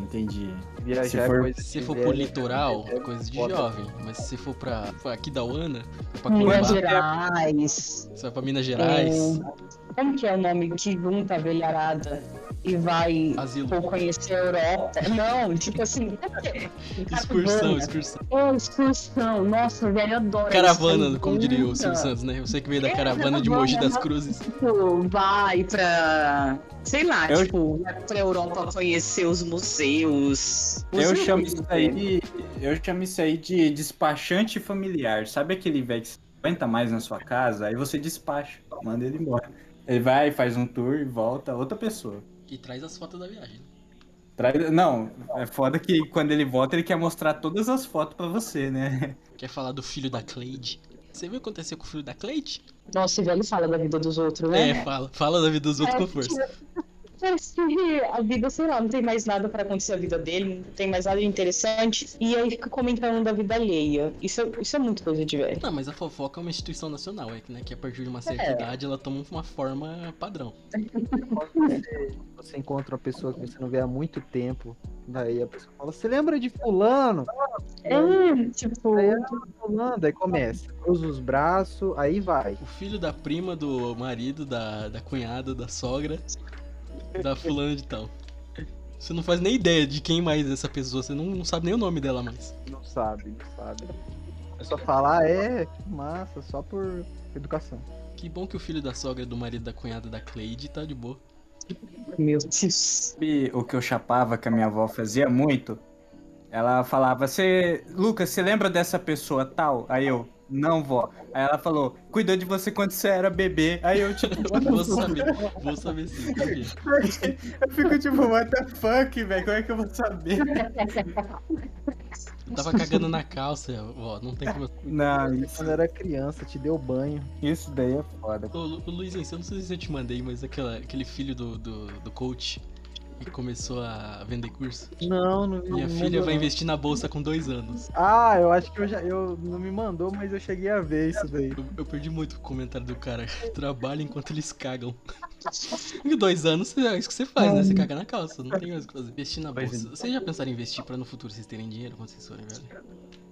[SPEAKER 2] entendi.
[SPEAKER 3] Viajar
[SPEAKER 2] Se for-
[SPEAKER 3] é coisa
[SPEAKER 1] Se
[SPEAKER 3] de
[SPEAKER 1] for
[SPEAKER 3] velho,
[SPEAKER 1] pro
[SPEAKER 3] cara.
[SPEAKER 1] litoral,
[SPEAKER 3] É
[SPEAKER 1] coisa de
[SPEAKER 3] foda.
[SPEAKER 1] jovem. Mas se for pra, pra aqui da Uana, é pra
[SPEAKER 4] Hum. Minas
[SPEAKER 1] Corumbá,
[SPEAKER 2] né?
[SPEAKER 4] Gerais.
[SPEAKER 1] se for pra Minas Gerais,
[SPEAKER 4] Como que é o nome que junta a velharada e vai
[SPEAKER 1] asilo,
[SPEAKER 4] ou conhecer a Europa? Não, tipo assim,
[SPEAKER 1] excursão,
[SPEAKER 4] caravana.
[SPEAKER 1] excursão.
[SPEAKER 4] Ô, excursão. Nossa, velho, eu adoro.
[SPEAKER 1] Caravana,
[SPEAKER 4] isso.
[SPEAKER 1] como diria o
[SPEAKER 4] Junta.
[SPEAKER 1] Silvio Santos, né? Você que veio da
[SPEAKER 4] É,
[SPEAKER 1] caravana de
[SPEAKER 4] caravana,
[SPEAKER 1] Mogi das
[SPEAKER 4] mas-
[SPEAKER 1] Cruzes.
[SPEAKER 4] Tipo, vai pra. Sei lá,
[SPEAKER 2] Eu-
[SPEAKER 4] tipo, vai pra Europa conhecer os museus.
[SPEAKER 2] Eu
[SPEAKER 4] Museu
[SPEAKER 2] chamo
[SPEAKER 4] do
[SPEAKER 2] isso aí de, eu chamo isso aí de despachante familiar. Sabe aquele velho que você aguenta mais na sua casa? Aí você despacha, manda ele embora. Ele vai, faz um tour e volta, outra pessoa.
[SPEAKER 1] E traz as fotos da viagem.
[SPEAKER 2] Traz- Não, é foda que quando ele volta ele quer mostrar todas as fotos pra você, né?
[SPEAKER 1] Quer falar do filho da Cleide? Você viu o que aconteceu com o filho da Cleide?
[SPEAKER 4] Nossa, e velho fala da vida dos outros, né?
[SPEAKER 1] É, fala. Fala da vida dos
[SPEAKER 4] É,
[SPEAKER 1] outros com força.
[SPEAKER 4] Parece que a vida, sei lá, não tem mais nada pra acontecer a vida dele, não tem mais nada interessante. E aí fica comentando da vida alheia. Isso, é- isso é muito coisa de velho.
[SPEAKER 1] Não, mas a fofoca é uma instituição nacional, é que, né, que a partir de uma certa
[SPEAKER 4] É.
[SPEAKER 1] idade ela toma uma forma padrão.
[SPEAKER 3] Você encontra uma pessoa que você não vê há muito tempo. Daí a pessoa fala: Você lembra de Fulano?
[SPEAKER 4] É, tipo.
[SPEAKER 3] Daí, "Ah, fulano. Daí começa. Cruza os braços, aí vai.
[SPEAKER 1] O filho da prima, do marido, da, da cunhada, da sogra, da fulana de tal. Você não faz nem ideia de quem mais é essa pessoa, você não, não sabe nem o nome dela mais.
[SPEAKER 3] Não sabe, não sabe. É só falar, "Ah, é, que massa, só por educação.
[SPEAKER 1] Que bom que o filho da sogra, do marido, da cunhada, da Cleide tá de boa.
[SPEAKER 4] Meu Deus.
[SPEAKER 2] Sabe o que eu chapava que a minha avó fazia muito? Ela falava, você. Lucas, você lembra dessa pessoa tal? Aí eu, não, vó. Aí ela falou, cuidou de você quando você era bebê. Aí eu, tipo,
[SPEAKER 1] Vou saber, vou saber sim. tá por quê?
[SPEAKER 2] eu fico tipo, what the fuck, velho? Como é que eu vou saber?
[SPEAKER 1] Eu tava cagando na calça, ó, não tem como eu...
[SPEAKER 2] Não, isso,
[SPEAKER 3] Quando era criança, te deu banho.
[SPEAKER 2] isso daí é foda.
[SPEAKER 1] Ô, Lu- Luizinho, eu não sei se eu te mandei, mas aquela, aquele filho do, do, do coach que começou a vender curso.
[SPEAKER 3] Não, não
[SPEAKER 1] Minha
[SPEAKER 3] não
[SPEAKER 1] filha
[SPEAKER 3] mandou,
[SPEAKER 1] vai
[SPEAKER 3] não.
[SPEAKER 1] investir na bolsa com dois anos.
[SPEAKER 3] Ah, eu acho que eu já. Eu, não me mandou, mas eu cheguei a ver isso daí.
[SPEAKER 1] Eu, eu perdi muito o comentário do cara. Trabalha enquanto eles cagam. Em dois anos você- é isso que você faz, né? Você caga na calça, não tem mais o que fazer. Investir na
[SPEAKER 3] Pois
[SPEAKER 1] bolsa. Vocês já pensaram em investir pra no futuro vocês terem dinheiro quando vocês forem, velho?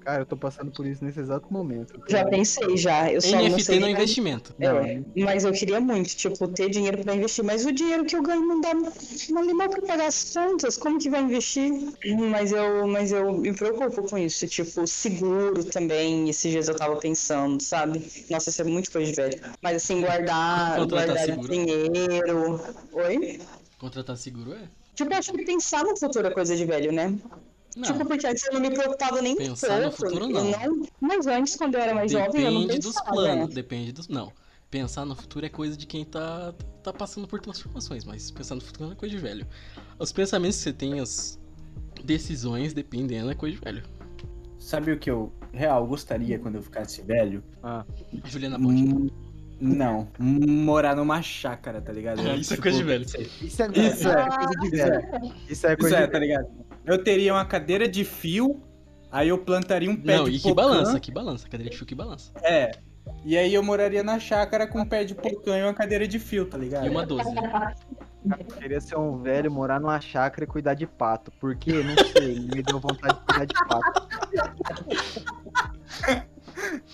[SPEAKER 3] Cara, eu tô passando por isso nesse exato momento.
[SPEAKER 4] Já pensei, já. Eu só não
[SPEAKER 1] NFT
[SPEAKER 4] sei. né?
[SPEAKER 1] não é
[SPEAKER 4] nem-
[SPEAKER 1] investimento.
[SPEAKER 4] É, mas eu queria muito, tipo, ter dinheiro pra investir. Mas o dinheiro que eu ganho não dá não dá pra pagar as contas. Como que vai investir? Mas eu, mas eu me preocupo com isso. Tipo, seguro também. Esses dias eu tava pensando, sabe? Nossa, isso é muito coisa de velho. Mas assim, guardar,
[SPEAKER 1] Contratar
[SPEAKER 4] guardar
[SPEAKER 1] seguro.
[SPEAKER 4] dinheiro. Oi?
[SPEAKER 1] Contratar seguro é?
[SPEAKER 4] Tipo, eu acho que pensar no futuro é coisa de velho, né? Tipo,
[SPEAKER 1] Não.
[SPEAKER 4] porque antes eu não me preocupava nem
[SPEAKER 1] Pensar no
[SPEAKER 4] tanto.
[SPEAKER 1] futuro,
[SPEAKER 4] eu
[SPEAKER 1] não.
[SPEAKER 4] Mas antes, quando eu era é mais jovem, eu não né?
[SPEAKER 1] Depende dos
[SPEAKER 4] pensava.
[SPEAKER 1] planos. Depende dos. Não. Pensar no futuro é coisa de quem tá, tá passando por transformações, mas pensar no futuro é coisa de velho. Os pensamentos que você tem, as decisões, dependendo, é coisa de velho.
[SPEAKER 2] Sabe o que eu real gostaria quando eu ficasse velho?
[SPEAKER 1] Juliana Bond.
[SPEAKER 2] Hum, Não, morar numa chácara, tá ligado?
[SPEAKER 1] Ah,
[SPEAKER 2] Eu,
[SPEAKER 1] isso é
[SPEAKER 2] tipo,
[SPEAKER 1] coisa de velho.
[SPEAKER 3] Isso é,
[SPEAKER 2] Isso é,
[SPEAKER 3] coisa de
[SPEAKER 2] isso
[SPEAKER 3] velho.
[SPEAKER 2] é,
[SPEAKER 3] Isso é
[SPEAKER 2] isso
[SPEAKER 3] coisa
[SPEAKER 2] é,
[SPEAKER 3] de
[SPEAKER 2] tá ligado? Eu teria uma cadeira de fio, aí eu plantaria um pé
[SPEAKER 1] Não,
[SPEAKER 2] de
[SPEAKER 1] e que
[SPEAKER 2] pocã,
[SPEAKER 1] balança, que balança. Cadeira de fio que balança.
[SPEAKER 2] É. E aí eu moraria na chácara com um pé de pocã e uma cadeira de fio, tá ligado?
[SPEAKER 1] E uma 12.
[SPEAKER 3] Eu queria ser um velho, morar numa chácara e cuidar de pato. Por quê? Não sei. me deu vontade de cuidar de pato.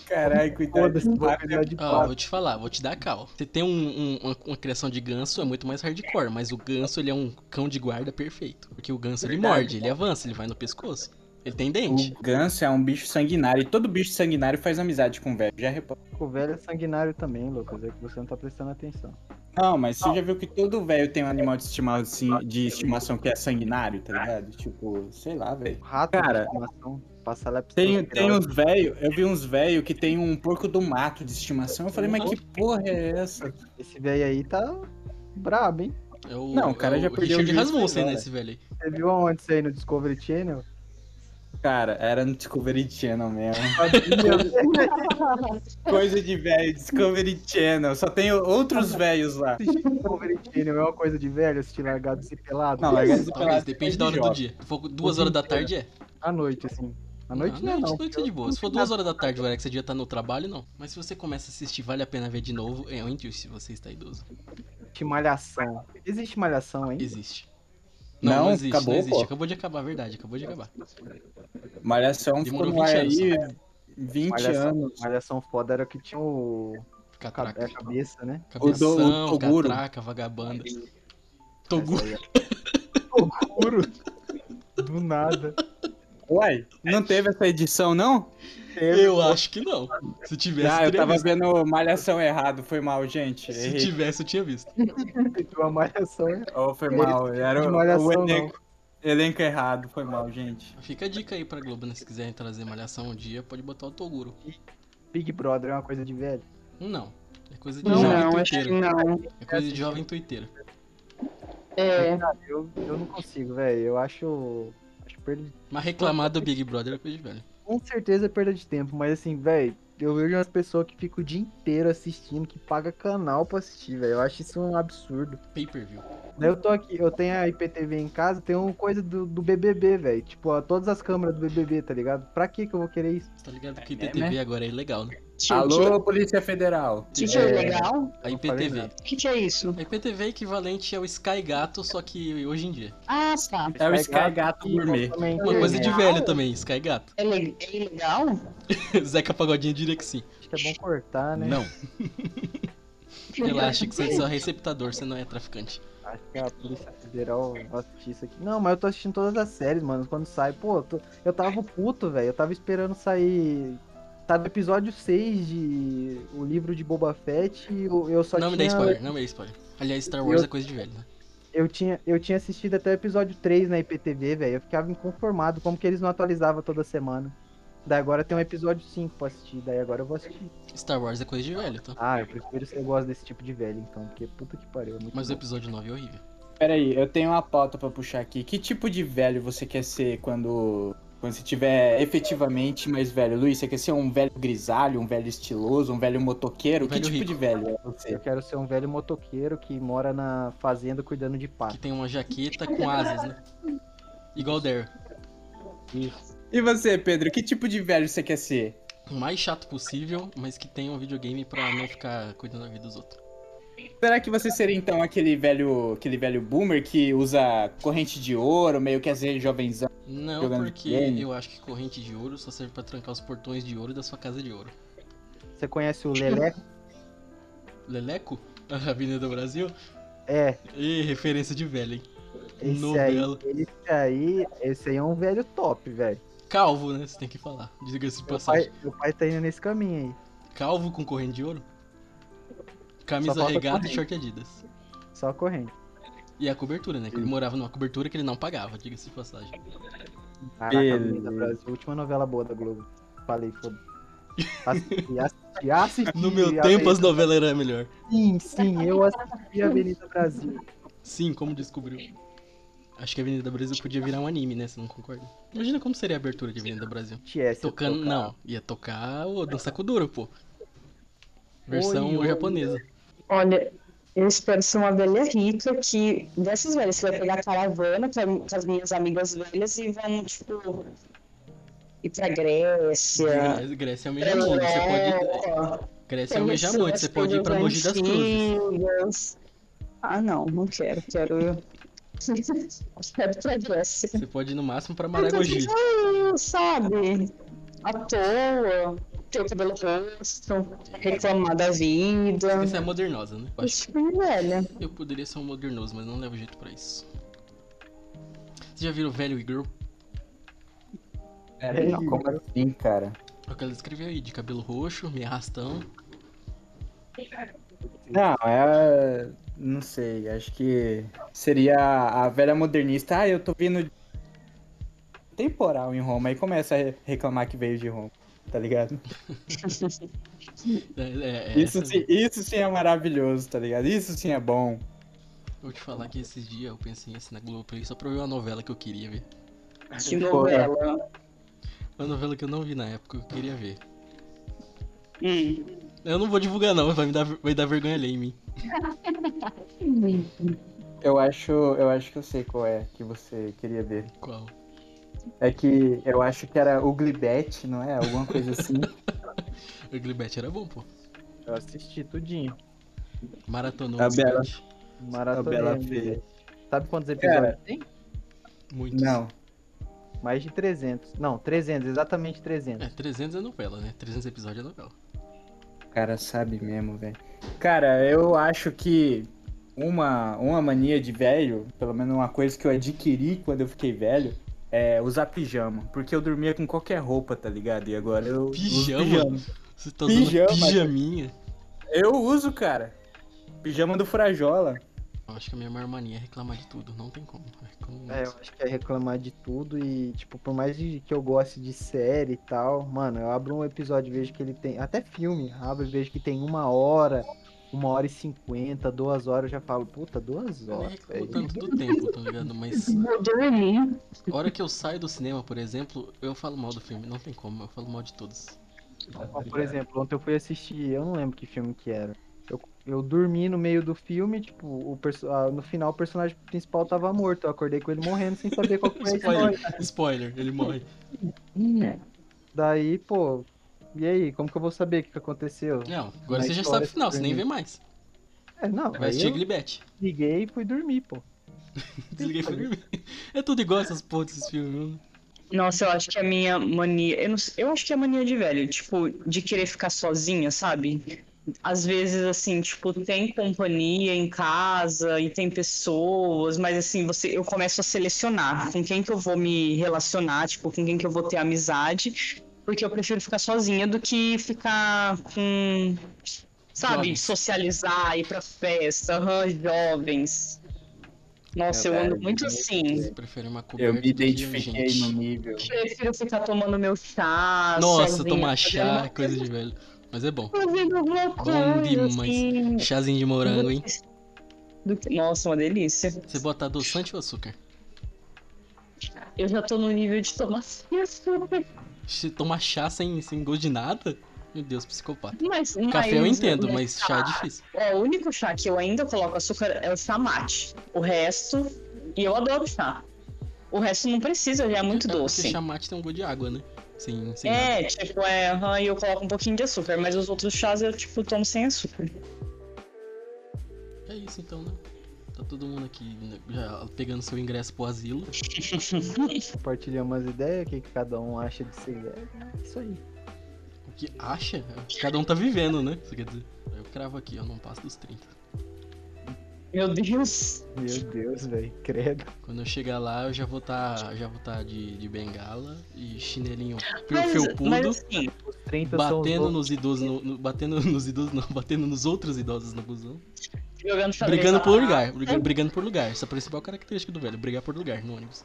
[SPEAKER 2] Caralho, cuidado.
[SPEAKER 3] Foda-se, vou cuidar de
[SPEAKER 1] Ó,
[SPEAKER 3] pato.
[SPEAKER 1] vou te falar, vou te dar a cal. Você tem um- um- uma, uma criação de ganso, é muito mais hardcore, mas o ganso ele é um cão de guarda perfeito. Porque o ganso ele
[SPEAKER 2] Verdade.
[SPEAKER 1] morde, ele avança, ele vai no pescoço. Ele tem dente.
[SPEAKER 2] O ganso é um bicho sanguinário e todo bicho sanguinário faz amizade com o velho. Já reparou?
[SPEAKER 3] O velho é sanguinário também, Lucas. É que você não tá prestando atenção.
[SPEAKER 2] Não, mas você já viu que todo velho tem um animal de estimação, de estimação que é sanguinário, tá ligado? Tipo, sei lá, velho.
[SPEAKER 3] O rato
[SPEAKER 2] Cara,
[SPEAKER 3] de estimação, passar lá
[SPEAKER 2] Tem, tem uns velho, eu vi uns velho que tem um porco do mato de estimação. Eu falei, mas que porra é essa?
[SPEAKER 3] Esse velho aí tá brabo, hein?
[SPEAKER 1] É o,
[SPEAKER 2] Não, o cara
[SPEAKER 1] é
[SPEAKER 2] já perdeu o
[SPEAKER 1] Richard
[SPEAKER 2] juízo
[SPEAKER 1] Rasmussen, né,
[SPEAKER 2] agora.
[SPEAKER 1] esse velho aí.
[SPEAKER 3] Você viu aonde isso aí no Discovery Channel?
[SPEAKER 2] Cara, era no Discovery Channel mesmo.
[SPEAKER 3] Sabia, né?
[SPEAKER 2] Coisa de velho, Discovery Channel. Só tem outros velhos lá.
[SPEAKER 3] Assistir Discovery Channel é uma coisa de velho, assistir largados e pelados.
[SPEAKER 2] Não, largados e
[SPEAKER 1] Talvez,
[SPEAKER 2] Pelado
[SPEAKER 1] depende
[SPEAKER 2] é
[SPEAKER 1] da hora do
[SPEAKER 2] idiota.
[SPEAKER 1] dia. Se for duas horas da tarde é.
[SPEAKER 3] À noite, assim. À noite
[SPEAKER 1] não,
[SPEAKER 3] não,
[SPEAKER 1] à noite,
[SPEAKER 3] não.
[SPEAKER 1] noite é de boa. Se for duas horas da tarde, o horário que você devia estar no trabalho, não. Mas se você começa a assistir, vale a pena ver de novo, é um indício se você está idoso.
[SPEAKER 3] Existe malhação. Existe malhação, hein?
[SPEAKER 1] Existe.
[SPEAKER 2] Não,
[SPEAKER 1] existe,
[SPEAKER 2] acabou,
[SPEAKER 1] não existe.
[SPEAKER 2] pô.
[SPEAKER 1] Acabou de acabar, verdade, acabou de acabar.
[SPEAKER 2] Malhação ficou
[SPEAKER 1] Demorou
[SPEAKER 2] no
[SPEAKER 1] 20
[SPEAKER 2] ar um aí 20
[SPEAKER 3] Malhação.
[SPEAKER 2] anos.
[SPEAKER 3] Malhação foda era o que tinha o. cabe-
[SPEAKER 1] Catraca.
[SPEAKER 3] A cabeça, né?
[SPEAKER 2] O do- o
[SPEAKER 1] Cabeção,
[SPEAKER 2] Toguro.
[SPEAKER 1] catraca, vagabanda. Toguro.
[SPEAKER 3] Essa aí é- Toguro. Do nada.
[SPEAKER 2] Uai, não teve essa edição, não?
[SPEAKER 1] Eu acho que não. Se tivesse,
[SPEAKER 2] Ah, eu
[SPEAKER 1] teria
[SPEAKER 2] tava
[SPEAKER 1] visto.
[SPEAKER 2] vendo Malhação errado, foi mal, gente.
[SPEAKER 1] Se
[SPEAKER 2] Errei.
[SPEAKER 1] tivesse, eu tinha visto.
[SPEAKER 3] Pediu a malhação. né? hein?
[SPEAKER 2] Oh, foi mal, era
[SPEAKER 3] de
[SPEAKER 2] o-
[SPEAKER 3] Malhação,
[SPEAKER 2] o
[SPEAKER 3] não.
[SPEAKER 2] elenco, elenco errado, foi mal, gente.
[SPEAKER 1] Fica a dica aí pra Globo, né? Se quiserem trazer malhação um dia, pode botar o Toguro.
[SPEAKER 3] Big Brother é uma coisa de velho.
[SPEAKER 1] Não. É coisa de
[SPEAKER 4] Não,
[SPEAKER 1] jovem
[SPEAKER 4] não, acho que
[SPEAKER 1] tuiteiro.
[SPEAKER 4] não.
[SPEAKER 1] É coisa de jovem tuiteiro.
[SPEAKER 4] É,
[SPEAKER 3] Eu, eu não consigo, velho. Eu acho. Acho perda de...
[SPEAKER 1] Mas reclamar do Big Brother é coisa de velho.
[SPEAKER 3] Com certeza é perda de tempo, mas assim, velho. Eu vejo umas pessoas que ficam o dia inteiro assistindo, que paga canal pra assistir, velho. Eu acho isso um absurdo.
[SPEAKER 1] Pay per view.
[SPEAKER 3] Daí eu tô aqui, eu tenho a IPTV em casa, tem uma coisa do, do BBB, velho. Tipo, ó, todas as câmeras do BBB, tá ligado? Pra que que eu vou querer isso?
[SPEAKER 1] Você tá ligado que o
[SPEAKER 2] É mesmo,
[SPEAKER 1] IPTV agora é ilegal, né?
[SPEAKER 4] que,
[SPEAKER 2] Alô, Polícia Federal.
[SPEAKER 4] que, que é legal?
[SPEAKER 1] A
[SPEAKER 3] falei
[SPEAKER 1] IPTV.
[SPEAKER 3] nada.
[SPEAKER 4] O que, que é isso?
[SPEAKER 1] A IPTV é equivalente ao Sky Gato, só que hoje em dia.
[SPEAKER 4] Ah, tá.
[SPEAKER 2] É o Sky Gato
[SPEAKER 3] E
[SPEAKER 2] Gourmet.
[SPEAKER 3] complementa,
[SPEAKER 1] Uma coisa de
[SPEAKER 3] né?
[SPEAKER 1] velho tá? também, Sky Gato.
[SPEAKER 4] É, le- é legal?
[SPEAKER 1] Zeca Pagodinho diria que sim.
[SPEAKER 3] Acho que é bom cortar, né?
[SPEAKER 1] Não. Relaxa que você é só receptador, você não é traficante.
[SPEAKER 3] Acho que a Polícia Federal vai assistir isso aqui. Não, mas eu tô assistindo todas as séries, mano. Quando sai, pô, eu, tô- eu tava puto, velho. Eu tava esperando sair. Tá no episódio 6 de O Livro de Boba Fett e eu, eu só
[SPEAKER 1] não me dá
[SPEAKER 3] tinha.
[SPEAKER 1] spoiler, não me dá spoiler. Aliás, Star Wars
[SPEAKER 3] Eu-
[SPEAKER 1] é coisa de velho, né?
[SPEAKER 3] eu, tinha, eu tinha assistido até o episódio 3 na IPTV, velho. Eu ficava inconformado como que eles não atualizavam toda semana. Daí agora tem um episódio 5 pra assistir, daí agora eu vou assistir.
[SPEAKER 1] Star Wars é coisa de velho, tá?
[SPEAKER 3] Ah, eu prefiro eu gosto desse tipo de velho, então, porque puta que pariu. é muito
[SPEAKER 1] Mas o
[SPEAKER 3] bom.
[SPEAKER 1] episódio 9 é horrível.
[SPEAKER 2] Peraí, eu tenho uma pauta pra puxar aqui. Que tipo de velho você quer ser quando, quando você tiver efetivamente mais velho? Luiz, você quer ser um velho grisalho, um velho estiloso, um velho motoqueiro?
[SPEAKER 1] Um velho
[SPEAKER 2] que tipo
[SPEAKER 1] rico.
[SPEAKER 2] de velho é
[SPEAKER 3] Eu
[SPEAKER 2] você?
[SPEAKER 3] quero ser um velho motoqueiro que mora na fazenda cuidando de
[SPEAKER 1] Que
[SPEAKER 3] pato.
[SPEAKER 1] tem uma jaqueta com asas, né? Igual o Dare.
[SPEAKER 2] E você, Pedro, que tipo de velho você quer ser?
[SPEAKER 1] O mais chato possível, mas que tenha um videogame pra não ficar cuidando da vida dos outros.
[SPEAKER 2] Será que você seria então aquele velho, aquele velho boomer que usa corrente de ouro, meio que às vezes jovenzão?
[SPEAKER 1] Não,
[SPEAKER 2] Jogando
[SPEAKER 1] porque
[SPEAKER 2] videogame?
[SPEAKER 1] eu acho que corrente de ouro só serve pra trancar os portões de ouro da sua casa de ouro.
[SPEAKER 3] Você conhece o Lelé?
[SPEAKER 1] Tipo, Leleco? Avenida do Brasil?
[SPEAKER 3] É,
[SPEAKER 1] Ih, referência de velho, hein?
[SPEAKER 3] esse
[SPEAKER 1] Novela.
[SPEAKER 3] aí, esse aí, esse aí é um velho top, velho.
[SPEAKER 1] Calvo, né? Você tem que falar. Diga-se de
[SPEAKER 3] Meu
[SPEAKER 1] passagem.
[SPEAKER 3] pai, meu pai tá indo nesse caminho aí.
[SPEAKER 1] Calvo com corrente de ouro? Camisa
[SPEAKER 3] falta
[SPEAKER 1] regata e
[SPEAKER 3] corrente.
[SPEAKER 1] short Adidas.
[SPEAKER 3] Só a corrente.
[SPEAKER 1] E a cobertura, né? Que ele morava numa cobertura que ele não pagava, diga-se de passagem.
[SPEAKER 3] Caraca,
[SPEAKER 2] Beleza.
[SPEAKER 3] Avenida Brasil, última novela boa da Globo. Falei, foda. Assisti, assisti, assisti.
[SPEAKER 1] No meu
[SPEAKER 3] Avenida-
[SPEAKER 1] tempo, as novelas eram melhor.
[SPEAKER 3] Sim, sim, eu assisti a Avenida Brasil.
[SPEAKER 1] Sim, como descobriu. Acho que a Avenida Brasil podia virar um anime, né? Você não concorda? Imagina como seria a abertura de Avenida Brasil.
[SPEAKER 3] TS.
[SPEAKER 1] Tocando. Não, ia tocar o Dança com Duro, pô. Versão
[SPEAKER 3] Oi, oi,
[SPEAKER 1] japonesa.
[SPEAKER 4] Olha, eu espero ser uma velha rica que, dessas velhas, que vai pegar a caravana com com as minhas amigas velhas e vão, tipo, ir pra
[SPEAKER 3] Ah.
[SPEAKER 4] Grécia.
[SPEAKER 1] Grécia- Grécia é almeja muito. Você pode. Grécia é almeja muito. Você pode ir pra Mogi das Cruzes.
[SPEAKER 4] Cruzes. Ah, não, não quero. Quero. quero ir pra Grécia.
[SPEAKER 1] Você pode ir no máximo pra
[SPEAKER 4] Eu tô
[SPEAKER 1] Maragogi.
[SPEAKER 4] só, sabe? À toa, ter o cabelo rosto, reclamar da vida.
[SPEAKER 1] Essa é a modernosa, né? Eu acho.
[SPEAKER 4] Isso é velha.
[SPEAKER 1] Eu poderia ser um modernoso, mas não levo jeito pra isso. Vocês já viram Velho e Girl?
[SPEAKER 2] É, não, como assim, cara?
[SPEAKER 1] É o que ela descreveu aí, de cabelo roxo, meio arrastão.
[SPEAKER 2] Não, é. Não sei, acho que seria a velha modernista. Ah, eu tô vindo de temporal em Roma. Aí começa a re- reclamar que veio de Roma, tá ligado?
[SPEAKER 1] É, é, é
[SPEAKER 2] Isso
[SPEAKER 1] essa-
[SPEAKER 2] sim, isso sim é maravilhoso, tá ligado? Isso sim é bom.
[SPEAKER 1] Vou te falar que esses dias eu pensei assim na Globoplay só pra eu ver uma novela que eu queria ver.
[SPEAKER 4] Que
[SPEAKER 2] Porra.
[SPEAKER 4] tipo novela.
[SPEAKER 1] Uma novela que eu não vi na época, eu queria ver.
[SPEAKER 4] Hum.
[SPEAKER 1] Eu não vou divulgar não, vai me dar, vai dar vergonha ali em mim.
[SPEAKER 2] Eu acho, eu acho que eu sei qual é que você queria ver.
[SPEAKER 1] Qual?
[SPEAKER 2] É que eu acho que era o Glibet, não é? Alguma coisa assim.
[SPEAKER 1] O Glibet era bom, pô.
[SPEAKER 3] Eu assisti tudinho.
[SPEAKER 1] Maratonou
[SPEAKER 2] Tá
[SPEAKER 1] o
[SPEAKER 2] bela.
[SPEAKER 1] Glibet.
[SPEAKER 2] Bela
[SPEAKER 3] Maratonei.
[SPEAKER 2] Fera.
[SPEAKER 3] Sabe quantos episódios tem?
[SPEAKER 1] Muitos.
[SPEAKER 2] não.
[SPEAKER 3] Mais de 300. Não, 300, exatamente 300.
[SPEAKER 1] É, 300 é novela, né? 300 episódios é novela.
[SPEAKER 2] O cara sabe mesmo, velho. Cara, eu acho que uma, uma mania de velho, pelo menos uma coisa que eu adquiri quando eu fiquei velho, é usar pijama. Porque eu dormia com qualquer roupa, tá ligado? E agora eu. uso
[SPEAKER 1] Pijama? Você tá usando
[SPEAKER 2] Pijama, cara.
[SPEAKER 1] pijaminha?
[SPEAKER 2] Eu uso, cara. Pijama do Frajola.
[SPEAKER 1] Eu acho que a minha maior mania é reclamar de tudo. Não tem como. Eu reclamo
[SPEAKER 3] É, eu
[SPEAKER 1] muito.
[SPEAKER 3] acho que é reclamar de tudo e, tipo, por mais de- que eu goste de série e tal, mano, eu abro um episódio e vejo que ele tem. Até filme, abro e vejo que tem uma hora, uma hora e cinquenta, duas horas, eu já falo, puta, duas
[SPEAKER 1] Eu nem
[SPEAKER 3] horas.
[SPEAKER 1] reclamo
[SPEAKER 3] velho.
[SPEAKER 1] tanto do tempo, tá ligado? Mas
[SPEAKER 4] Eu dormi.
[SPEAKER 1] a hora que eu saio do cinema, por exemplo, eu falo mal do filme. Não tem como, eu falo mal de todos. tá
[SPEAKER 3] Ó, Então, Por exemplo, ontem eu fui assistir, eu não lembro que filme que era. Eu, eu dormi no meio do filme, tipo, o perso- ah, no final o personagem principal tava morto. Eu acordei com ele morrendo sem saber qual que foi a história.
[SPEAKER 1] Spoiler, spoiler, ele morre.
[SPEAKER 4] Hum, é.
[SPEAKER 3] Daí, pô, e aí, como que eu vou saber o que, que aconteceu?
[SPEAKER 1] Não, agora
[SPEAKER 3] Na
[SPEAKER 1] você já sabe
[SPEAKER 3] história
[SPEAKER 1] o final, você nem vê mais.
[SPEAKER 3] É, não,
[SPEAKER 1] Vai
[SPEAKER 3] aí
[SPEAKER 1] assistir
[SPEAKER 3] eu
[SPEAKER 1] Glibet.
[SPEAKER 3] liguei e fui dormir, pô.
[SPEAKER 1] Desliguei e fui dormir. É tudo igual essas porra desses filmes, mano.
[SPEAKER 4] Nossa, eu acho que a minha mania. Eu, não sei- eu acho que é a mania de velho, tipo, de querer ficar sozinha, sabe? Às vezes, assim, tipo, tem companhia em casa e tem pessoas, mas assim, você, eu começo a selecionar com quem que eu vou me relacionar, tipo, com quem que eu vou ter amizade, porque eu prefiro ficar sozinha do que ficar com, sabe,
[SPEAKER 1] Jovens.
[SPEAKER 4] socializar, ir pra festa, aham, jovens. Nossa, eu ando
[SPEAKER 2] Verdade,
[SPEAKER 4] muito
[SPEAKER 2] né?
[SPEAKER 4] assim.
[SPEAKER 1] Você prefere uma coberta
[SPEAKER 2] Eu me
[SPEAKER 1] do que
[SPEAKER 2] identifiquei
[SPEAKER 1] gente.
[SPEAKER 2] no nível.
[SPEAKER 4] Prefiro ficar tomando meu chá.
[SPEAKER 1] Nossa,
[SPEAKER 4] sozinha,
[SPEAKER 1] tomar
[SPEAKER 4] fazendo
[SPEAKER 1] chá
[SPEAKER 4] uma-
[SPEAKER 1] é coisa de velho. Mas é bom.
[SPEAKER 4] Fazendo alguma
[SPEAKER 1] Bom
[SPEAKER 4] coisa.
[SPEAKER 1] demais.
[SPEAKER 4] assim,
[SPEAKER 1] Chazinho de morango, hein?
[SPEAKER 4] do que- Nossa, uma delícia.
[SPEAKER 1] Você bota adoçante ou açúcar?
[SPEAKER 4] Eu já tô no nível de tomar açúcar.
[SPEAKER 1] Se Tomar chá sem, sem gosto de nada? Meu Deus, psicopata.
[SPEAKER 4] Mas, né? Ah,
[SPEAKER 1] Café eu
[SPEAKER 4] mas-
[SPEAKER 1] entendo, mas chá é difícil.
[SPEAKER 4] Ó, o único chá que eu ainda coloco açúcar é o chá mate. O resto. E eu adoro chá. O resto não precisa, já é muito
[SPEAKER 1] É porque
[SPEAKER 4] doce.
[SPEAKER 1] chamate tem um gosto de água, né? Sem, sem nada.
[SPEAKER 4] É, tipo, é, aham, e eu coloco um pouquinho de açúcar, mas os outros chás eu, tipo, tomo sem açúcar.
[SPEAKER 1] É isso então, né? Tá todo mundo aqui né, já pegando seu ingresso pro asilo.
[SPEAKER 3] Compartilhamos umas ideias, o que, que cada um acha de ser. É isso aí.
[SPEAKER 1] O que acha? Cada um tá vivendo, né? Isso quer dizer. Eu cravo aqui, eu não passo dos 30.
[SPEAKER 4] Meu Deus.
[SPEAKER 3] Meu Deus, velho, credo.
[SPEAKER 1] Quando eu chegar lá, eu já vou tá, já vou tá de, de bengala e chinelinho
[SPEAKER 4] Mas,
[SPEAKER 1] felpudo.
[SPEAKER 4] mas assim,
[SPEAKER 3] Os 30 são
[SPEAKER 1] Batendo
[SPEAKER 3] os
[SPEAKER 1] nos idosos, no, no- batendo nos idosos não, batendo nos outros idosos no busão.
[SPEAKER 4] jogando xadrez
[SPEAKER 1] Brigando
[SPEAKER 4] na
[SPEAKER 1] por lugar, briga- brigando por lugar. Essa é a principal característica do velho, brigar por lugar no ônibus.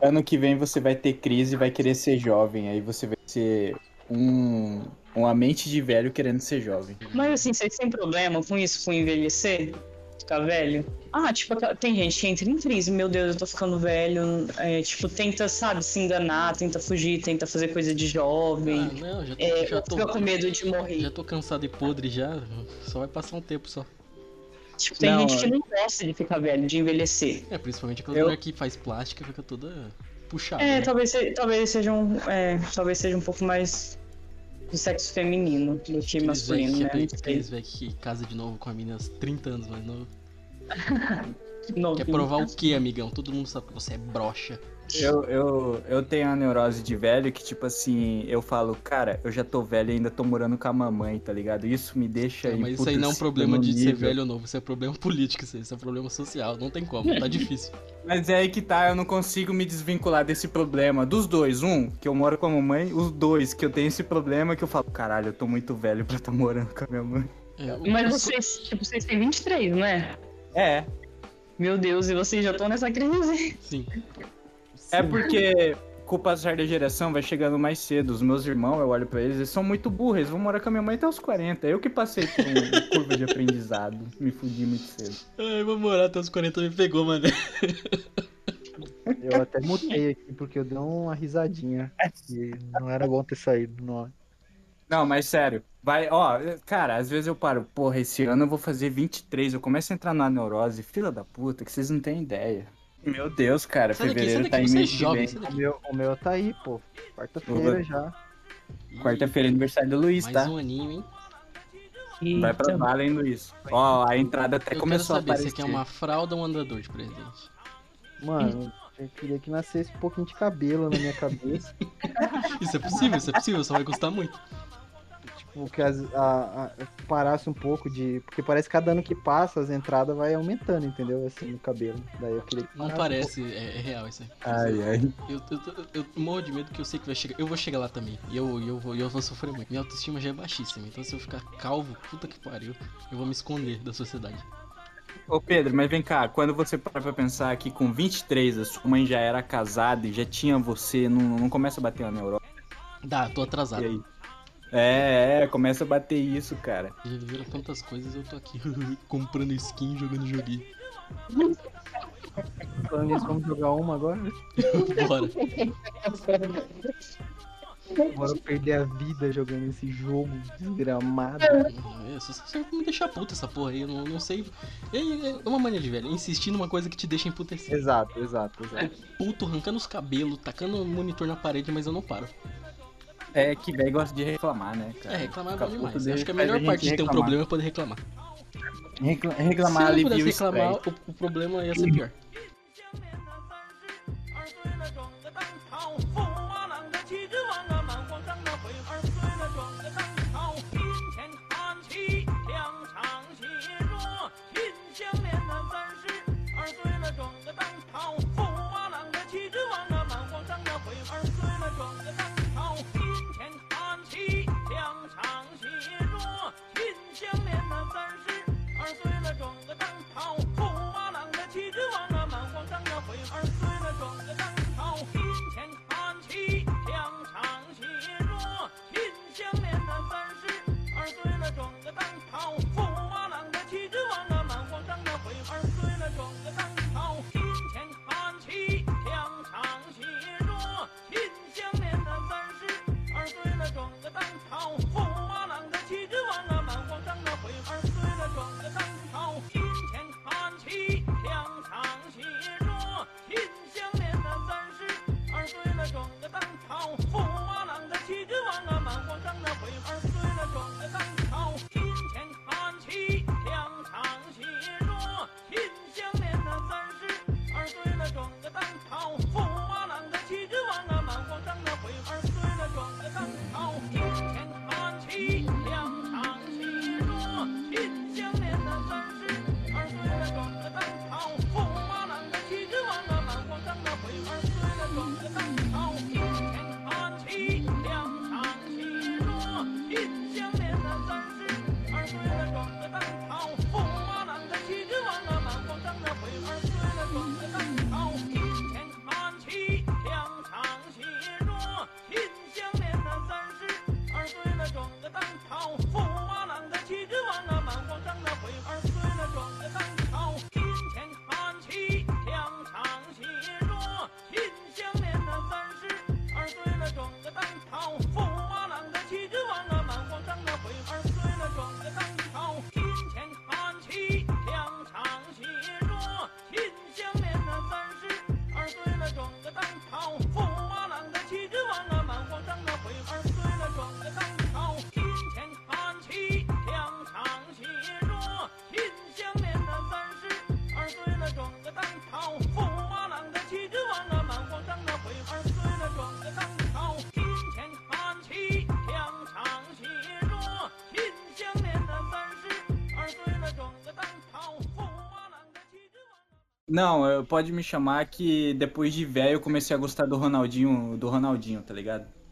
[SPEAKER 2] Ano que vem você vai ter crise e vai querer ser jovem. Aí você vai ser um, uma mente de velho querendo ser jovem.
[SPEAKER 4] Mas assim, vocês têm problema com isso, com envelhecer? Ficar velho? Ah, tipo, aquela- tem gente que entra em crise, meu Deus, eu tô ficando velho. é, tipo, tenta, sabe, se enganar, tenta fugir, tenta fazer coisa de
[SPEAKER 1] Ah,
[SPEAKER 4] jovem.
[SPEAKER 1] não, já tô,
[SPEAKER 4] É,
[SPEAKER 1] já
[SPEAKER 4] ou
[SPEAKER 1] tô,
[SPEAKER 4] fica com medo de morrer.
[SPEAKER 1] já tô cansado e podre já, só vai passar um tempo só.
[SPEAKER 4] Tipo, tem
[SPEAKER 2] Não,
[SPEAKER 4] gente que não gosta de ficar velho, de envelhecer.
[SPEAKER 1] É, principalmente aquela
[SPEAKER 2] Eu-
[SPEAKER 1] mulher que faz plástica fica toda puxada.
[SPEAKER 4] É,
[SPEAKER 1] né?
[SPEAKER 4] talvez, se- talvez seja um. é, talvez seja um pouco mais do sexo feminino do que
[SPEAKER 1] Aqueles velhos
[SPEAKER 4] masculino,
[SPEAKER 1] que, é
[SPEAKER 4] né?
[SPEAKER 1] tem-
[SPEAKER 4] Não sei.
[SPEAKER 1] aqueles velhos que casa de novo com a menina 30 anos mais novo.
[SPEAKER 4] Novinho.
[SPEAKER 1] Quer provar o que, amigão? Todo mundo sabe que você é broxa.
[SPEAKER 2] Eu, eu, eu tenho a neurose de velho que, tipo assim, eu falo, cara, eu já tô velho e ainda tô morando com a mamãe, tá ligado? Isso me deixa.
[SPEAKER 1] É, mas isso aí não é um
[SPEAKER 2] emputecido
[SPEAKER 1] problema
[SPEAKER 2] no
[SPEAKER 1] de ser
[SPEAKER 2] nível.
[SPEAKER 1] velho ou novo, isso é problema político, isso aí, isso é problema social, não tem como, tá difícil.
[SPEAKER 2] Mas é aí que tá, eu não consigo me desvincular desse problema. Dos dois, um, que eu moro com a mamãe, os dois, que eu tenho esse problema que eu falo, caralho, eu tô muito velho pra tá morando com a minha mãe.
[SPEAKER 1] É, o-
[SPEAKER 4] Mas
[SPEAKER 1] o-
[SPEAKER 4] vocês, tipo, vocês têm 23, né?
[SPEAKER 2] É,
[SPEAKER 4] Meu Deus, e vocês já estão nessa crise?
[SPEAKER 1] Sim.
[SPEAKER 2] É porque com o passar da geração vai chegando mais cedo. Os meus irmãos, eu olho pra eles, eles são muito burros. Eles vão morar com a minha mãe até os 40. Eu que passei por uma curva de aprendizado. Me fudi muito cedo.
[SPEAKER 1] Ai, vou morar até os 40 me pegou, mano.
[SPEAKER 3] Eu até mutei aqui porque eu dei uma risadinha. E não era bom ter saído, não.
[SPEAKER 2] Não, mas sério. Vai, ó, cara, às vezes eu paro, porra, esse ano eu vou fazer 23, eu começo a entrar na neurose, fila da puta, que vocês não têm ideia. Meu Deus, cara,
[SPEAKER 1] Sai daqui,
[SPEAKER 2] fevereiro
[SPEAKER 1] sai
[SPEAKER 2] tá
[SPEAKER 1] daqui,
[SPEAKER 2] em
[SPEAKER 1] você é
[SPEAKER 2] mês de
[SPEAKER 1] jovem,
[SPEAKER 2] bem.
[SPEAKER 1] sai
[SPEAKER 3] O meu, o meu tá aí, pô. Quarta-feira
[SPEAKER 2] Oba.
[SPEAKER 3] já.
[SPEAKER 1] daqui.
[SPEAKER 2] Quarta-feira é aniversário do
[SPEAKER 1] Ih,
[SPEAKER 2] Luiz,
[SPEAKER 1] Mais
[SPEAKER 2] tá?
[SPEAKER 1] um aninho, hein?
[SPEAKER 2] Vai pra bala, hein, Luiz? Ó, a entrada até
[SPEAKER 1] Então, Eu
[SPEAKER 2] começou a
[SPEAKER 1] quero saber se
[SPEAKER 2] aparecer.
[SPEAKER 1] aqui é uma fralda ou um andador de presente.
[SPEAKER 3] Mano, eu queria que nascesse um pouquinho de cabelo na minha cabeça.
[SPEAKER 1] Isso é possível, isso é possível, só vai custar muito.
[SPEAKER 3] tipo, que as, a, a- parasse um pouco de. Porque parece que cada ano que passa as entradas vai aumentando, entendeu? Assim, no cabelo. Daí eu queria que
[SPEAKER 1] Não
[SPEAKER 3] parasse
[SPEAKER 1] parece, é, é real isso aí.
[SPEAKER 2] Ai, ai.
[SPEAKER 1] Eu, eu, eu- eu morro de medo que eu sei que vai chegar. Eu vou chegar lá também. E eu, eu, vou, eu vou sofrer muito. Minha autoestima já é baixíssima. Então se eu ficar calvo, puta que pariu, eu vou me esconder da sociedade.
[SPEAKER 2] Ô Pedro, mas vem cá, quando você para pra pensar que com 23 a sua mãe já era casada e já tinha você, não, não começa a bater lá na Europa.
[SPEAKER 1] Dá, tô
[SPEAKER 2] E
[SPEAKER 1] atrasado.
[SPEAKER 2] aí? É, é, começa a bater isso, cara.
[SPEAKER 1] Já viram tantas coisas, eu tô aqui comprando skin, jogando joguinho.
[SPEAKER 3] Falando nisso, vamos jogar uma agora?
[SPEAKER 1] Bora.
[SPEAKER 3] Bora perder a vida jogando esse jogo desgramado.
[SPEAKER 1] É, Só só me deixar puta essa porra aí, eu não, não sei. É, é é uma mania de velho, insistir numa coisa que te deixa emputecer.
[SPEAKER 3] Exato, exato, exato.
[SPEAKER 1] Puto, arrancando os cabelos, tacando o monitor na parede, mas eu não paro.
[SPEAKER 2] É que velho gosta de reclamar, né,
[SPEAKER 1] É,
[SPEAKER 2] cara?
[SPEAKER 1] reclamar é
[SPEAKER 2] Fica
[SPEAKER 1] bom
[SPEAKER 2] puto
[SPEAKER 1] demais.
[SPEAKER 2] dele,
[SPEAKER 1] Acho que a
[SPEAKER 2] faz
[SPEAKER 1] melhor
[SPEAKER 2] gente
[SPEAKER 1] parte de ter um
[SPEAKER 2] reclamar.
[SPEAKER 1] problema é poder reclamar.
[SPEAKER 2] Recla- reclamar
[SPEAKER 1] Se eu não
[SPEAKER 2] alivia
[SPEAKER 1] pudesse
[SPEAKER 2] o
[SPEAKER 1] reclamar,
[SPEAKER 2] estresse.
[SPEAKER 1] o, o problema ia ser pior.
[SPEAKER 5] 二岁了壮个当朝，驸马郎的气质王啊，满皇上的回。二岁了壮个当朝，金钱看齐，两场协弱，心相连啊三十。二岁了壮个当朝，驸马郎的气质王啊，满皇上的回。二岁了壮个当朝，金钱看齐，两场协弱，心相连啊三十。二岁了壮个当朝，驸马郎的气质王啊，满皇上的回。二岁了壮个当朝，金钱看齐，两场协弱，心相连啊三十。二岁了壮个当朝，驸马郎的气质王啊，满皇上的回。二岁了壮个当朝，金钱看齐，两场协弱，心相连啊三十。二岁了壮个当朝，驸马郎的气质王啊，满皇上的回。二岁了壮个当朝，金钱看齐，两场协弱，心相连啊三十。二岁了壮个当朝，啊驸马郎的气质王啊，满皇上的回。二岁了壮个当朝，金钱看齐，两场协弱，心相连啊三十。二岁了壮个当朝，啊驸马郎的气质王啊，满皇上的回。二岁了壮个当朝，金钱看齐，两场协弱，心相连啊三十。二岁了壮个当朝，驸马郎的气质王啊，满皇上的回。二岁了壮个当朝，金钱看齐，两场协弱，心相连啊三十。二岁了壮个当朝，驸马郎的气质王啊，满皇上的回。二岁了壮个当朝，金钱看齐，两场协弱，心相连啊三十。二岁了壮个当朝，驸马郎的气质王啊，满皇上的回。二岁了壮个当朝，金钱看齐，两场协弱，心相连啊三十。二岁了壮个当朝，驸马郎的气质王啊，满皇上的回。二岁了壮个当朝，金钱看齐，两场协弱，心相连啊三十。二岁了壮个当朝，驸马郎的气质王啊，满皇上的回。二岁了壮个当朝，金钱看齐，两场协弱，心相连啊三十。二岁了壮个当朝，驸马郎的气质王啊，满皇上的回。二岁了壮个当朝，金钱看齐，两场协弱，心相连啊三十。二岁了壮个当朝，驸马郎的气质王。
[SPEAKER 2] Não, eu- pode me chamar que depois de velho eu comecei a gostar do Ronaldinho, do Ronaldinho, tá ligado?